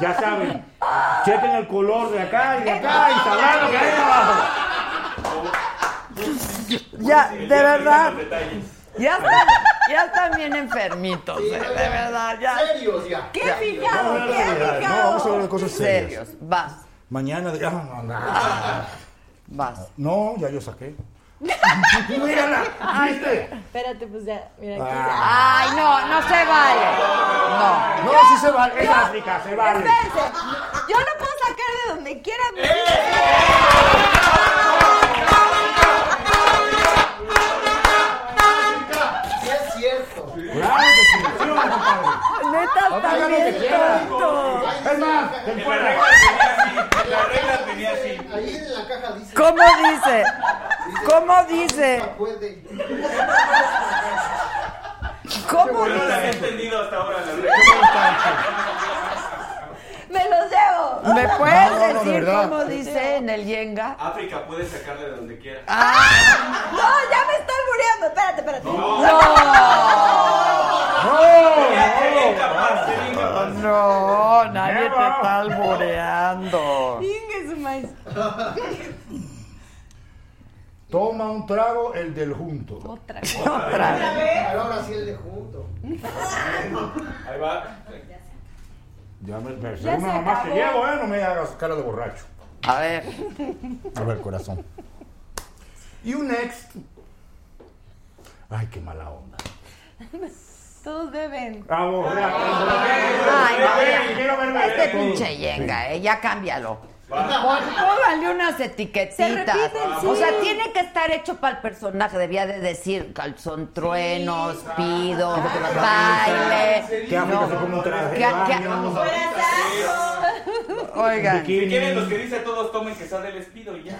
Ya saben, chequen el color de acá y de acá y sabrán lo que hay abajo. Ya, de verdad. Ya están, ya están bien enfermitos, eh, de verdad. Ya. Serios ya. ¿Qué Ya. fijado? Vamos a hablar de ¿Qué realidades, fijado? no, vamos a hablar de cosas serias. Vas. Mañana, de- ah, no, no. Vas. No, ya yo saqué. Mírala, Ay, Espérate, pues ya, mira aquí. Ah. Ay, no, no se vale. No. No, sí se vale. Es África, se vale. Espérense. Yo no puedo sacar de donde quiera. mi- Sí es cierto. Claro que sí, sí, vamos, compadre. Neta, Ahorita ya está lo que bien quieras. tonto. Es más, te encuentras. La venía así. Ahí en la caja dice. ¿Cómo dice? ¿Cómo dice? Puede. ¿Cómo Yo no las he dice? entendido hasta ahora las Me los debo. ¿Me puedes No, no, no, de decir verdad. cómo dice en el yenga? África puede sacarle de donde quiera. No, ya me estoy muriendo. Espérate, espérate. ¿eh? No, no, nadie te está alboreando. Ingue su maíz. Toma un trago el del junto. Otra Otra vez. Ahora sí el de junto. Ahí va. Ya me, me Ya una se mamá que acabó. llevo, ¿eh? No me hagas cara de borracho. A ver. A ver, corazón. You next. Ay, qué mala onda. Ah, Todos beben. Vamos, Ay, Quiero verme. Este pinche yenga, eh, ya cámbialo. Pon- Póngale unas etiquetitas. repiten, sí. O sea, tiene que estar hecho para el personaje. Debía de decir calzón truenos, pido, baile. Que África se pone un traje Que- de que- baño. Oigan. Si quieren los que dice todos tomen que sale les pido y ya.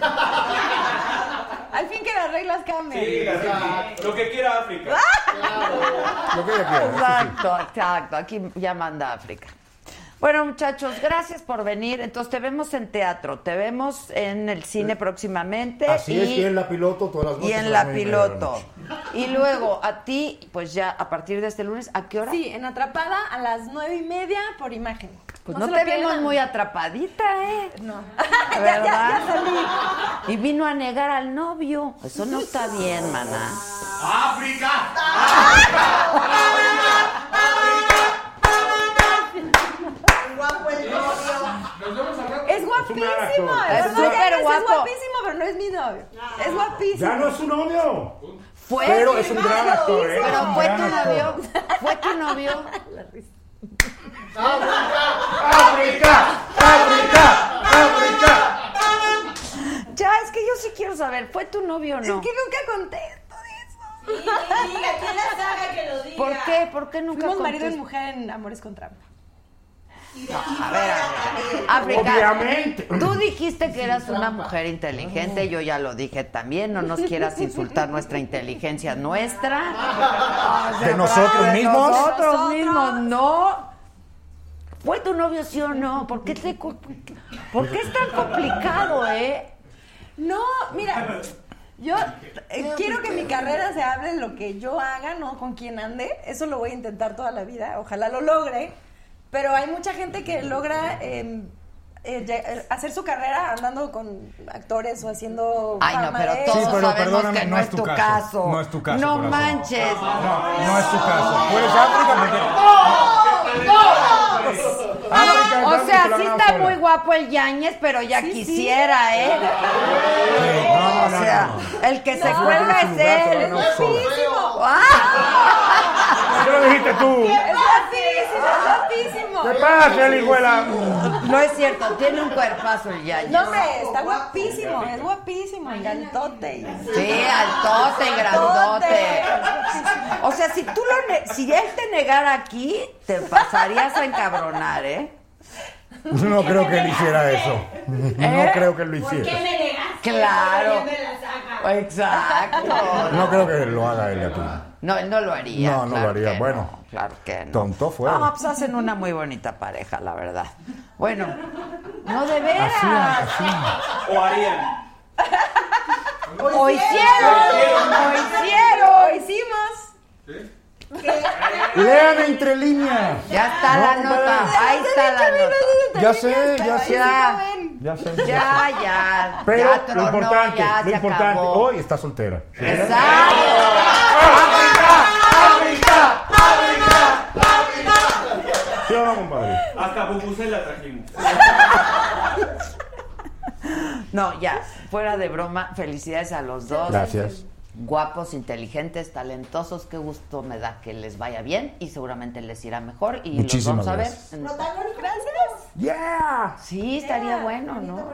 Al fin que las reglas cambien. Sí, las- lo que quiera África. Lo que ella quiera, eso sí. Exacto, exacto. Aquí ya manda África. Bueno, muchachos, gracias por venir. Entonces, te vemos en teatro, te vemos en el cine próximamente. Así es, y- y en la piloto todas las noches. y a en las la nueve y media de la piloto. noche. Y luego a ti, pues ya a partir de este lunes, ¿a qué hora? Sí, en Atrapada a las nueve y media por imagen. Pues no, se te lo pierdan. vemos muy atrapadita, ¿eh? No. ¿Verdad? ya, ya Y vino a negar al novio. Eso no está bien, maná. ¡África! Es guapísimo. Es un actor. Es, Es súper Es guapo. guapísimo, pero no es mi novio. Ah. Es guapísimo. Ya no es su novio. Fue Pero es un gran actor, ¿eh? Es Pero un fue gran tu actor. novio. Fue tu novio. ¡África! ¡África! ¡África! Ya, es que yo sí quiero saber, ¿fue tu novio o no? Es que nunca contesto de eso. ¿Por qué? ¿Por qué nunca Fuimos marido y contestas? mujer en Amores con Trampa. A ver, a ver. África, Obviamente. Tú dijiste que eras una mujer inteligente, yo ya lo dije también. No nos quieras insultar nuestra inteligencia nuestra. ¿De nosotros de mismos? Nosotros mismos, no. ¿Fue tu novio sí o no? ¿Por qué, te cu- ¿Por qué es tan complicado, eh? No, mira, yo eh, quiero que mi carrera se hable de lo que yo haga, no con quién ande. Eso lo voy a intentar toda la vida. Ojalá lo logre. Pero hay mucha gente que logra eh, eh, lle- eh, hacer su carrera andando con actores o haciendo. Ay, no, fama pero de- todos Sí, pero sabemos perdóname, que no, no es es tu tu caso. caso. No es tu caso, No corazón. Ah, manches. No es tu caso. Tú eres África porque. Ah, África, o sea, África, sí la está África. muy guapo el Yañez, pero ya quisiera, ¿eh? no, o no, sea, el que se cuelga Tiene es su gato, él. no, no, sola. ¡Ah! ¿Qué lo dijiste tú? Es guapísimo, es guapísimo. ¿Qué pasa, el hijuela? No es cierto, tiene un cuerpazo el Yañez. No, hombre, está guapísimo, es guapísimo, y grandote. y- Sí, altote, grandote. O sea, si tú lo ne- si él te negara aquí, te pasarías a encabronar, ¿eh? No creo que él hiciera eso. ¿Eh? No creo que lo hiciera. negaste? Claro. Exacto. No creo que lo haga él a No, él no lo ti. haría. No, no lo claro haría. que Bueno, no, claro que no. tonto fue. No, pues hacen una muy bonita pareja, la verdad. Bueno, no de veras. Así, así. O harían. O hicieron, o hicieron. Lo hicimos. Lean entre líneas. Ya está la No, nota, ahí está la nota. Ah. Ya sé, ya sé. Ya, Ya sé. ya, ya. Pero ya tronó, lo importante, ya lo se importante, acabó. hoy ¿eh? está soltera. ¿Sí o no, compadre? Hasta Bubuce la trajimos. No, ya, fuera de broma, felicidades a los dos. Gracias. Guapos, inteligentes, talentosos, qué gusto me da que les vaya bien y seguramente les irá mejor y Muchísimas los vamos a ver. gracias. en- Gracias. Yeah. Sí, estaría bueno, ¿no?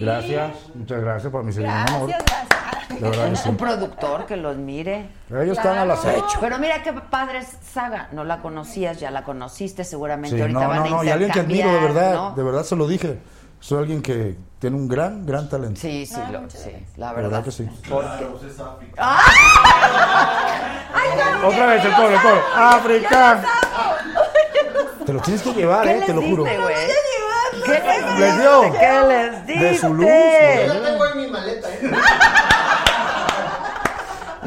Gracias, muchas gracias por mi segundo amor. Gracias, gracias. La verdad que sí. Un productor que los mire. Ellos están al acecho. Pero mira qué padre es Saga, no la conocías, ya la conociste, seguramente Sí, ahorita no, van no, a no, y alguien que admiro, de intercambiar, verdad, ¿no? de verdad se lo dije. Soy alguien que tiene un gran, gran talento. Sí, sí, lo- sí, la la verdad. verdad que sí. Ah. Ay, no, Otra que- vez, el que coro, los el coro. amo. África. Ya los amo. Te lo tienes que llevar, ¿Qué eh, les te lo juro. diste, güey? ¿Qué Les dio. ¿Qué les De su luz, diste? Yo la tengo en mi maleta, ¿eh?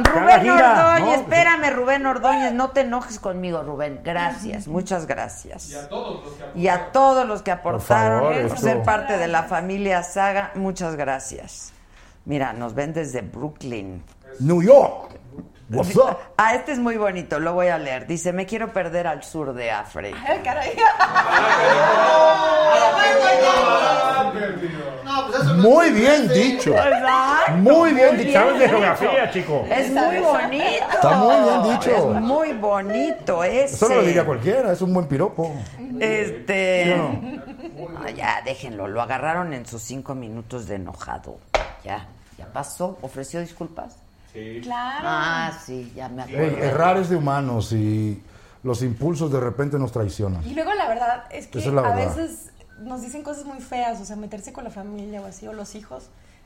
Cada Rubén gira, Ordóñez, ¿no? espérame, Rubén Ordóñez, no te enojes conmigo, Rubén. Gracias, muchas gracias. Y a todos los que aportaron. favor, por esto- ser parte de la familia Saga, muchas gracias. Mira, nos ven desde Brooklyn. New York. Pues What's up? Ah, este es muy bonito, lo voy a leer. Dice, me quiero perder al sur de África. Ay, caray. No, pues eso no Muy es- bien dicho. ¿Verdad? Muy bien dicho. Sabes de geografía, chico. Es muy bonito. Está muy bien dicho. Es muy bonito ese. Eso no lo diría cualquiera, es un buen piropo. Este. Yo no. No, ya, déjenlo. Lo agarraron en sus cinco minutos de enojado. Ya, ya pasó. ¿Ofreció disculpas? Sí. Claro. Ah, sí, ya me Ey, acuerdo. errar es de humanos y los impulsos de repente nos traicionan. Y luego la verdad es que Esa es la a verdad. veces nos dicen cosas muy feas, o sea, meterse con la familia o así, o los hijos,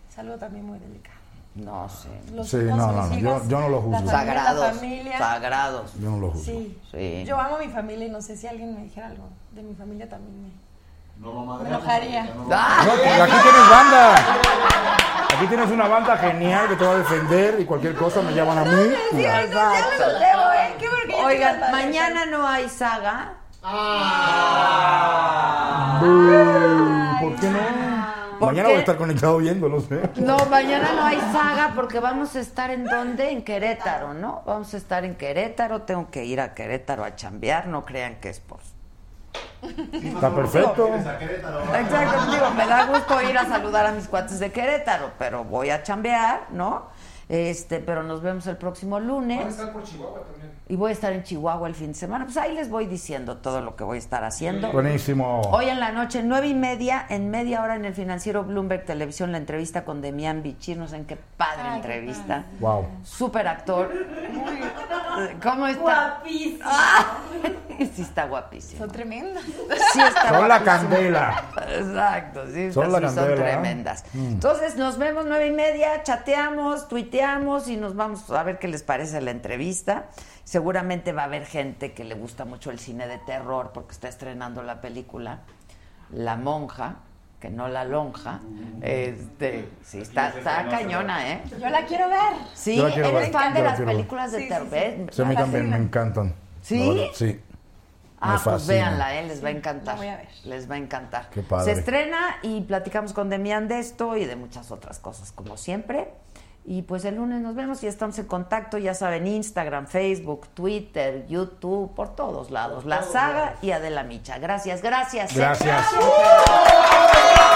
es algo también muy delicado. No sé. Los Sí, hijos, no, los no, no, hijos, yo- yo no lo juzgo. La familia, La Sagrados. familia. Sagrados. Yo no lo juzgo. Sí. Sí. Yo amo a mi familia y no sé si alguien me dijera algo de mi familia también me, No, mamá. me enojaría. No, ¡Ah! pues aquí tienes banda. Aquí tienes una banda genial que te va a defender y cualquier cosa me llaman a mí. y- Sí, ahorita ya Ah. les debo, ¿eh? Qué bueno que ya Oigan, tengo la mañana no hay saga. Buh, ¿Por qué no? ¿Por Mañana qué? voy a estar conectado viendo, no sé. No, mañana no hay saga porque vamos a estar en dónde? En Querétaro, ¿no? Vamos a estar en Querétaro, tengo que ir a Querétaro a chambear, no crean que es por... Está perfecto. Exacto, pues digo, me da gusto ir a saludar a mis cuates de Querétaro, pero voy a chambear, ¿no? Este, pero nos vemos el próximo Van a lunes estar por Chihuahua también. y voy a estar en Chihuahua el fin de semana. Pues ahí les voy diciendo todo lo que voy a estar haciendo. Buenísimo. Hoy en la noche, nueve y media, en media hora en el financiero Bloomberg Televisión, la entrevista con Demian Bichir, no sé en qué padre Ay, qué entrevista. Wow. Super actor. ¿Cómo está? Guapísimo. Ah, sí está guapísimo. Son tremendas. Sí está Son la guapísimo. candela. Exacto, sí, Son estas la sí son candela, ¿eh? tremendas. Mm. Entonces nos vemos nueve y media, chateamos, tuiteamos y nos vamos a ver qué les parece la entrevista. Seguramente va a haber gente que le gusta mucho el cine de terror porque está estrenando la película La Monja, que no la lonja. Este, sí, está, está cañona, ¿eh? Yo la quiero ver. Sí, Yo la quiero eres ver, fan de yo la las quiero ver. películas de Sí, sí, terror. sí. ¿ves? Sí, a mí también me encantan. ¿Sí? La verdad, Sí. Ah, pues fascina. véanla, ¿eh? les va a encantar. Les va a encantar. Qué padre. Se estrena y platicamos con Demian de esto y de muchas otras cosas, como siempre. Y pues el lunes nos vemos y estamos en contacto, ya saben, Instagram, Facebook, Twitter, YouTube, por todos lados. La saga y Adela Micha. Gracias, gracias. Gracias. ¡Bravo!